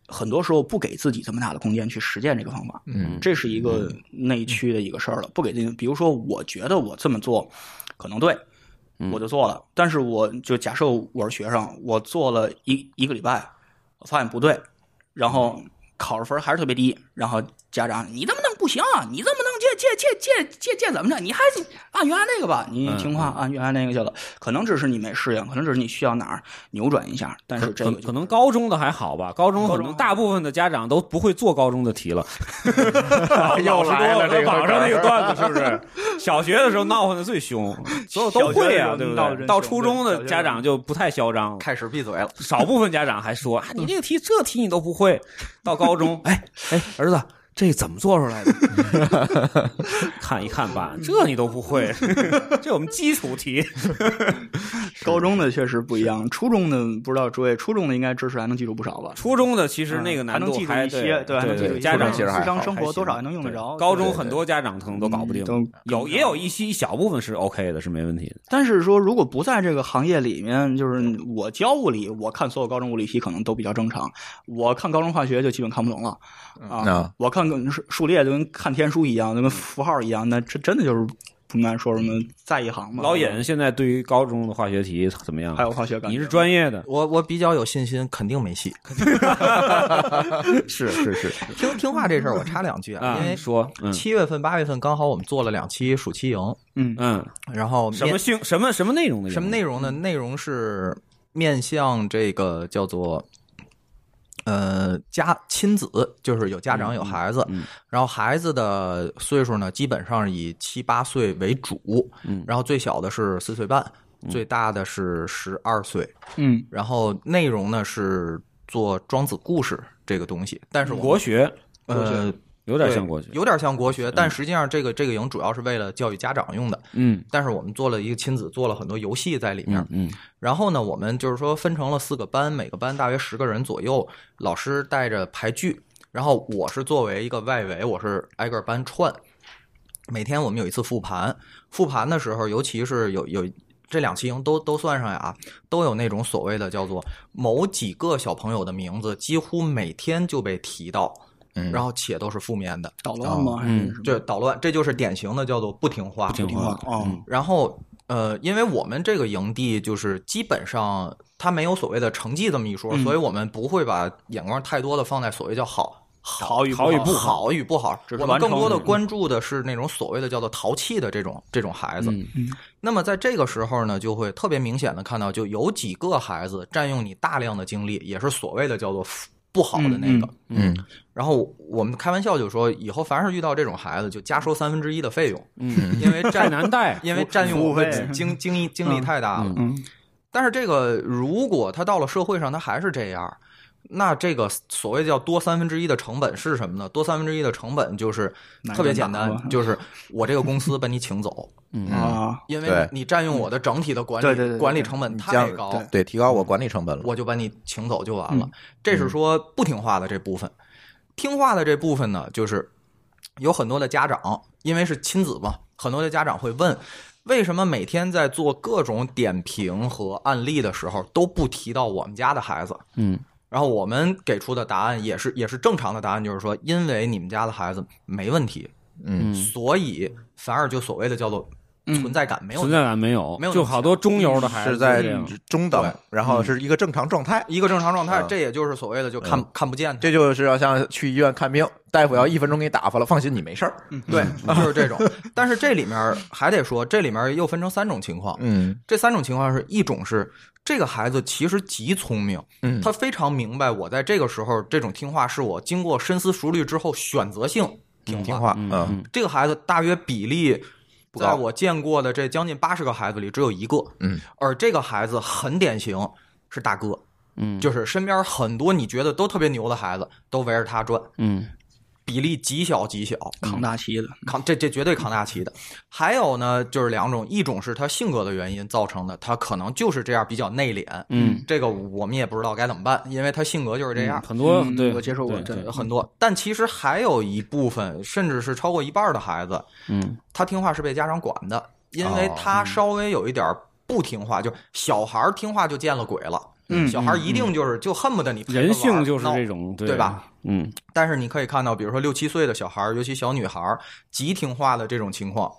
Speaker 3: 很多时候不给自己这么大的空间去实践这个方法，
Speaker 1: 嗯，
Speaker 3: 这是一个内驱的一个事儿了，不给自己，比如说，我觉得我这么做可能对，我就做了，但是我就假设我是学生，我做了一一个礼拜，我发现不对，然后考试分还是特别低，然后家长你这么弄不行啊，你这么弄这这这这这这怎么着？你还是按原来那个吧，你听话按原来那个去了，可能只是你没适应，可能只是你需要哪儿扭转一下，但是
Speaker 2: 可
Speaker 3: 这个
Speaker 2: 能
Speaker 3: 就
Speaker 2: 可能高中的还好吧，高中可能大部分的家长都不会做高中的题 了。又来了这个网上那个段子是不 是？小学的时候闹腾的最凶，所有都会啊，
Speaker 3: 小学的时候
Speaker 2: 对不
Speaker 3: 闹得真
Speaker 2: 对？
Speaker 3: 凶
Speaker 2: 到初中
Speaker 3: 对
Speaker 2: 的
Speaker 3: 小学
Speaker 2: 家长就不太嚣张了，
Speaker 4: 开始闭嘴了。
Speaker 2: 少部分家长还说：“啊，你这个题这题你都不会。”到高中，哎哎，儿子。这怎么做出来的？ 看一看吧，这你都不会， 这我们基础题。
Speaker 3: 高中的确实不一样，初中的不知道诸位，初中的应该知识还能记住不少吧？
Speaker 2: 初中的其实那个
Speaker 3: 嗯
Speaker 2: 难度
Speaker 3: 还能记住一些
Speaker 2: 对
Speaker 3: 对还能记住一些
Speaker 2: 家长
Speaker 1: 其实还
Speaker 3: 日常
Speaker 1: 好
Speaker 3: 生
Speaker 1: 还
Speaker 3: 活多
Speaker 1: 行
Speaker 3: 少还能用得
Speaker 2: 对
Speaker 3: 着
Speaker 2: 高
Speaker 3: 对
Speaker 2: 中
Speaker 3: 对
Speaker 2: 很多家长可能都搞不定，
Speaker 3: 嗯都
Speaker 2: 有也有一些一小部分是 OK 的，是没问题的。
Speaker 3: 但是说，如果不在这个行业里面，就是我教物理，我看所有高中物理题可能都比较正常，我看高中化学就基本看不懂了啊。
Speaker 1: 啊
Speaker 3: 我看个数数列就跟看天书一样，就跟符号一样，那这真的就是不难说什么在一行嘛。
Speaker 2: 老尹现在对于高中的化学题怎么样
Speaker 3: 嗯还？有化学感觉，
Speaker 2: 你是专业 的，
Speaker 4: 我我比较有信心，肯定没戏。
Speaker 1: 是是是，
Speaker 4: 听听话这事儿，我插两句 啊，
Speaker 2: 啊
Speaker 4: 因，为
Speaker 2: 说，嗯
Speaker 4: 七月份、八月份刚好我们做了两期暑期营，
Speaker 3: 嗯
Speaker 2: 嗯，
Speaker 4: 然后
Speaker 2: 什
Speaker 4: 面
Speaker 2: 么性什么什么内容嗯的
Speaker 4: 什么内容呢？内容是面向这个叫做呃家亲子，就是有家长有孩子，
Speaker 2: 嗯
Speaker 4: 然后孩子的岁数呢，基本上以七八岁为主，
Speaker 2: 嗯
Speaker 4: 然后最小的是四岁半。最大的是十二岁，
Speaker 3: 嗯，
Speaker 4: 然后内容呢是做庄子故事这个东西，但是我
Speaker 2: 国学
Speaker 4: 呃
Speaker 2: 嗯有点
Speaker 4: 对
Speaker 2: 像国学，
Speaker 4: 有点像国学，但实际上这个这个营主要是为了教育家长用的，
Speaker 2: 嗯
Speaker 4: 但是我们做了一个亲子，做了很多游戏在里面
Speaker 2: 嗯，嗯
Speaker 4: 然后呢，我们就是说分成了四个班，每个班大约十个人左右，老师带着排剧，然后我是作为一个外围，我是挨个班串。每天我们有一次复盘，复盘的时候，尤其是有有这两期营都都算上呀、都有那种所谓的叫做某几个小朋友的名字，几乎每天就被提到，
Speaker 1: 嗯
Speaker 4: 然后且都是负面的，
Speaker 3: 捣乱吗？还
Speaker 2: 嗯
Speaker 3: 是什么
Speaker 4: 这捣乱，这就是典型的叫做不听话，
Speaker 2: 不听
Speaker 3: 挺好
Speaker 2: 话，
Speaker 3: 哦，
Speaker 4: 然后呃，因为我们这个营地就是基本上它没有所谓的成绩这么一说，
Speaker 3: 嗯
Speaker 4: 所以我们不会把眼光太多的放在所谓叫好。好
Speaker 3: 与不
Speaker 4: 好
Speaker 3: 好
Speaker 4: 好与不好，
Speaker 3: 只是
Speaker 4: 我们
Speaker 3: 完成
Speaker 4: 更多的
Speaker 3: 嗯
Speaker 4: 关注的是那种所谓的叫做淘气的这种这种孩子。
Speaker 2: 嗯
Speaker 4: 那么在这个时候呢，就会特别明显的看到，就有几个孩子占用你大量的精力，也是所谓的叫做不好的那个。
Speaker 1: 嗯
Speaker 4: 然后我们开玩笑就说，以后凡是遇到这种孩子，就加收三分之一的费用，
Speaker 2: 嗯，
Speaker 4: 因为占
Speaker 2: 太难带，
Speaker 4: 因为占用
Speaker 3: 服务
Speaker 4: 我们
Speaker 3: 费
Speaker 4: 精精力精力太大了。
Speaker 2: 嗯
Speaker 3: 嗯
Speaker 4: 但是这个如果他到了社会上，他还是这样，那这个所谓叫多三分之一的成本是什么呢？多三分之一的成本就是
Speaker 3: 哪个
Speaker 4: 特别简
Speaker 3: 打吧
Speaker 4: 单， 就是我这个公司把你请走，
Speaker 1: 嗯
Speaker 3: 啊，
Speaker 4: 因为
Speaker 1: 对
Speaker 4: 你占用我的整体的管
Speaker 3: 对对对
Speaker 4: 理
Speaker 3: 对
Speaker 4: 管理成本
Speaker 1: 这
Speaker 4: 太
Speaker 1: 样
Speaker 4: 高，
Speaker 1: 对，提高我管理成本了。
Speaker 4: 我就把你请走就完了。
Speaker 1: 嗯
Speaker 4: 这是说不听话的这部分，听话的这部分呢，就是有很多的家长，因为是亲子嘛，很多的家长会问，为什么每天在做各种点评和案例的时候都不提到我们家的孩子？
Speaker 2: 嗯，
Speaker 4: 然后我们给出的答案也是也是正常的答案，就是说，因为你们家的孩子没问题，
Speaker 1: 嗯
Speaker 4: 所以反而就所谓的叫做存在感没有
Speaker 2: 存在感没有，
Speaker 4: 没有
Speaker 2: 就好多中游的孩子
Speaker 1: 是在
Speaker 2: 就这样
Speaker 1: 中等，然后是一个正常状态。
Speaker 4: 一个正常状态
Speaker 1: 嗯，
Speaker 4: 这也就是所谓的就看看不见他
Speaker 1: 这就是要像去医院看病，大夫要一分钟给你打发了，放心，你没事儿。
Speaker 4: 对，
Speaker 1: 嗯
Speaker 4: 就是这种。但是这里面儿还得说，这里面儿又分成三种情况。
Speaker 1: 嗯
Speaker 4: 这三种情况是一种是这个孩子其实极聪明，
Speaker 1: 嗯
Speaker 4: 他非常明白我在这个时候这种听话是我经过深思熟虑之后选择性听
Speaker 1: 听
Speaker 4: 话。
Speaker 1: 话，
Speaker 2: 嗯
Speaker 1: 嗯
Speaker 4: 这个孩子大约比例。
Speaker 1: 不高
Speaker 4: 在我见过的这将近八十个孩子里，只有一个，
Speaker 1: 嗯，
Speaker 4: 而这个孩子很典型，是大哥，
Speaker 2: 嗯
Speaker 4: 就是身边很多你觉得都特别牛的孩子，都围着他转，
Speaker 2: 嗯
Speaker 4: 比例极小极小，
Speaker 3: 扛大旗的，
Speaker 4: 扛这这绝对扛大旗的。还有呢，就是两种，一种是他性格的原因造成的，他可能就是这样比较内敛，
Speaker 2: 嗯，
Speaker 4: 这个我们也不知道该怎么办，因为他性格就是这样。
Speaker 2: 很多
Speaker 3: 嗯
Speaker 2: 对
Speaker 3: 我接受过
Speaker 2: 对
Speaker 3: 这
Speaker 2: 对
Speaker 3: 个
Speaker 4: 很多，但其实还有一部分，甚至是超过一半的孩子，
Speaker 2: 嗯
Speaker 4: 他听话是被家长管的，因为
Speaker 1: 哦
Speaker 4: 他稍微有一点不听话，就小孩儿听话就见了鬼了。
Speaker 3: 嗯
Speaker 4: 小孩儿一定就是就恨不得你陪他玩
Speaker 2: 人性就是
Speaker 4: 闹
Speaker 2: 这种对
Speaker 4: 对吧？
Speaker 2: 嗯
Speaker 4: 但是你可以看到，比如说六七岁的小孩儿，尤其小女孩儿，极听话的这种情况，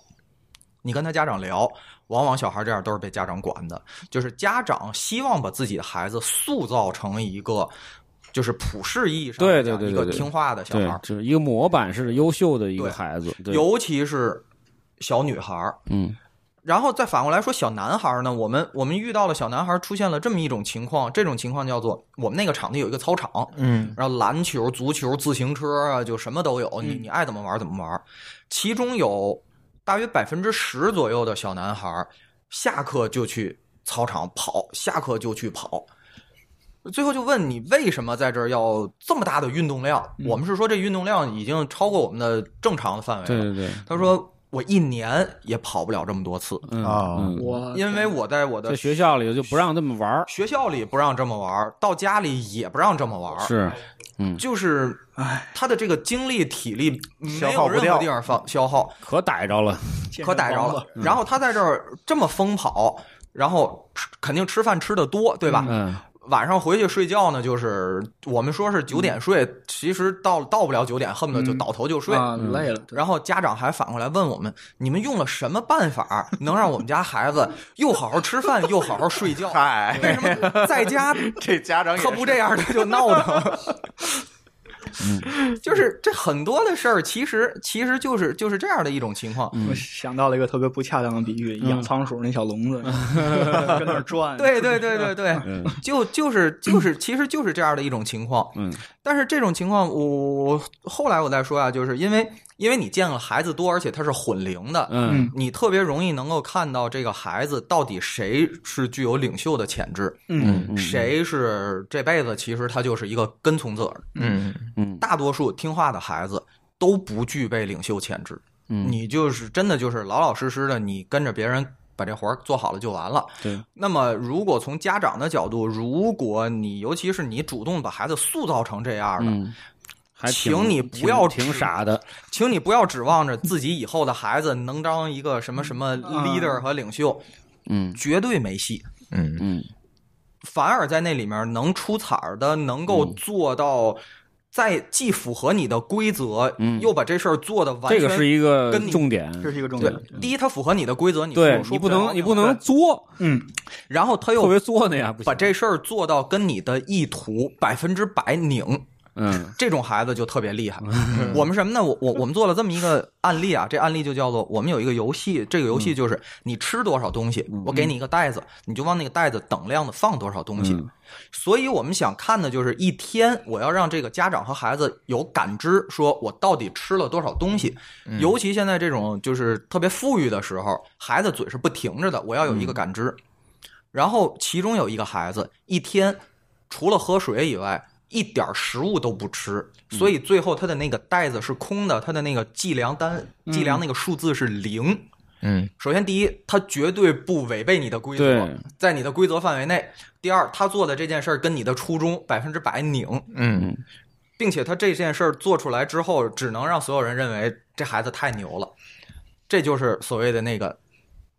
Speaker 4: 你跟他家长聊，往往小孩儿这样都是被家长管的。就是家长希望把自己的孩子塑造成一个，就是普世意义上
Speaker 2: 对
Speaker 4: 来讲
Speaker 2: 对对
Speaker 4: 一
Speaker 2: 对
Speaker 4: 个
Speaker 2: 对
Speaker 4: 听话的小孩
Speaker 2: 对
Speaker 4: 儿，，
Speaker 2: 就是一个模板式的优秀的一个
Speaker 4: 对
Speaker 2: 孩子，对
Speaker 4: 尤其是小女孩儿。
Speaker 2: 嗯
Speaker 4: 然后再反过来说，小男孩儿呢，我们我们遇到了小男孩儿出现了这么一种情况，这种情况叫做我们那个场地有一个操场，
Speaker 1: 嗯
Speaker 4: 然后篮球、足球、自行车啊，就什么都有，
Speaker 2: 嗯
Speaker 4: 你你爱怎么玩怎么玩。其中有大约百分之十左右的小男孩儿下课就去操场跑，下课就去跑。最后就问你为什么在这儿要这么大的运动量？
Speaker 2: 嗯
Speaker 4: 我们是说这运动量已经超过我们的正常的范围
Speaker 2: 对
Speaker 4: 了。
Speaker 2: 对对
Speaker 4: 他说我一年也跑不了这么多次，
Speaker 2: 嗯
Speaker 1: 哦
Speaker 2: 嗯
Speaker 3: 我
Speaker 4: 因为我在我
Speaker 2: 在
Speaker 4: 的
Speaker 2: 学校里就不让这么玩儿，
Speaker 4: 学校里不让这么玩儿，到家里也不让这么玩儿。
Speaker 2: 是
Speaker 4: 就是，唉，他的这个精力体力
Speaker 1: 嗯消
Speaker 4: 没
Speaker 1: 耗
Speaker 4: 有
Speaker 1: 不
Speaker 4: 任
Speaker 1: 掉
Speaker 4: 何地方放消耗，
Speaker 2: 可逮着了，
Speaker 4: 可逮着了。
Speaker 1: 嗯
Speaker 4: 然后他在这儿这么疯跑，然后吃肯定吃饭吃的多，对吧？
Speaker 2: 嗯
Speaker 4: 晚上回去睡觉呢，就是我们说是九点睡，
Speaker 1: 嗯
Speaker 4: 其实到到不了九点，恨不得就倒头就睡。
Speaker 3: 啊累了，
Speaker 4: 然后家长还反过来问我们：你们用了什么办法能让我们家孩子又好好吃饭，又好好 睡觉？哎
Speaker 1: 嗨，
Speaker 4: 为什么在家
Speaker 1: 这家长也
Speaker 4: 他不这样，他就闹腾。
Speaker 2: 嗯
Speaker 4: 就是这很多的事儿，其实其实就是就是这样的一种情
Speaker 2: 嗯
Speaker 4: 况。
Speaker 3: 我想到了一个特别不恰当的比喻，养仓鼠那小笼子跟那儿 转，
Speaker 4: 对对对对对，
Speaker 2: 嗯
Speaker 4: 就就是就是，其实就是这样的一种情况。
Speaker 2: 嗯，
Speaker 4: 但是这种情况，我我后来我再说啊，就是因为因为你见了孩子多，而且他是混龄的，
Speaker 2: 嗯
Speaker 4: 你特别容易能够看到这个孩子到底谁是具有领袖的潜质，
Speaker 1: 嗯
Speaker 4: 谁是这辈子其实他就是一个跟从者，
Speaker 1: 嗯
Speaker 2: 嗯
Speaker 4: 大多数听话的孩子都不具备领袖潜质。
Speaker 2: 嗯
Speaker 4: 你就是真的就是老老实实的，你跟着别人把这活儿做好了就完了。
Speaker 2: 对。
Speaker 4: 那么，如果从家长的角度，如果你尤其是你主动把孩子塑造成这样的，
Speaker 2: 嗯，还挺
Speaker 4: 请你不要
Speaker 2: 挺挺
Speaker 4: 指
Speaker 2: 傻的，
Speaker 4: 请你不要指望着自己以后的孩子能当一个什么什么 leader 和领袖，
Speaker 2: 嗯
Speaker 4: 绝对没戏。
Speaker 1: 嗯嗯
Speaker 2: 嗯
Speaker 4: 反而在那里面能出彩儿的，能够
Speaker 2: 嗯
Speaker 4: 做到。在既符合你的规则，
Speaker 2: 嗯
Speaker 4: 又把这事儿做的完
Speaker 2: 这
Speaker 4: 全
Speaker 2: 个是一个
Speaker 4: 跟你
Speaker 2: 重点，
Speaker 3: 这是一个重
Speaker 4: 对
Speaker 3: 点。，
Speaker 4: 第一，它符合你的规则，你
Speaker 2: 对
Speaker 4: 说
Speaker 2: 你
Speaker 4: 不
Speaker 2: 不
Speaker 4: 了
Speaker 2: 能你不能作，
Speaker 3: 嗯，
Speaker 4: 然后他
Speaker 2: 特
Speaker 4: 又
Speaker 2: 别作那样不行，
Speaker 4: 把这事儿做到跟你的意图百分之百拧，
Speaker 2: 嗯
Speaker 4: 这种孩子就特别厉害。我们什么呢？我我我们做了这么一个案例啊，这案例就叫做我们有一个游戏，这个游戏就是你吃多少东西，我给你一个袋子，你就往那个袋子等量的放多少东西。
Speaker 2: 嗯
Speaker 4: 所以我们想看的就是一天，我要让这个家长和孩子有感知，说我到底吃了多少东西。尤其现在这种就是特别富裕的时候，孩子嘴是不停着的，我要有一个感知。然后其中有一个孩子一天除了喝水以外，一点儿食物都不吃，所以最后他的那个袋子是空的，他的那个计量单计量那个数字是零。
Speaker 1: 嗯
Speaker 4: 首先，第一，他绝对不违背你的规则
Speaker 2: 对，
Speaker 4: 在你的规则范围内；第二，他做的这件事儿跟你的初衷百分之百拧，
Speaker 1: 嗯
Speaker 4: 并且他这件事儿做出来之后，只能让所有人认为这孩子太牛了。这就是所谓的那个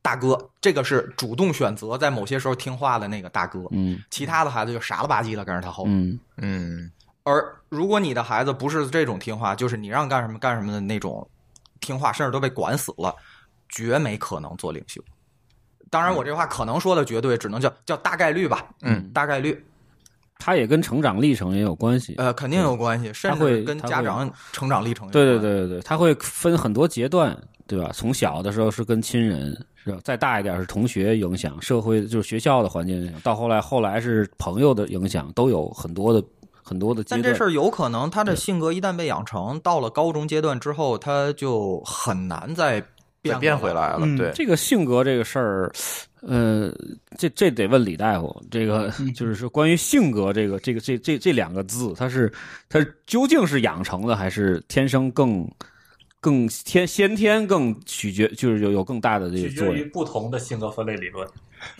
Speaker 4: 大哥，这个是主动选择在某些时候听话的那个大哥，
Speaker 2: 嗯
Speaker 4: 其他的孩子就傻了吧唧的跟着他后。
Speaker 2: 嗯
Speaker 1: 嗯
Speaker 4: 而如果你的孩子不是这种听话，就是你让干什么干什么的那种听话，甚至都被管死了，绝没可能做领袖。当然，我这话可能说的绝对，只能叫叫大概率吧。
Speaker 1: 嗯，
Speaker 4: 大概率，
Speaker 2: 它也跟成长历程也有关系。
Speaker 4: 呃，肯定有关系，甚
Speaker 2: 他会
Speaker 4: 至跟家长成长历程有
Speaker 2: 对对
Speaker 4: 关。
Speaker 2: 对对对，它会分很多阶段，对吧？从小的时候是跟亲人，是吧？再大一点是同学影响，社会就是学校的环境影响，到后来后来是朋友的影响，都有很多的很多的阶
Speaker 4: 但
Speaker 2: 段。
Speaker 4: 这事儿有可能，他的性格一旦被养成，到了高中阶段之后，他就很难再
Speaker 1: 再
Speaker 4: 变
Speaker 1: 变回来了，
Speaker 3: 嗯
Speaker 1: 对，
Speaker 2: 这个性格这个事儿，呃，这这得问李大夫。这个就是说，关于性格这个这个这这这两个字，它是它究竟是养成的，还是天生更更天先天更取决，就是有有更大的这个
Speaker 5: 取
Speaker 2: 作
Speaker 5: 决 于
Speaker 2: 用
Speaker 5: 不同的性格分类理 论。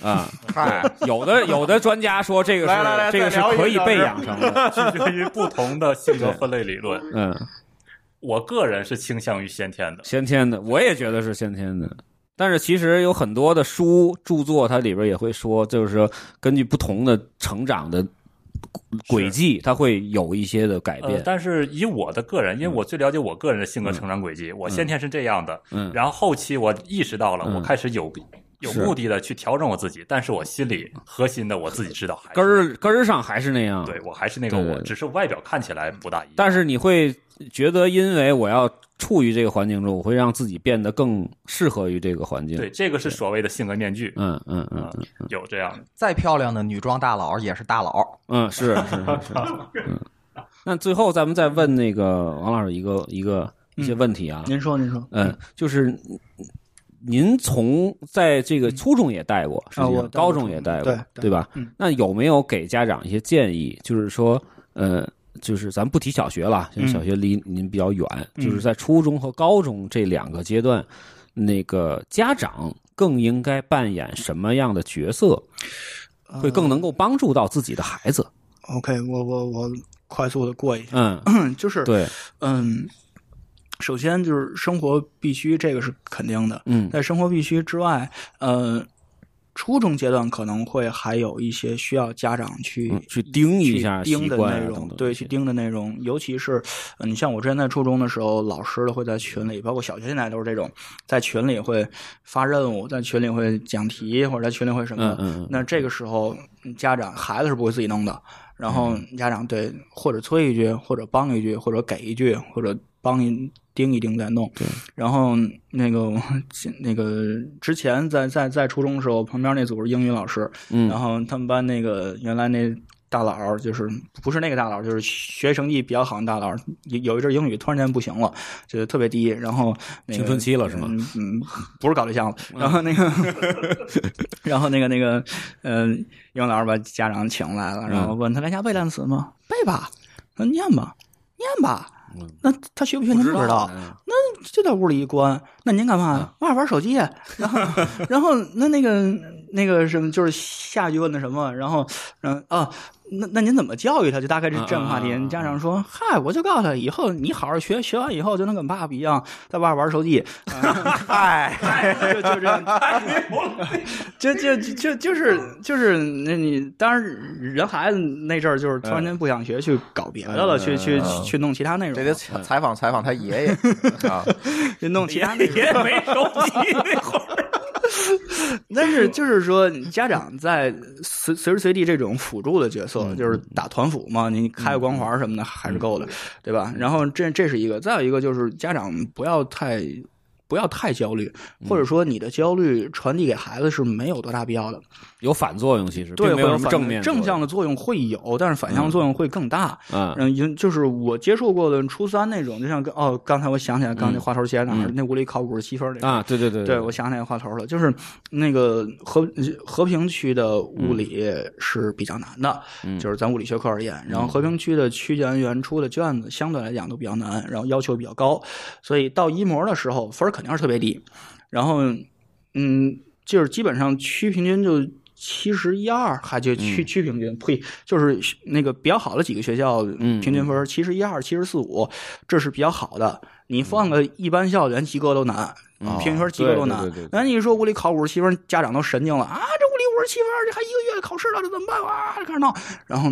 Speaker 2: 啊？
Speaker 1: 嗨，
Speaker 2: 有的有的专家说这个是
Speaker 5: 来来来
Speaker 2: 这个是
Speaker 5: 再聊一
Speaker 2: 可以
Speaker 5: 个
Speaker 2: 被养成的，
Speaker 5: 取决于不同的性格分类理论。
Speaker 2: 嗯，
Speaker 5: 我个人是倾向于先天的，
Speaker 2: 先天的，我也觉得是先天的。但是其实有很多的书著作，它里边也会说，就是说根据不同的成长的轨迹，它会有一些的改
Speaker 5: 呃
Speaker 2: 变，。
Speaker 5: 但是以我的个人，因为我最了解我个人的性格成长轨迹，我先天是这样的，
Speaker 2: 嗯
Speaker 5: 然后后期我意识到了，
Speaker 2: 嗯
Speaker 5: 我开始有有
Speaker 2: 是
Speaker 5: 目的的去调整我自己，但是我心里核心的我自己知道还是
Speaker 2: 根儿根儿上还是那样。
Speaker 5: 对我还是那个
Speaker 2: 对对
Speaker 5: 我，
Speaker 2: 对
Speaker 5: 只是外表看起来不大一样。
Speaker 2: 但是你会觉得，因为我要处于这个环境中，我会让自己变得更适合于这个环境。
Speaker 5: 对，这个是所谓的性格面具，
Speaker 2: 嗯嗯嗯
Speaker 5: 啊，有这样的。
Speaker 4: 再漂亮的女装大佬也是大佬，
Speaker 2: 嗯，是是是 是，嗯。那最后咱们再问那个王老师一个一个一
Speaker 5: 嗯
Speaker 2: 些问题啊，
Speaker 3: 您说，您说。
Speaker 2: 嗯，就是您从在这个初中也带过，是
Speaker 3: 嗯啊
Speaker 2: 吧
Speaker 3: 我带过
Speaker 2: 高中也带过，
Speaker 3: 初中对
Speaker 2: 对吧
Speaker 3: 嗯？
Speaker 2: 那有没有给家长一些建议？就是说，呃，就是咱不提小学了，因为
Speaker 3: 嗯
Speaker 2: 小学离您比较远，
Speaker 3: 嗯
Speaker 2: 就是在初中和高中这两个阶段，那个家长更应该扮演什么样的角色，
Speaker 3: 呃
Speaker 2: 会更能够帮助到自己的孩子？
Speaker 3: OK，我我我快速的过一下，
Speaker 2: 嗯，
Speaker 3: 就是
Speaker 2: 对，
Speaker 3: 嗯，首先就是生活必须，这个是肯定的。
Speaker 2: 嗯
Speaker 3: 在生活必须之外，呃，初中阶段可能会还有一些需要家长去、
Speaker 2: 嗯去盯一下
Speaker 3: 去盯
Speaker 2: 习
Speaker 3: 的
Speaker 2: 惯啊
Speaker 3: 内
Speaker 2: 等
Speaker 3: 容，
Speaker 2: 等
Speaker 3: 对，
Speaker 2: 这些
Speaker 3: 去盯的内容，尤其是呃你像我之前在初中的时候，老师会在群里，包括小学现在都是这种，在群里会发任务，在群里会讲题，或者在群里会什
Speaker 2: 嗯
Speaker 3: 么的。
Speaker 2: 嗯嗯，
Speaker 3: 那这个时候，家长孩子是不会自己弄的，然后
Speaker 2: 嗯
Speaker 3: 家长对或者催一句，或者帮一句，或者给一句，或者帮一盯一盯再弄。
Speaker 2: 对，
Speaker 3: 然后那个 我那个之前在在在初中的时候，旁边那组是英语老师，
Speaker 2: 嗯
Speaker 3: 然后他们班那个原来那大佬儿，就是不是那个大佬儿，就是学习成绩比较好的大佬儿，有有一阵儿英语突然间不行了，就是特别低，然后、那个、
Speaker 2: 青春期了是吗嗯
Speaker 3: 嗯嗯，不是搞对象了，然后那个， 然后那个那个，嗯、英文老师把家长请来
Speaker 2: 嗯
Speaker 3: 了，然后问他来家背单词吗？背吧，那念吧，念吧。
Speaker 2: 嗯
Speaker 3: 那他学不学您不知道，那就在屋里一关。那您干
Speaker 2: 嗯
Speaker 3: 嘛？我俩玩手机。啊然后，然后那那个那个什么，就是下一句问的什么？然后，嗯啊，那那您怎么教育他？就大概是这样的话题。
Speaker 1: 嗯
Speaker 2: 啊啊啊啊
Speaker 3: 家长说：“嗨，我就告诉他，以后你好好学，学完以后就能跟爸爸一样，在外边玩手机。嗯 嗨、就就这样， 就就就就是就是那你当然人孩子那阵儿就是突然间不想学，去搞别的了，去去
Speaker 1: 嗯
Speaker 3: 去弄其他内容
Speaker 1: 这得
Speaker 3: 了，
Speaker 1: 采采访采访他爷爷啊，
Speaker 3: 去弄其他内容。
Speaker 2: 也 没手机那会儿，
Speaker 3: 但是就是说，家长在随随时随地这种辅助的角
Speaker 2: 嗯
Speaker 3: 色，就是打团辅嘛，你开个光环什么的还是够的，对吧？然后这这是一个，再有一个就是家长不要太。不要太焦虑，或
Speaker 2: 嗯
Speaker 3: 者说你的焦虑传递给孩子是没有多大必要的。
Speaker 2: 有反作用，其实
Speaker 3: 对，
Speaker 2: 并没
Speaker 3: 会
Speaker 2: 有
Speaker 3: 有
Speaker 2: 什么
Speaker 3: 反
Speaker 2: 正面作
Speaker 3: 正
Speaker 2: 用
Speaker 3: 向的作用会有，但是反向作用会更大。
Speaker 2: 嗯
Speaker 3: 嗯，就就是我接触过的初三那种，就像跟哦，刚才我想起来，刚
Speaker 2: 嗯
Speaker 3: 才那话头写哪儿？那屋里考五十七分那个
Speaker 2: 啊，对对对
Speaker 3: 对，我想起来话头了，就是那个和和平区的
Speaker 2: 嗯
Speaker 3: 物理是比较难的，就是咱物理学科而言，然后和平区的区建园出的卷子相对来讲都比较难，然后要求比较高，所以到一模的时候分儿肯定是特别低，然后嗯，就是基本上区平均就。七十一二，还
Speaker 2: 嗯
Speaker 3: 就区区平均，呸，就是那个比较好的几个学校，
Speaker 2: 嗯
Speaker 3: 平均分七十一二、七十四五，这是比较好的。
Speaker 2: 嗯
Speaker 3: 你放个一般校园及格都难，平均分及格都难
Speaker 2: 哦对对对对。
Speaker 3: 那你说物理考五十七分，家长都神经了啊！这物理五十七分，这还一个月考试了，这怎么办啊？开始闹。然后，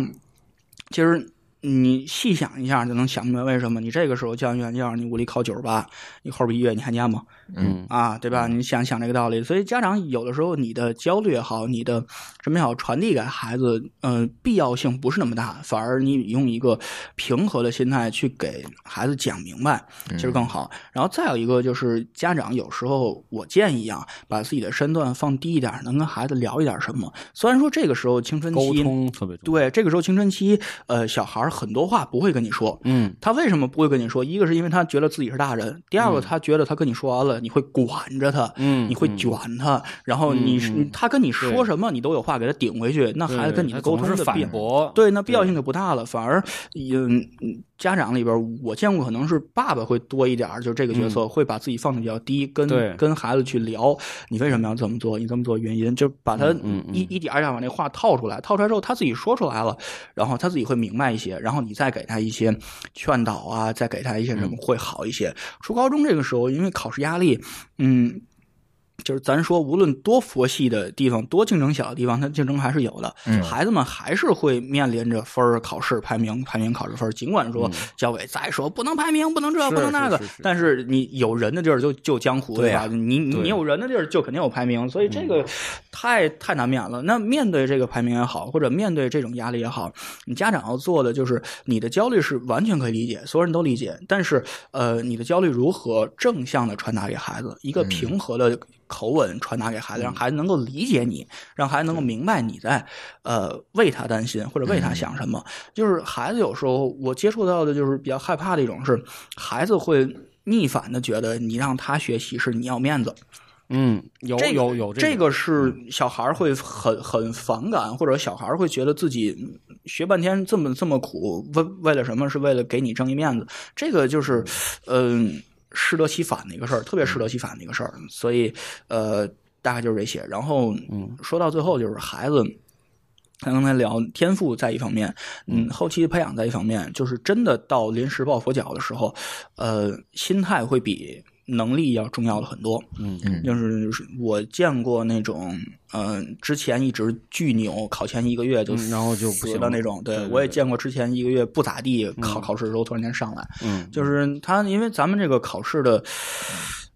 Speaker 3: 其实你细想一下，就能想明白为什么你这个时候教原教，你物理考九十八，你后边一月你还念吗？
Speaker 2: 嗯
Speaker 3: 啊，对吧？你想想这个道理，所以家长有的时候你的焦虑也好，你的什么也好，传递给孩子，呃，必要性不是那么大，反而你用一个平和的心态去给孩子讲明白，其实
Speaker 2: 嗯
Speaker 3: 更好。然后再有一个就是家长有时候我建议啊，把自己的身段放低一点，能跟孩子聊一点什么。虽然说这个时候青春
Speaker 2: 沟
Speaker 3: 期，
Speaker 2: 通特别重要，
Speaker 3: 对这个时候青春期，呃，小孩儿很多话不会跟你说，
Speaker 2: 嗯
Speaker 3: 他为什么不会跟你说？一个是因为他觉得自己是大人，第二个他觉得他跟你说完了，你会管着他，
Speaker 2: 嗯
Speaker 3: 你会卷他，然后你是、
Speaker 2: 嗯
Speaker 3: 你他跟你说
Speaker 2: 对
Speaker 3: 什么，你都有话给他顶回去，那
Speaker 2: 对
Speaker 3: 孩子跟你
Speaker 2: 他
Speaker 3: 的沟
Speaker 2: 总
Speaker 3: 通
Speaker 2: 是
Speaker 3: 的必
Speaker 2: 反驳，
Speaker 3: 对，那必要性就不大了，反而嗯，家长里边我见过可能是爸爸会多一点儿，就这个角色会把自己放的比较低，
Speaker 2: 嗯对
Speaker 3: 跟跟孩子去聊你为什么要这么做，你这么做原因，就把他一、
Speaker 2: 嗯嗯
Speaker 3: 一点儿一点儿把那话套出来，套出来之后他自己说出来了，然后他自己会明白一些，然后你再给他一些劝导啊，再给他一些
Speaker 2: 嗯
Speaker 3: 什么会好一些。初高中这个时候，因为考试压力，嗯。就是咱说，无论多佛系的地方，多竞争小的地方，它竞争还是有的。
Speaker 1: 嗯
Speaker 3: 孩子们还是会面临着分儿、考试、排名、排名、考试分儿。尽管说教委再说不能排名，不能这，
Speaker 2: 嗯是
Speaker 3: 不能那个
Speaker 2: 是是是，
Speaker 3: 但是你有人的地儿就就江湖，
Speaker 2: 对
Speaker 3: 吧？
Speaker 2: 呀
Speaker 3: 你你
Speaker 2: 对嗯
Speaker 3: 你有人的地儿就肯定有排名，所以这个太太难免了。那面对这个排名也好，或者面对这种压力也好，你家长要做的就是，你的焦虑是完全可以理解，所有人都理解。但是，呃，你的焦虑如何正向的传达给孩子，一个平和的口吻传达给孩子，让孩子能够理解你，让孩子能够明白你在呃为他担心或者为他想什么。就是孩子有时候我接触到的就是比较害怕的一种是，孩子会逆反的觉得你让他学习是你要面子。
Speaker 2: 嗯，有
Speaker 3: 这个
Speaker 2: 有有
Speaker 3: 这嗯
Speaker 2: 个
Speaker 3: 个是小孩儿会很很反感，或者小孩儿会觉得自己嗯学半天这么这么苦，为为了什么？是为了给你争一面子。这个就是，嗯、适得其反的一个事儿，特别适得其反的一个事儿。所以，呃，大概就是这些。然后，说到最后就是孩子。咱刚才聊天赋在一方面，嗯，后期培养在一方面，就是真的到临时抱佛脚的时候，呃，心态会比能力要重要的很多。
Speaker 2: 嗯
Speaker 1: 嗯
Speaker 3: 就是我见过那种，嗯、之前一直巨牛，考前一个月就
Speaker 2: 嗯然后就不
Speaker 3: 死
Speaker 2: 行
Speaker 3: 的
Speaker 2: 了
Speaker 3: 那种。对
Speaker 2: 对对
Speaker 3: 我也
Speaker 2: 对
Speaker 3: 见过之前一个月不咋地考、考试的时候突然间上来，
Speaker 2: 嗯
Speaker 3: 就是他因为咱们这个考试的，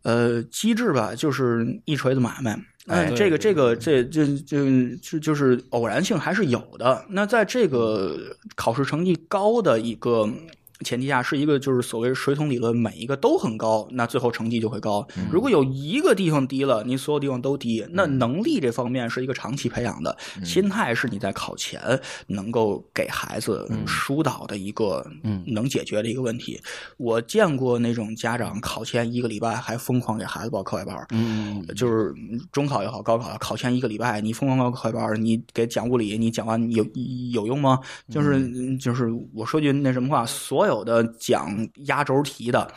Speaker 3: 呃，机制吧，就是一锤子买卖。哎，
Speaker 2: 对
Speaker 3: 这个
Speaker 2: 对
Speaker 3: 这个这这这这就是偶然性还是有的。那在这个考试成绩高的一个前提下是一个就是所谓水桶理论，每一个都很高，那最后成绩就会高。
Speaker 2: 嗯
Speaker 3: 如果有一个地方低了，你所有地方都低，那能力这方面是一个长期培养的，
Speaker 2: 嗯
Speaker 3: 心态是你在考前能够给孩子
Speaker 2: 嗯
Speaker 3: 疏导的一个能解决的一个问题。我见过那种家长考前一个礼拜还疯狂给孩子报课外班儿，
Speaker 4: 嗯，
Speaker 3: 就是中考也好，高考也好考前一个礼拜，你疯狂考课外班儿，你给讲物理，你讲完有有用吗？就是就是，我说句那什么话，所有的讲压轴题的，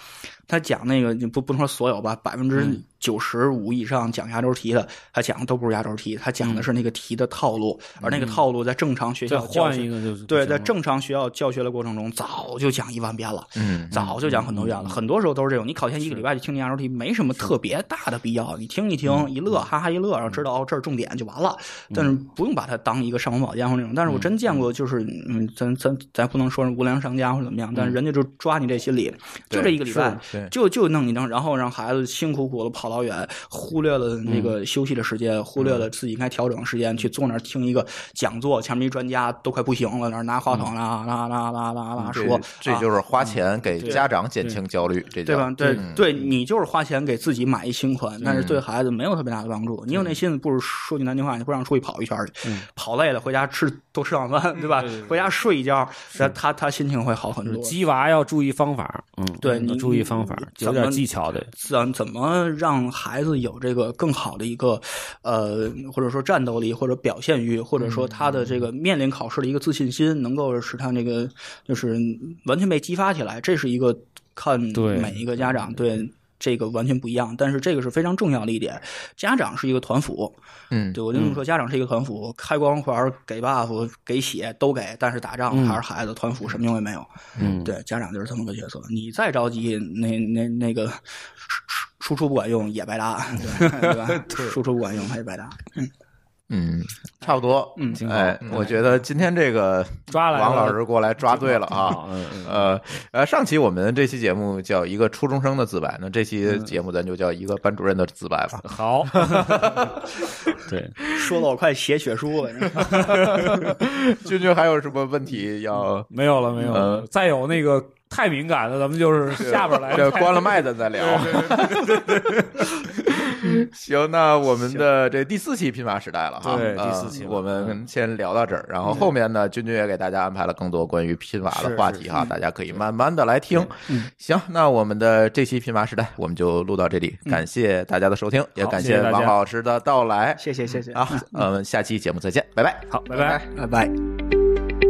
Speaker 3: 他讲那个不不能说所有吧，百分之九十五以上讲压轴题的，他讲的都不是压轴题，他讲的是那个题的套路，而那个套路在正常学
Speaker 2: 再
Speaker 3: 校教
Speaker 2: 换一
Speaker 3: 学。
Speaker 2: 个就是
Speaker 3: 对，
Speaker 2: 不行
Speaker 3: 在
Speaker 2: 了
Speaker 3: 正常学校教学的过程中，早就讲一万遍了。
Speaker 1: 嗯，
Speaker 3: 早就讲很多遍了，很多时候都是这种。你考前一个礼拜就听这压轴题，没什么特别大的必要，你听一听，一乐，哈哈一乐，然后知道哦这是重点就完了。但是不用把它当一个尚方宝剑或者那种。但是我真见过，就是嗯，咱咱咱不能说是无良商家或者怎么样，但是人家就抓你这心理，就这一个礼拜，
Speaker 1: 对
Speaker 3: 就就弄你弄，然后让孩子辛苦苦的跑老远，忽略了那
Speaker 1: 嗯
Speaker 3: 个休息的时间，忽略了自己应该调整的时间，去坐那儿听一个讲座，前面一专家都快不行了，那儿拿话筒啦啦啦啦啦啦
Speaker 1: 嗯这
Speaker 3: 说，
Speaker 1: 这
Speaker 3: 啊
Speaker 1: 就是花钱给
Speaker 3: 对
Speaker 1: 家长减轻焦虑，这
Speaker 3: 对
Speaker 1: 叫
Speaker 3: 吧？对
Speaker 1: 嗯
Speaker 3: 对，你就是花钱给自己买一新款，但是对孩子没有特别大的帮助。你有那心思，不如说句难听话，你不让出去跑一圈儿去，
Speaker 1: 嗯
Speaker 3: 跑累了回家吃多吃碗饭，对吧？回家睡一觉，他他他心情会好很
Speaker 2: 就是
Speaker 3: 多。
Speaker 2: 鸡娃要注意方法，嗯，
Speaker 3: 对你
Speaker 2: 要注意方法，有
Speaker 3: 怎么
Speaker 2: 点技巧的，
Speaker 3: 怎怎么让孩子有这个更好的一个呃，或者说战斗力，或者表现欲，或者说他的这个面临考试的一个自信心，能够使他那个就是完全被激发起来，这是一个看
Speaker 2: 对
Speaker 3: 每一个家长对。这个完全不一样，但是这个是非常重要的一点。家长是一个团辅，
Speaker 1: 嗯
Speaker 3: 对我就这么说，家长是一个团辅，开光环、给 buff、给血都给，但是打仗还是孩子，团辅什么用也没有。
Speaker 2: 嗯，
Speaker 3: 对，家长就是这么个角色。你再着急，那那那个输输出不管用也白搭，对 对吧？输出不管用还是白搭。
Speaker 1: 嗯，差不多，
Speaker 3: 嗯
Speaker 1: 哎，我觉得今天这个
Speaker 2: 抓来了
Speaker 1: 王老师过来抓对了啊，
Speaker 2: 嗯嗯
Speaker 1: 呃呃，上期我们这期节目叫一个初中生的自白，那这期
Speaker 2: 嗯
Speaker 1: 节目咱就叫一个班主任的自白 吧。
Speaker 2: 好，对，
Speaker 3: 说的我快写血书了。
Speaker 1: 君君还有什么问题要？
Speaker 2: 没有了，没有了，
Speaker 1: 嗯
Speaker 2: 再有那个太敏感的，咱们就是 下边来，
Speaker 1: 这呃关了麦咱再聊。 行，那我们的这第四期拼马时代了哈，
Speaker 2: 对
Speaker 1: 呃
Speaker 2: 第四期了嗯
Speaker 1: 我们先聊到这儿，然后后面呢，君君也给大家安排了更多关于拼马的话题哈，大家可以慢慢的来听。
Speaker 2: 嗯
Speaker 1: 行，那我们的这期拼马时代我们就录到这里，感谢大家的收听，也
Speaker 2: 嗯好
Speaker 1: 感
Speaker 2: 谢谢大家
Speaker 1: 王老师的到来
Speaker 3: 谢谢谢谢
Speaker 1: 啊，我们下期节目再见，拜拜。
Speaker 2: 好，拜拜。
Speaker 3: 拜拜。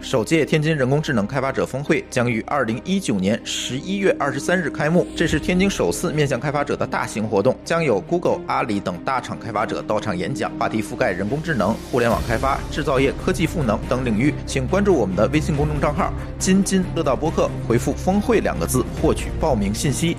Speaker 1: 首届天津人工智能开发者峰会将于二零一九年十一月二十三日开幕。这是天津首次面向开发者的大型活动，将有 Google、阿里等大厂开发者到场演讲，话题覆盖人工智能、互联网开发、制造业、科技赋能等领域。请关注我们的微信公众账号“津津乐道播客”，回复“峰会”两个字获取报名信息。